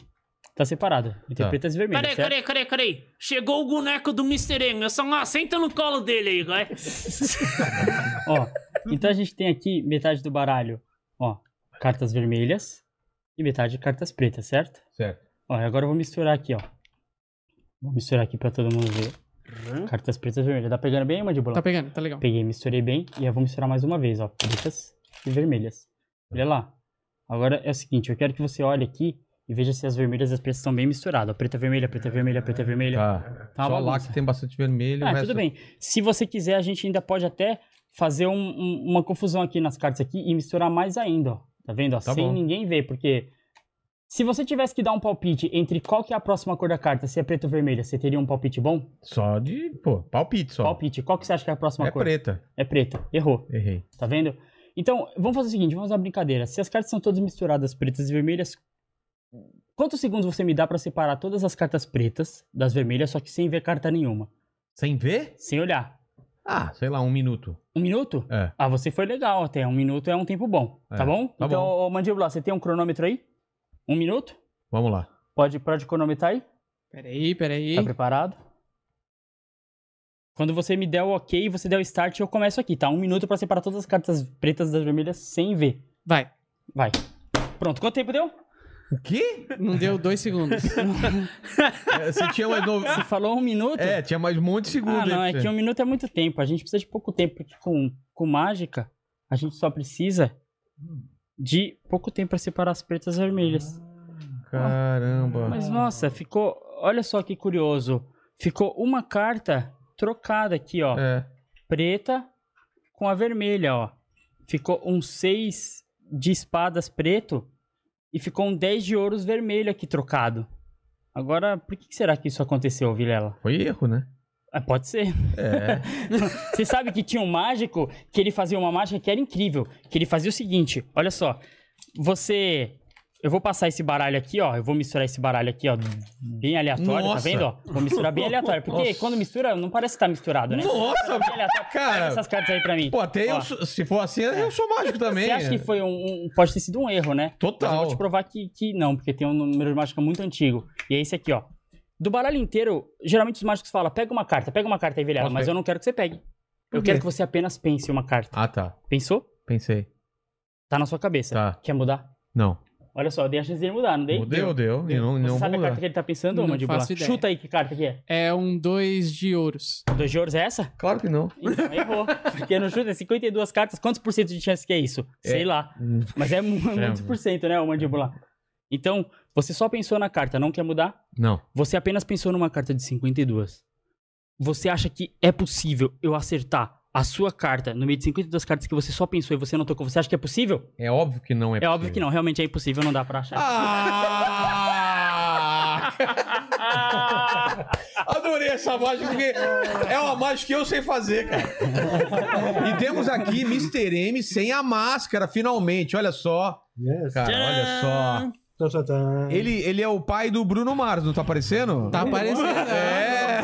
Speaker 3: Tá separado. Entre
Speaker 1: Tá.
Speaker 3: pretas e vermelhas.
Speaker 7: Peraí,
Speaker 3: certo?
Speaker 7: peraí, peraí, peraí. Chegou o boneco do Mr. M. Eu só, ó, senta no colo dele aí, vai.
Speaker 3: Ó, então a gente tem aqui metade do baralho, ó, cartas vermelhas e metade cartas pretas, certo?
Speaker 1: Certo.
Speaker 3: Ó, e agora eu vou misturar aqui, ó. Vou misturar aqui pra todo mundo ver. Cartas pretas e vermelhas. Tá pegando bem, mandíbula?
Speaker 2: Tá pegando, tá legal.
Speaker 3: Peguei, misturei bem e eu vou misturar mais uma vez, ó, pretas e vermelhas. Olha lá. Agora é o seguinte, eu quero que você olhe aqui e veja se as vermelhas e as pretas estão bem misturadas. ó. Preta, vermelha, preta, vermelha, preta, vermelha.
Speaker 1: Tá.
Speaker 3: Tá uma
Speaker 1: Só lá
Speaker 3: bagunça.
Speaker 1: que tem bastante vermelho. o
Speaker 3: Ah,
Speaker 1: resto-
Speaker 3: tudo bem. Se você quiser, a gente ainda pode até fazer um- um- uma confusão aqui nas cartas aqui e misturar mais ainda, ó. Tá vendo? ó?
Speaker 1: Tá
Speaker 3: Sem
Speaker 1: bom.
Speaker 3: ninguém ver, porque se você tivesse que dar um palpite entre qual que é a próxima cor da carta, se é preto ou vermelha, você teria um palpite bom?
Speaker 1: Só de. Pô, palpite só.
Speaker 3: Palpite. Qual que você acha que é a próxima
Speaker 1: É
Speaker 3: cor?
Speaker 1: preta.
Speaker 3: É preto. Errou.
Speaker 1: Errei.
Speaker 3: Tá vendo? Então, vamos fazer o seguinte, vamos fazer uma brincadeira. Se as cartas são todas misturadas, pretas e vermelhas, quantos segundos você me dá pra separar todas as cartas pretas das vermelhas, só que sem ver carta nenhuma?
Speaker 1: Sem ver?
Speaker 3: Sem olhar.
Speaker 1: Ah, sei lá, um minuto.
Speaker 3: Um minuto?
Speaker 1: É.
Speaker 3: Ah, você foi legal até. Um minuto é um tempo bom.
Speaker 1: É,
Speaker 3: Tá bom?
Speaker 1: tá
Speaker 3: então,
Speaker 1: bom.
Speaker 3: ô, Mandíbula, você tem um cronômetro aí? Um minuto?
Speaker 1: Vamos lá.
Speaker 3: Pode, pode cronometrar aí?
Speaker 2: Peraí, peraí.
Speaker 3: Tá preparado? Quando você me der o ok, você der o start, eu começo aqui, tá? Um minuto pra separar todas as cartas pretas das vermelhas sem ver.
Speaker 2: Vai.
Speaker 3: Vai. Pronto, quanto tempo deu?
Speaker 1: O quê?
Speaker 2: Não deu dois segundos.
Speaker 1: É, Você tinha mais (laughs) novo.
Speaker 3: Você falou um minuto?
Speaker 1: É, tinha mais um monte de segundo
Speaker 3: Ah, não,
Speaker 1: aí.
Speaker 3: é
Speaker 1: pra
Speaker 3: que
Speaker 1: você.
Speaker 3: um minuto é muito tempo. A gente precisa de pouco tempo, porque com, com mágica, a gente só precisa de pouco tempo pra separar as pretas e as vermelhas.
Speaker 1: Caramba.
Speaker 3: Mas nossa, ficou. Olha só que curioso. Ficou uma carta trocada aqui, ó.
Speaker 1: É.
Speaker 3: Preta com a vermelha, ó. Ficou um 6 de espadas preto e ficou um 10 de ouros vermelho aqui trocado. Agora, por que que será que isso aconteceu, Vilela?
Speaker 1: Foi erro, né?
Speaker 3: Ah, pode ser.
Speaker 1: É.
Speaker 3: Você sabe que tinha um mágico que ele fazia uma mágica que era incrível. Que ele fazia o seguinte: olha só. Você. Eu vou passar esse baralho aqui, ó. Eu vou misturar esse baralho aqui, ó. Bem aleatório,
Speaker 1: Nossa.
Speaker 3: tá vendo? ó? Vou misturar bem aleatório. Porque
Speaker 1: Nossa.
Speaker 3: quando mistura, não parece que tá misturado, (laughs) né?
Speaker 1: Nossa,
Speaker 3: Bem aleatório. Pega
Speaker 1: cara.
Speaker 3: essas cartas aí pra mim.
Speaker 1: Pô, até
Speaker 3: Ó. É.
Speaker 1: eu, sou- se for assim, eu sou mágico também. é.
Speaker 3: (laughs) Você acha que foi um, um- Pode ter sido um erro, né? Mas eu
Speaker 1: Total.
Speaker 3: vou te provar que, que não, porque tem um número de mágica muito antigo. E é esse aqui, ó. Do baralho inteiro, geralmente os mágicos falam: pega uma carta, pega uma carta aí, velhada,
Speaker 1: Posso
Speaker 3: mas
Speaker 1: pegar?
Speaker 3: eu não quero que você pegue. Eu
Speaker 1: quê?
Speaker 3: quero que você apenas pense em uma carta.
Speaker 1: Ah, tá.
Speaker 3: Pensou?
Speaker 1: Pensei.
Speaker 3: Tá na sua cabeça.
Speaker 1: Tá.
Speaker 3: Quer mudar?
Speaker 1: Não.
Speaker 3: Olha só, eu dei a chance dele mudar, não dei?
Speaker 1: Deu, deu. E não,
Speaker 3: Você
Speaker 1: não
Speaker 3: sabe
Speaker 1: vou
Speaker 3: a carta
Speaker 1: mudar.
Speaker 3: que ele tá pensando,
Speaker 2: Não
Speaker 3: Mandíbula?
Speaker 2: faço ideia.
Speaker 3: Chuta aí que carta que é.
Speaker 2: É um 2 de ouros.
Speaker 3: Dois de ouros é essa?
Speaker 1: Claro que não.
Speaker 3: Então errou. Porque no chute é 52 cartas, quantos por cento de chance que é isso?
Speaker 1: É.
Speaker 3: Sei lá. Mas (laughs) é mu- muitos por cento, né, o Mandíbula? Então, você só pensou na carta, não quer mudar?
Speaker 1: Não.
Speaker 3: Você apenas pensou numa carta de 52. Você acha que é possível eu acertar a sua carta no meio de 52 cartas que você só pensou e você não tocou? Você acha que é possível?
Speaker 1: É óbvio que não é
Speaker 3: É, óbvio que não, realmente é impossível, não dá pra achar.
Speaker 1: Ah! (laughs) Adorei essa mágica, porque é uma mágica que eu sei fazer, cara. E temos aqui Mr. M sem a máscara, finalmente. Olha só.
Speaker 4: Yes.
Speaker 1: Cara, olha só.
Speaker 4: Dun, dun, dun.
Speaker 1: Ele, ele é o pai do Bruno Mars, não tá aparecendo?
Speaker 2: Tá aparecendo.
Speaker 1: É.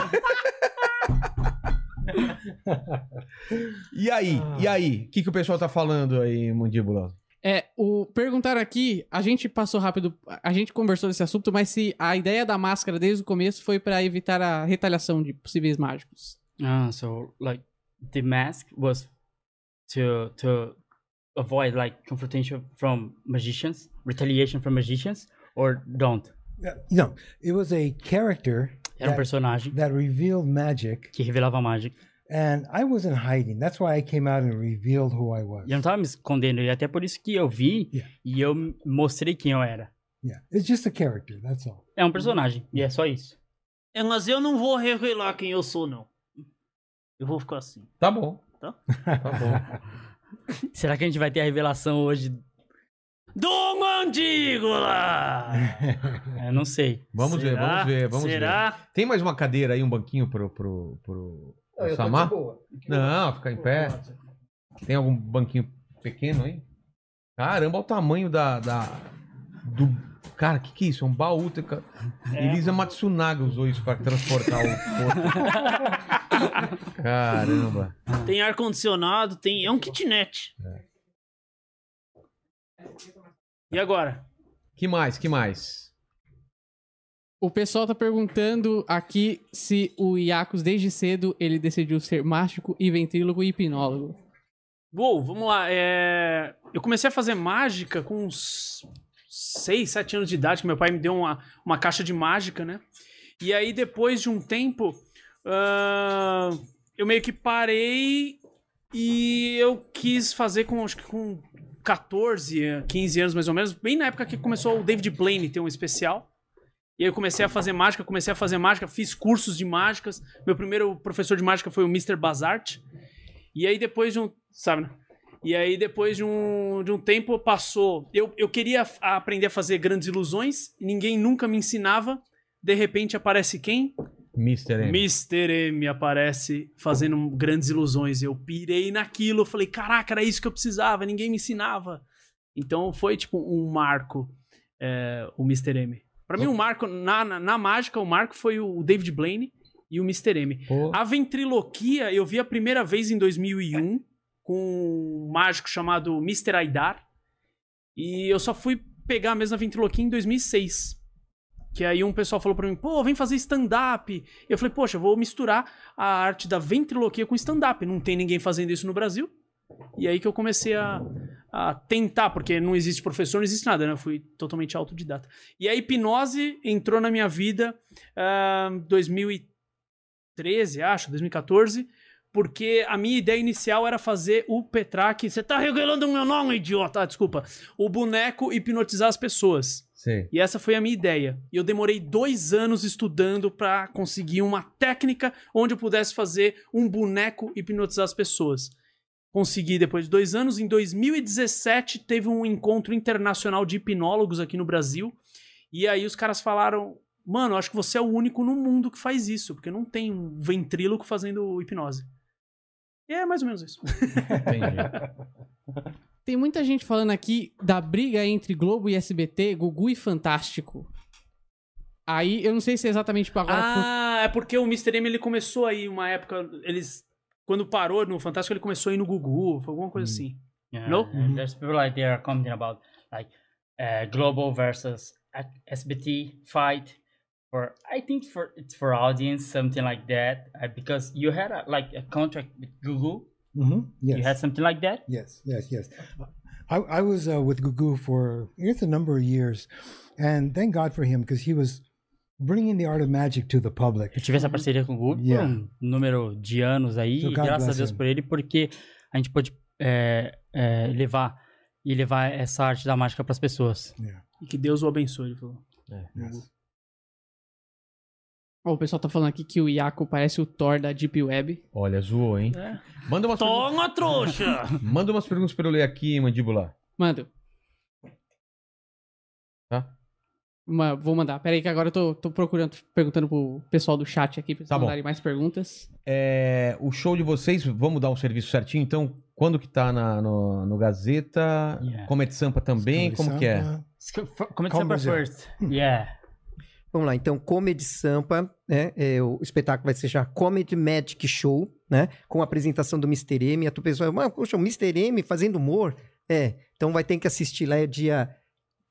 Speaker 1: e aí? E aí? O que, que o pessoal tá falando aí, Mandíbula?
Speaker 2: É, o perguntaram aqui, a gente passou rápido, a gente conversou desse assunto, mas se a ideia da máscara desde o começo foi pra evitar a retaliação de possíveis mágicos.
Speaker 3: Ah, so like the mask was to to avoid like confrontation from magicians, retaliation from magicians, or don't.
Speaker 4: no, it was a character
Speaker 3: Era um
Speaker 4: that,
Speaker 3: personagem
Speaker 4: that revealed magic,
Speaker 3: que revelava mágica.
Speaker 4: and I wasn't hiding. That's why I came out and revealed who I was.
Speaker 3: E eu não tava me escondendo, e até por isso que eu vi
Speaker 4: Yeah.
Speaker 3: e eu m- mostrei quem eu era.
Speaker 4: Yeah, it's just a character. That's all.
Speaker 3: É um personagem, e é só isso.
Speaker 7: É, mas eu não vou revelar quem eu sou, não. Eu vou ficar assim.
Speaker 1: Tá bom.
Speaker 7: Tá.
Speaker 1: Tá bom.
Speaker 3: Será que a gente vai ter a revelação hoje?
Speaker 7: Do Mandíbula!
Speaker 3: Eu É, não sei.
Speaker 1: (laughs) Vamos ver,
Speaker 7: Será?
Speaker 1: vamos ver, vamos ver.
Speaker 7: Será?
Speaker 1: Tem mais uma cadeira aí, um banquinho pro, pro, pro, pro
Speaker 5: Eu tô de
Speaker 1: Samar?
Speaker 5: boa.
Speaker 1: Não, fica em pé. Tem algum banquinho pequeno aí? Caramba, olha o tamanho da. da do... Cara, o que, que é isso? É um baú. tem ca-
Speaker 5: É.
Speaker 1: Elisa Matsunaga usou isso pra transportar o corpo.
Speaker 5: (laughs)
Speaker 1: Caramba.
Speaker 7: Tem ar-condicionado, tem. É um kitnet.
Speaker 1: É.
Speaker 6: E agora?
Speaker 1: Que mais? Que mais?
Speaker 2: O pessoal tá perguntando aqui se o Iacos desde cedo ele decidiu ser mágico e ventrílogo e hipnólogo.
Speaker 6: Uou, vamos lá. É, Eu comecei a fazer mágica com uns 6, 7 anos de idade, que meu pai me deu uma, uma caixa de mágica, né? E aí, depois de um tempo, ah, eu meio que parei e eu quis fazer com, acho que com 14, 15 anos mais ou menos, bem na época que começou o David Blaine ter um especial. E aí eu comecei a fazer mágica, comecei a fazer mágica, fiz cursos de mágicas. Meu primeiro professor de mágica foi o Mr. Bazart. E aí depois de um. Sabe, né? E aí depois de um, de um tempo passou. Eu, eu queria f- aprender a fazer grandes ilusões, ninguém nunca me ensinava. De repente aparece quem?
Speaker 1: Mr. M.
Speaker 6: Mr. M aparece fazendo grandes ilusões. Eu pirei naquilo, eu falei, caraca, era isso que eu precisava, ninguém me ensinava. Então foi tipo um marco, é, o Mr. M. Pra mim, o marco, na, na, na mágica, o marco foi o David Blaine e o Mr. M.
Speaker 1: Pô,
Speaker 6: A ventriloquia eu vi a primeira vez em 2001 com um mágico chamado Mr. Aidar. E eu só fui pegar a mesma ventriloquia em 2006. Que aí um pessoal falou pra mim, pô, vem fazer stand-up. Eu falei, poxa, eu vou misturar a arte da ventriloquia com stand-up. Não tem ninguém fazendo isso no Brasil. E é aí que eu comecei a, a tentar, porque não existe professor, não existe nada, né? Eu fui totalmente autodidata. E a hipnose entrou na minha vida ah, em 2013, acho, 2014, porque a minha ideia inicial era fazer o Petraque. Você tá revelando o meu nome, idiota! Ah, desculpa. O boneco hipnotizar as pessoas.
Speaker 1: sei.
Speaker 6: E essa foi a minha ideia. E eu demorei dois anos estudando pra conseguir uma técnica onde eu pudesse fazer um boneco hipnotizar as pessoas. Consegui depois de dois anos. Em 2017 teve um encontro internacional de hipnólogos aqui no Brasil. E aí os caras falaram: Mano, acho que você é o único no mundo que faz isso, porque não tem um ventríloco fazendo hipnose. E é mais ou menos isso.
Speaker 1: Entendi.
Speaker 2: Tem muita gente falando aqui da briga entre Globo e SBT, Gugu e Fantástico. Aí eu não sei se é exatamente tipo, agora por
Speaker 6: Ah, é porque o Mr. M ele começou aí uma época. Eles. Quando parou no Fantástico, ele começou aí no Gugu, foi alguma coisa assim.
Speaker 3: Yeah,
Speaker 6: No?
Speaker 4: Mm-hmm.
Speaker 3: and There's people like they are commenting about like uh, global versus ac- SBT fight for I think for it's for audience something like that uh, because you had a, like a contract with Google.
Speaker 4: Mm-hmm. Yes.
Speaker 3: You had something like that.
Speaker 4: Yes, yes, yes. I, I was uh, with Gugu for it's a number of years, and thank God for him because he was bringing the art of magic to the public.
Speaker 3: Eu tive essa parceria com o Google
Speaker 4: Uhum. Yeah.
Speaker 3: por um número de anos aí,
Speaker 4: So
Speaker 3: e
Speaker 4: God
Speaker 3: graças a
Speaker 4: bless
Speaker 3: Deus
Speaker 4: him.
Speaker 3: por ele, porque a gente pôde é, é, levar e levar essa arte da mágica pras pessoas.
Speaker 6: E que Deus o abençoe, ele falou.
Speaker 1: É.
Speaker 4: Yes.
Speaker 2: Ó, o pessoal tá falando aqui que o Iaco parece o Thor da Deep Web.
Speaker 1: Olha, zoou, hein? Manda, umas perguntas,
Speaker 7: Toma,
Speaker 6: (laughs)
Speaker 7: trouxa!
Speaker 1: manda umas perguntas pra eu ler aqui, mandíbula.
Speaker 2: Mando.
Speaker 1: Tá.
Speaker 2: Ma- vou mandar. Pera aí que agora eu tô, tô procurando, perguntando pro pessoal do chat aqui pra eles
Speaker 1: Tá bom.
Speaker 2: mandarem mais perguntas.
Speaker 1: É, o show de vocês, vamos dar um serviço certinho, então. Quando que tá na, no, no Gazeta?
Speaker 3: Yeah.
Speaker 1: Comedy Sampa também?
Speaker 4: Comedy
Speaker 1: Como que é?
Speaker 4: Sampa.
Speaker 3: Como é que
Speaker 4: Calma,
Speaker 3: sempre
Speaker 4: Zé.
Speaker 3: first? Yeah.
Speaker 5: Vamos lá, então, Comedy Sampa, né? É, o espetáculo vai ser já Comedy Magic Show, né? Com a apresentação do Mr. M. A tua pessoa, ah, poxa, o Mr. M fazendo humor? É, então vai ter que assistir lá, é dia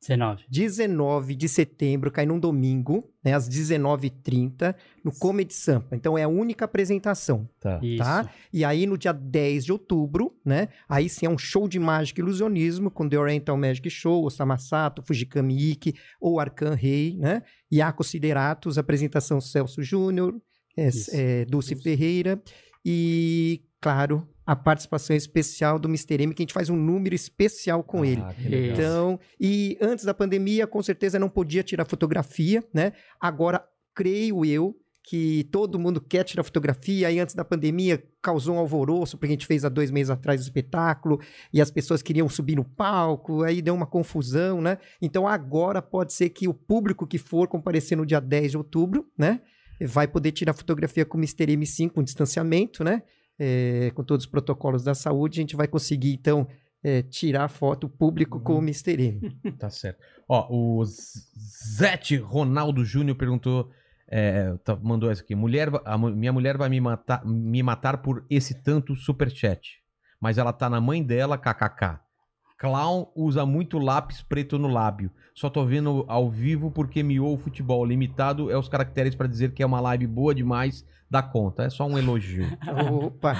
Speaker 3: 19.
Speaker 5: 19 de setembro, cai num domingo, né? Às 19h30, no Comedy Sampa. Então é a única apresentação.
Speaker 1: Tá.
Speaker 3: Isso.
Speaker 5: Tá? E aí, no dia 10 de outubro, né? Aí sim é um show de mágica e ilusionismo com The Oriental Magic Show, Osama Sato, Fujikami Ikki ou Arcan Rei, né? Iaco Sideratos, apresentação Celso Júnior, é,
Speaker 3: Isso.
Speaker 5: é, Dulce Ferreira e, claro, a participação especial do Mr. M, que a gente faz um número especial com
Speaker 1: Ah,
Speaker 5: ele.
Speaker 1: que legal.
Speaker 5: Então, e antes da pandemia, com certeza não podia tirar fotografia, né? Agora, creio eu que todo mundo quer tirar fotografia, aí antes da pandemia causou um alvoroço, porque a gente fez há dois meses atrás o espetáculo, e as pessoas queriam subir no palco, aí deu uma confusão, né? Então agora pode ser que o público que for comparecer no dia 10 de outubro, né? Vai poder tirar fotografia com o Mr. M5, com distanciamento, né? É, com todos os protocolos da saúde, a gente vai conseguir, então, é, tirar foto público com o Mr. M.
Speaker 1: Tá certo. Ó, o Z- Zete Ronaldo Júnior perguntou. é, tá- mandou essa aqui. Mulher, va- a mu- minha mulher vai me matar, me matar por esse tanto superchat. Mas ela tá na mãe dela, kkk. Clown usa muito lápis preto no lábio. Só tô vendo ao vivo porque miou o futebol. Limitado é os caracteres pra dizer que é uma live boa demais da conta. É só um elogio.
Speaker 5: Opa!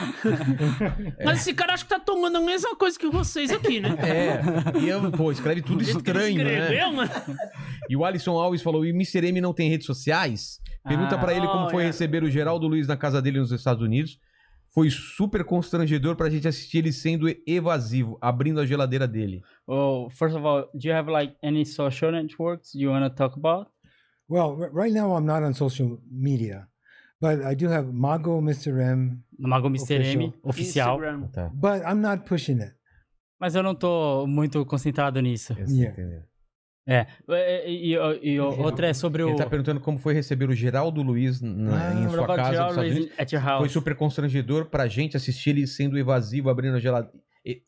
Speaker 6: É.
Speaker 7: Mas esse cara acho que tá tomando a mesma coisa que vocês aqui, né?
Speaker 1: É, e eu, pô, escreve tudo estranho, né?
Speaker 7: Escreveu, mano?
Speaker 1: E o Alisson Alves falou: e Mr. M não tem redes sociais? Pergunta
Speaker 3: Ah,
Speaker 1: pra ele como foi
Speaker 6: olha.
Speaker 1: receber o Geraldo Luiz na casa dele nos Estados Unidos. Foi super constrangedor pra gente assistir ele sendo evasivo, abrindo a geladeira dele.
Speaker 3: Oh, first of all, do you have like any social networks you want to talk about?
Speaker 4: Well, r- right now I'm not on social media, but I do have Mago Mr. M,
Speaker 3: No Mago Mr. M, oficial.
Speaker 6: Instagram.
Speaker 4: but I'm not pushing it.
Speaker 3: Mas eu não tô muito concentrado nisso.
Speaker 4: Yeah.
Speaker 3: É. E, e- e- e outra é sobre o.
Speaker 1: Ele tá perguntando como foi receber o Geraldo Luiz na-
Speaker 4: Ah,
Speaker 1: em
Speaker 3: What
Speaker 1: sua
Speaker 3: about
Speaker 1: casa nos
Speaker 3: Geraldo
Speaker 1: Estados Unidos.
Speaker 3: at your
Speaker 1: Foi
Speaker 3: house?
Speaker 1: super constrangedor pra gente assistir ele sendo evasivo, abrindo a geladeira.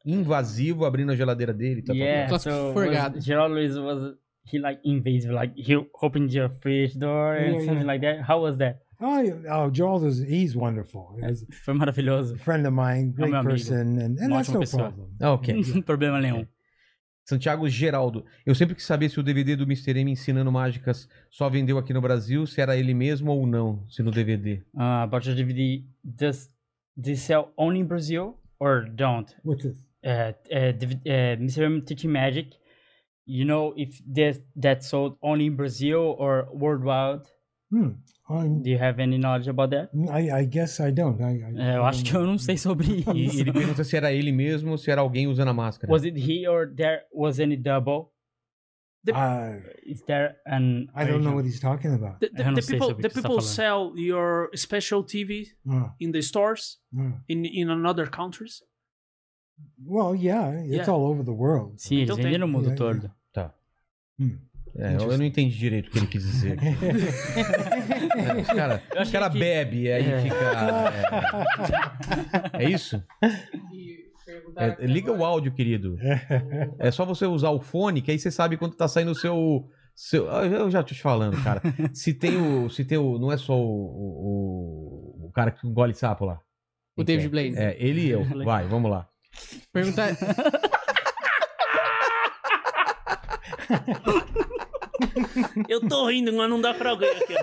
Speaker 1: Invasivo, abrindo a geladeira dele. Tá, tá, tá.
Speaker 3: Yeah,
Speaker 2: Só que
Speaker 3: so
Speaker 2: forgado.
Speaker 3: was, Geraldo Luiz was he like invasive, like he opened your fridge door and
Speaker 4: Yeah,
Speaker 3: something
Speaker 4: yeah.
Speaker 3: like that. How was that?
Speaker 4: Oh, yeah, oh Gerald is he's wonderful. He's
Speaker 3: Foi maravilhoso.
Speaker 4: a friend of mine, great
Speaker 3: meu amigo.
Speaker 4: person, and, and
Speaker 3: Um
Speaker 4: that's
Speaker 3: ótimo
Speaker 4: no
Speaker 3: pessoal.
Speaker 4: problem.
Speaker 1: Ah,
Speaker 3: (laughs)
Speaker 1: ok.
Speaker 3: Não Problema nenhum.
Speaker 1: Santiago Geraldo, eu sempre quis saber se o DVD do Mr. M ensinando mágicas só vendeu aqui no Brasil, se era ele mesmo ou não, se no DVD.
Speaker 3: Uh, about your DVD, does they sell only in Brazil or don't?
Speaker 4: What's this?
Speaker 3: uh, uh, div- uh, Mr. M Teaching Magic, you know if that that's sold only in Brazil or worldwide?
Speaker 4: Hmm. I'm-
Speaker 3: Do you have any knowledge about that?
Speaker 4: I, I guess I don't. I, I,
Speaker 3: É, eu acho que eu não sei
Speaker 4: (laughs)
Speaker 3: sobre
Speaker 1: E
Speaker 3: isso.
Speaker 1: ele pergunta se era ele mesmo ou se era alguém usando a máscara.
Speaker 3: Was it he or there was any double?
Speaker 4: I,
Speaker 3: Is there an?
Speaker 4: I don't know what he's talking about.
Speaker 7: The,
Speaker 3: Eu não
Speaker 7: the, the
Speaker 3: sei
Speaker 7: people,
Speaker 3: sobre
Speaker 7: the
Speaker 3: o que você tá
Speaker 7: people
Speaker 3: falando.
Speaker 7: sell your special TV
Speaker 4: Uh,
Speaker 7: in the stores
Speaker 4: uh.
Speaker 7: in, in another countries.
Speaker 4: Well, yeah, it's
Speaker 7: Yeah.
Speaker 4: all over the world.
Speaker 3: Sim, eles
Speaker 7: Então tem.
Speaker 3: vendem no mundo
Speaker 4: Yeah, yeah.
Speaker 3: todo.
Speaker 1: Tá.
Speaker 4: Hmm.
Speaker 1: É, eu, eu não entendi direito o que ele quis
Speaker 3: (laughs)
Speaker 1: dizer. É, os cara,
Speaker 3: Eu
Speaker 1: os
Speaker 3: achei
Speaker 1: cara
Speaker 3: que-
Speaker 1: bebe e aí
Speaker 3: É.
Speaker 1: fica. É, é isso? É, liga o áudio, querido. É só você usar o fone, que aí você sabe quando tá saindo o seu. seu Ah, eu já tô te falando, cara. Se tem o. Se tem o. Não é só o. O, o cara que engole sapo lá.
Speaker 2: O David Blaine.
Speaker 1: É, ele e eu. Vai, vamos lá.
Speaker 2: Perguntar.
Speaker 1: (laughs)
Speaker 7: Eu tô rindo, mas não dá pra alguém aqui. ó.
Speaker 4: (laughs)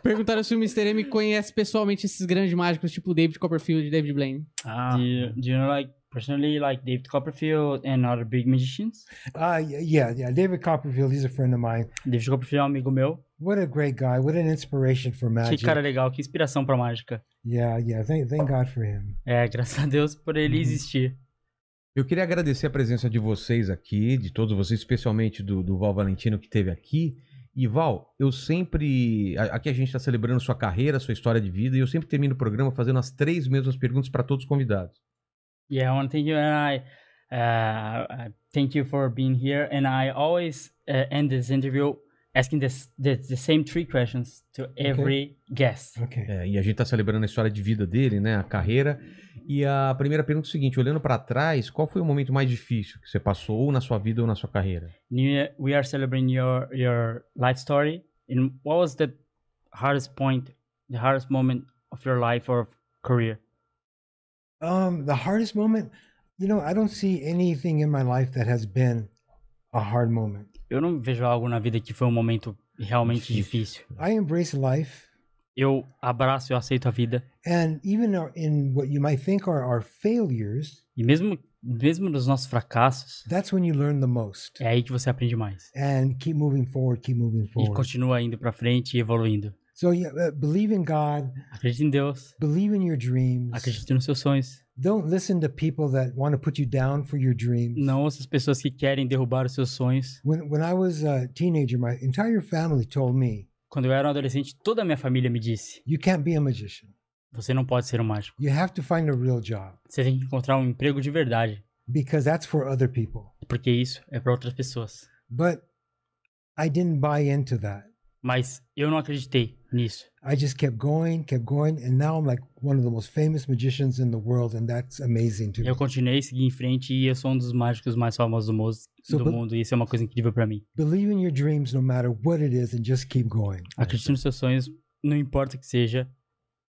Speaker 2: Perguntaram se o Mr. M conhece pessoalmente esses grandes mágicos, tipo David Copperfield e David Blaine.
Speaker 6: Ah.
Speaker 3: Do, you, do you know like personally like David Copperfield and other big magicians.
Speaker 4: Uh, y- yeah, yeah. David Copperfield, he's a friend of mine.
Speaker 3: David Copperfield é um amigo meu.
Speaker 4: What a great guy. What an inspiration for
Speaker 3: Que cara
Speaker 4: magic.
Speaker 3: legal, que inspiração pra mágica.
Speaker 4: Yeah, yeah. Thank, thank God for him.
Speaker 3: É, graças a Deus por
Speaker 4: Uhum.
Speaker 3: ele existir.
Speaker 1: Eu queria agradecer a presença de vocês aqui, de todos vocês, especialmente do, do Val Valentino que esteve aqui. E Val, eu sempre. a- Aqui a gente está celebrando sua carreira, sua história de vida, e eu sempre termino o programa fazendo as três mesmas perguntas para todos os convidados.
Speaker 3: Yeah, I want to thank you, and I uh, I thank you for being here. And I always uh, end this interview asking this, the the same three questions to every guest.
Speaker 4: Okay.
Speaker 1: É, e a gente está celebrando a história de vida dele, né? A carreira. E a primeira pergunta é o seguinte: olhando para trás, qual foi o momento mais difícil que você passou, ou na sua vida ou na sua carreira?
Speaker 3: New, we are celebrating your your life story. And what was the hardest point, the hardest moment of your life or career?
Speaker 4: Um, the hardest moment, you know, I don't see anything in my life that has been a hard moment.
Speaker 3: Eu não vejo algo na vida que foi um momento realmente
Speaker 1: Difícil.
Speaker 3: difícil.
Speaker 4: I embrace life,
Speaker 3: Eu abraço, eu aceito a vida.
Speaker 4: and even our- in what you might think are our failures,
Speaker 3: E mesmo mesmo nos nossos fracassos,
Speaker 4: that's when you learn the most.
Speaker 3: é aí que você aprende mais.
Speaker 4: And keep moving forward, keep moving
Speaker 3: E
Speaker 4: forward.
Speaker 3: continua indo pra frente e evoluindo.
Speaker 4: So yeah, uh, believe in God,
Speaker 3: Acredite em Deus.
Speaker 4: believe in your dreams.
Speaker 3: Acredite nos seus sonhos.
Speaker 4: Don't listen to people that want to put you down for your dreams.
Speaker 3: Não ouça as pessoas que querem derrubar os seus sonhos.
Speaker 4: When when I was a teenager, my entire family told me,
Speaker 3: Quando eu era um adolescente, toda a minha família me disse:
Speaker 4: "You can't be a magician.
Speaker 3: Você não pode ser um mágico.
Speaker 4: You have to find a real job
Speaker 3: Você tem que encontrar um emprego de verdade.
Speaker 4: because that's for other people."
Speaker 3: Porque isso é pra outras pessoas.
Speaker 4: But I didn't buy into that.
Speaker 3: Mas eu não acreditei nisso.
Speaker 4: I just kept going, kept going, and now I'm like one of the most famous magicians in the world, and that's amazing to me.
Speaker 3: Eu continuei, segui em frente e eu sou um dos mágicos mais famosos do, mo- do
Speaker 4: Super-
Speaker 3: mundo. E isso é uma coisa incrível pra mim.
Speaker 4: Believe in your dreams no matter what it is, and just keep going
Speaker 3: Acredite nos seus sonhos, não importa o que seja.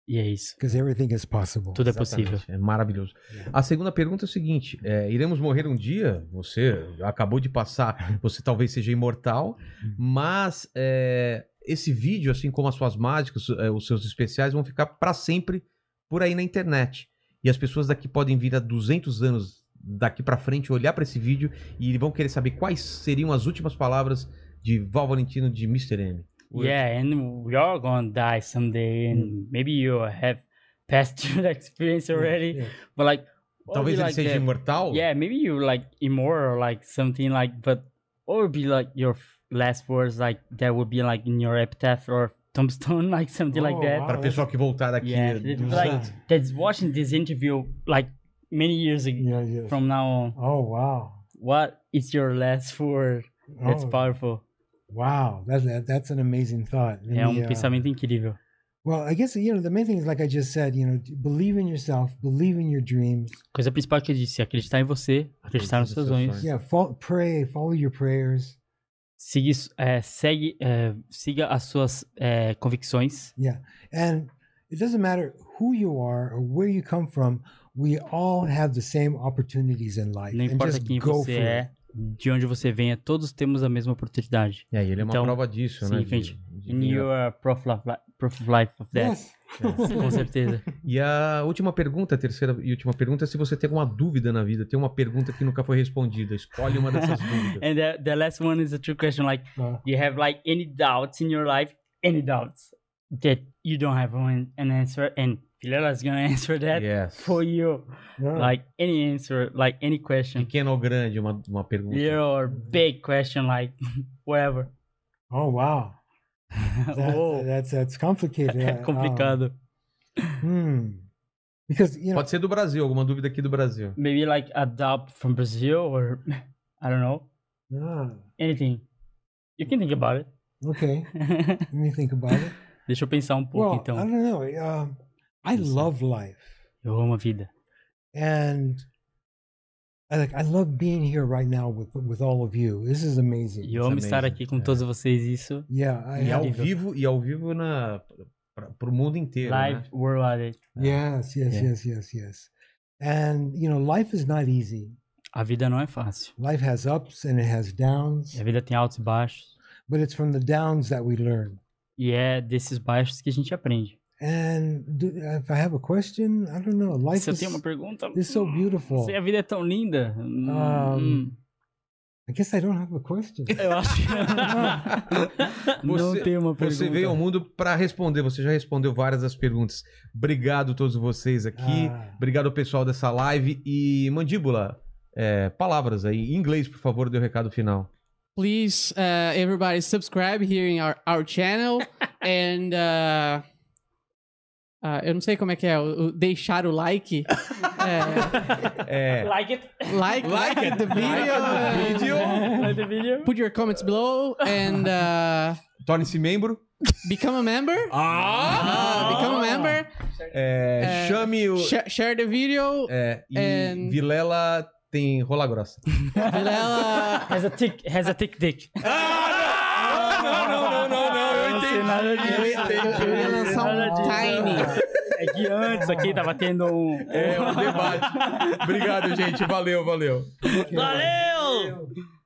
Speaker 3: E é isso.
Speaker 4: because everything is possible.
Speaker 3: Tudo é
Speaker 1: Exatamente,
Speaker 3: possível.
Speaker 1: É maravilhoso. A segunda pergunta é o seguinte: é, iremos morrer um dia? Você acabou de passar, você talvez seja imortal, mas é, esse vídeo, assim como as suas mágicas, é, os seus especiais, vão ficar para sempre por aí na internet. E as pessoas daqui podem vir a 200 anos daqui para frente olhar para esse vídeo e vão querer saber quais seriam as últimas palavras de Val Valentino de Mr. M.
Speaker 3: Yeah, and we are gonna die someday,
Speaker 4: Hmm.
Speaker 3: and maybe you have (laughs) passed through that experience already.
Speaker 4: yeah.
Speaker 3: But like, what
Speaker 1: Talvez
Speaker 3: would be
Speaker 1: ele
Speaker 3: like
Speaker 1: seja
Speaker 3: the-
Speaker 1: imortal.
Speaker 3: Yeah, maybe you like immortal, like something like. But what would be like your f- last words? Like that would be like in your epitaph or tombstone, (laughs) like something like
Speaker 4: Oh,
Speaker 3: that.
Speaker 4: wow.
Speaker 1: Para pessoal que voltar daqui.
Speaker 3: Yeah,
Speaker 1: a
Speaker 3: it's
Speaker 1: 200
Speaker 3: like
Speaker 4: anos.
Speaker 3: that's watching this interview like many years ago
Speaker 4: Yeah, yeah.
Speaker 3: from now on.
Speaker 4: oh wow,
Speaker 3: What is your last word? That's
Speaker 4: Oh,
Speaker 3: powerful.
Speaker 4: wow, that, that that's an amazing thought. Let
Speaker 3: É um
Speaker 4: me, uh,
Speaker 3: pensamento incrível.
Speaker 4: well, I guess you know the main thing is like I just said, you know, d- believe in yourself, believe in your dreams.
Speaker 3: Coisa principal que eu disse, acreditar em você, acreditar
Speaker 1: Acreditar nos
Speaker 3: nos seus
Speaker 1: seus
Speaker 3: sonhos.
Speaker 1: sonhos.
Speaker 4: Yeah, fo- pray, follow your prayers.
Speaker 3: Siga, isso- é, segue, é, siga as suas é, convicções.
Speaker 4: Yeah. And it doesn't matter who you are or where you come from, we all have the same opportunities in life.
Speaker 3: Não
Speaker 4: and
Speaker 3: importa
Speaker 4: just
Speaker 3: quem
Speaker 4: go
Speaker 3: você
Speaker 4: for it.
Speaker 3: é, de onde você venha, todos temos a mesma oportunidade.
Speaker 1: É, e ele é uma
Speaker 3: Então,
Speaker 1: prova disso,
Speaker 3: sim,
Speaker 1: né?
Speaker 3: gente.
Speaker 1: de-
Speaker 3: And
Speaker 1: de-
Speaker 3: you are proof of, li- proof of life of that.
Speaker 4: Yes.
Speaker 3: Com (laughs) certeza.
Speaker 1: E a última pergunta, a terceira e última pergunta, é se você tem alguma dúvida na vida, tem uma pergunta que nunca foi respondida. Escolhe uma
Speaker 3: (laughs)
Speaker 1: dessas dúvidas.
Speaker 3: And the, the last one is a true question. Like,
Speaker 4: Uh,
Speaker 3: you have like any doubts in your life? Any doubts that you don't have an, an answer? And Filela is gonna (laughs) answer that
Speaker 1: Yes.
Speaker 3: for you.
Speaker 4: yeah.
Speaker 3: Like any answer, like any question.
Speaker 1: Pequena ou grande, uma, uma pergunta.
Speaker 3: little or big question, like (laughs) whatever. Oh.
Speaker 4: oh wow.
Speaker 3: (laughs)
Speaker 4: That-
Speaker 3: Whoa,
Speaker 4: that's that's complicated.
Speaker 3: é
Speaker 4: (laughs) Uh,
Speaker 3: complicado.
Speaker 4: um, hmm. Because you know
Speaker 1: Pode ser do Brasil, alguma dúvida aqui do Brasil.
Speaker 3: Maybe like a doubt from Brazil or (laughs) I don't know
Speaker 4: Ah,
Speaker 3: anything. You can think about it.
Speaker 4: okay. Let me think about it.
Speaker 3: (laughs) Deixa eu pensar um pouco
Speaker 4: Well, I
Speaker 3: então.
Speaker 4: don't know. Um, I
Speaker 3: Yes.
Speaker 4: love life,
Speaker 3: Eu amo a vida.
Speaker 4: and I like. I love being here right now with with all of you. This is amazing.
Speaker 3: E eu amo
Speaker 1: It's
Speaker 3: estar
Speaker 1: amazing,
Speaker 3: aqui com
Speaker 1: é.
Speaker 3: todos vocês. Isso.
Speaker 4: Yeah,
Speaker 3: É,
Speaker 4: I
Speaker 1: E
Speaker 4: have,
Speaker 1: ao vivo, e ao vivo na, pra, pro mundo inteiro.
Speaker 3: Live
Speaker 1: Né?
Speaker 3: worldwide.
Speaker 4: Yes, yes,
Speaker 3: Yeah.
Speaker 4: yes, yes, yes. And you know, life is not easy.
Speaker 3: A vida não é fácil.
Speaker 4: Life has ups and it has downs,
Speaker 3: A vida tem altos e baixos.
Speaker 4: but it's from the downs that we learn.
Speaker 3: E é desses baixos que a gente aprende.
Speaker 4: And do, if I have a question, I don't know. Life
Speaker 3: Se eu
Speaker 4: is,
Speaker 3: tenho uma pergunta.
Speaker 4: is so beautiful.
Speaker 3: Se a vida é tão linda. hum, (laughs)
Speaker 4: Um, I guess I don't have a question.
Speaker 3: eu acho que.
Speaker 1: Você-
Speaker 3: não tem uma pergunta.
Speaker 1: Você veio um ao mundo para responder. Você já respondeu várias das perguntas. Obrigado a todos vocês aqui.
Speaker 4: Ah.
Speaker 1: Obrigado ao pessoal dessa live. E Mandíbula, é, palavras aí. Em inglês, por favor, dê o recado final.
Speaker 2: please uh, everybody subscribe here in our,
Speaker 1: (laughs)
Speaker 2: our channel and uh, uh, eu não sei como é que é o, o deixar
Speaker 1: (laughs)
Speaker 2: o like É,
Speaker 1: É,
Speaker 3: Like it.
Speaker 2: like like, (laughs) the video,
Speaker 1: Like é the video.
Speaker 3: Like the video.
Speaker 2: and put your comments below and uh,
Speaker 1: Torne-se membro.
Speaker 2: become a member Ah, become a member
Speaker 1: É,
Speaker 2: É,
Speaker 1: chame o.
Speaker 2: Sh- share the video
Speaker 1: É, e
Speaker 2: and-
Speaker 1: Vilela tem rola grossa.
Speaker 2: Vilela
Speaker 3: Has a thick, has a thick dick.
Speaker 1: Ah, não, não, não, não, eu
Speaker 3: Não sei
Speaker 1: entendi.
Speaker 3: nada
Speaker 2: eu ia,
Speaker 3: disso.
Speaker 2: eu ia lançar
Speaker 3: Nada
Speaker 2: um
Speaker 3: disso.
Speaker 2: tiny
Speaker 3: É que antes aqui tava tendo um.
Speaker 2: É.
Speaker 1: É, um debate. Obrigado, gente. Valeu, valeu.
Speaker 7: Valeu!